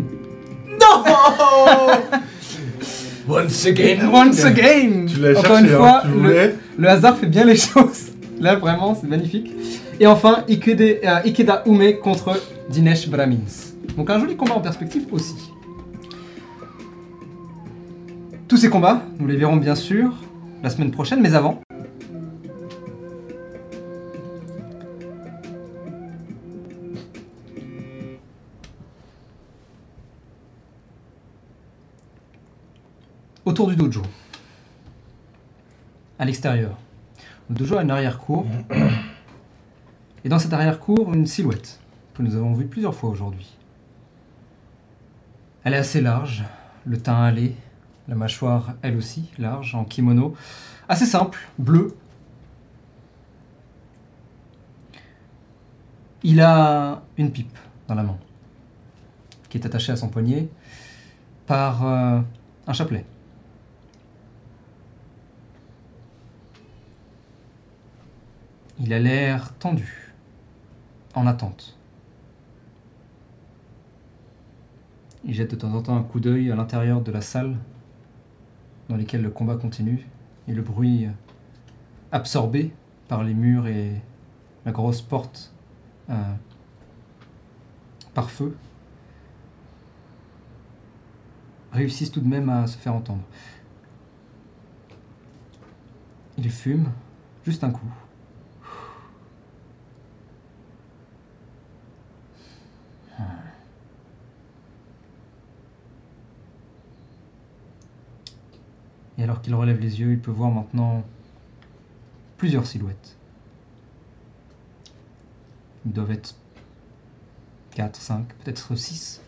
Speaker 6: Once again.
Speaker 1: Once again
Speaker 2: Tu l'as
Speaker 1: Encore
Speaker 2: cherché,
Speaker 1: une
Speaker 2: hein,
Speaker 1: fois,
Speaker 2: tu
Speaker 1: le-
Speaker 2: voulais.
Speaker 1: Le hasard fait bien les choses. Là, vraiment, c'est magnifique. Et enfin, Ikeda, euh, Ikeda Ume contre Dinesh Brahmins. Donc un joli combat en perspective aussi. Tous ces combats, nous les verrons bien sûr la semaine prochaine, mais avant. Autour du dojo à l'extérieur. Le dojo a une arrière-cour. Et dans cette arrière-cour, une silhouette que nous avons vue plusieurs fois aujourd'hui. Elle est assez large, le teint allé, la mâchoire elle aussi large, en kimono. Assez simple, bleu. Il a une pipe dans la main, qui est attachée à son poignet par euh, un chapelet. Il a l'air tendu, en attente. Il jette de temps en temps un coup d'œil à l'intérieur de la salle, dans laquelle le combat continue, et le bruit absorbé par les murs et la grosse porte euh, par feu réussissent tout de même à se faire entendre. Il fume, juste un coup. Et alors qu'il relève les yeux, il peut voir maintenant plusieurs silhouettes. Ils doivent être 4, 5, peut-être 6.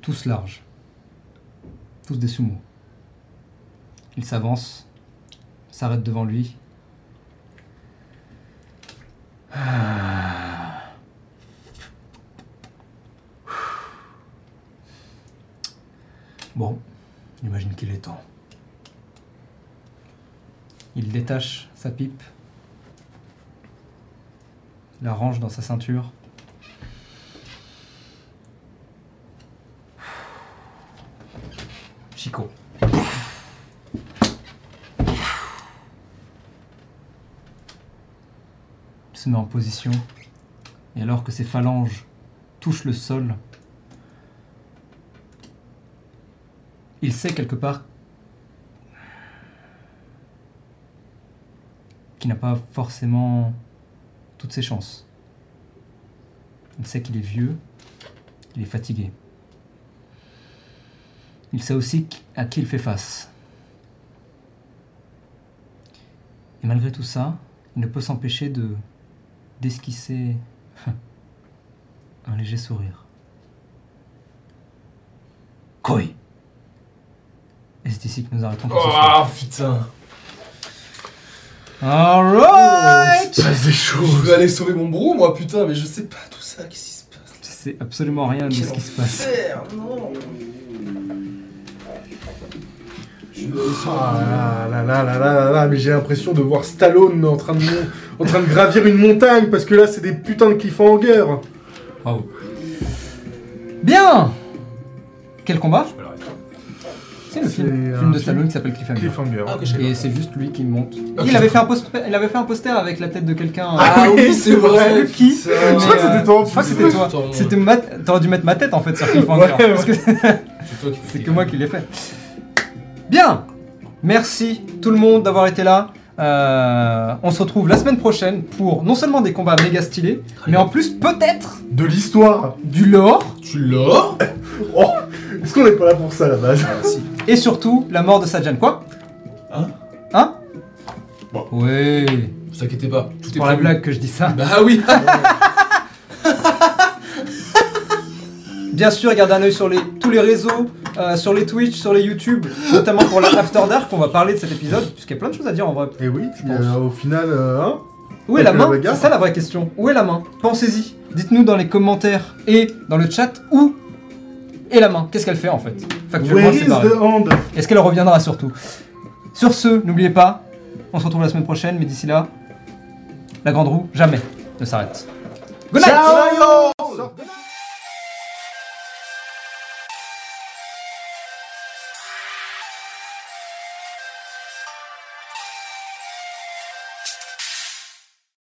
Speaker 1: Tous larges. Tous des sumo. Il s'avance, s'arrête devant lui. Ah. Bon, J'imagine qu'il est temps. Il détache sa pipe, la range dans sa ceinture. Chico. Il se met en position, et alors que ses phalanges touchent le sol, Il sait quelque part qu'il n'a pas forcément toutes ses chances. Il sait qu'il est vieux, il est fatigué. Il sait aussi qui- à qui il fait face. Et malgré tout ça, il ne peut s'empêcher de d'esquisser un léger sourire. Koi et c'est ici que nous arrêtons pour ce soir.
Speaker 3: Oh, putain.
Speaker 1: Alright
Speaker 2: Ça, c'est chaud.
Speaker 3: Je veux aller sauver mon brou, moi, putain, mais je sais pas tout ça. Qu'est-ce qui se passe
Speaker 1: Je sais absolument rien de ce qui se passe.
Speaker 3: Enfer, non
Speaker 2: Je Ah là là là là là là là, mais j'ai l'impression de voir Stallone en train de, mon- en train de gravir une montagne parce que là c'est des putains de cliffhangers.
Speaker 1: Bravo. Bien Quel combat C'est le
Speaker 2: C'est
Speaker 1: film,
Speaker 2: un
Speaker 1: film de
Speaker 2: film-
Speaker 1: Stallone qui s'appelle Cliffhanger.
Speaker 2: Cliffhanger.
Speaker 3: Ah, ok, je sais
Speaker 1: Et
Speaker 3: pas.
Speaker 1: c'est juste lui qui monte. Il avait fait un poster, il avait fait un poster avec la tête de quelqu'un.
Speaker 6: Ah oui, c'est
Speaker 1: Je sais
Speaker 6: vrai
Speaker 1: plus qui.
Speaker 2: Je crois
Speaker 1: Mais,
Speaker 2: que c'était
Speaker 1: euh,
Speaker 2: toi en
Speaker 1: Je crois que
Speaker 2: plus.
Speaker 1: c'était toi.
Speaker 3: Ton-
Speaker 1: C'était ma... T'aurais dû mettre ma tête en fait sur Cliffhanger.
Speaker 2: Ouais, ouais.
Speaker 1: parce que
Speaker 3: C'est toi qui
Speaker 1: c'est que moi qui l'ai fait. Bien Merci tout le monde d'avoir été là. Euh, on se retrouve la semaine prochaine pour non seulement des combats méga stylés, mais en plus peut-être
Speaker 2: De l'histoire.
Speaker 1: du lore
Speaker 3: Tu l'or
Speaker 2: Oh, est-ce qu'on n'est pas là pour ça à la base
Speaker 1: et surtout la mort de Sajan. Quoi
Speaker 3: Hein
Speaker 1: Hein
Speaker 4: Bon.
Speaker 1: Oui.
Speaker 3: Ne vous inquiétez pas, tout est
Speaker 1: Pour la
Speaker 3: prévu.
Speaker 1: blague que je dis ça.
Speaker 3: Bah oui
Speaker 1: Bien sûr, gardez un œil sur les, tous les réseaux, euh, sur les Twitch, sur les YouTube, notamment pour la After Dark, on va parler de cet épisode, puisqu'il y a plein de choses à dire en vrai.
Speaker 2: Et oui,
Speaker 1: Je pense.
Speaker 2: euh, au final, euh, hein
Speaker 1: Où est
Speaker 2: Et
Speaker 1: la
Speaker 2: puis la
Speaker 1: main
Speaker 2: bagarre.
Speaker 1: C'est ça la vraie question. Où est la main Pensez-y. Dites-nous dans les commentaires et dans le chat où est la main. Qu'est-ce qu'elle fait en fait Factuellement,
Speaker 2: Where is
Speaker 1: c'est pareil.
Speaker 2: the hand
Speaker 1: Est-ce qu'elle reviendra surtout Sur ce, n'oubliez pas, on se retrouve la semaine prochaine, mais d'ici là, la grande roue jamais ne s'arrête. Good night
Speaker 2: Ciao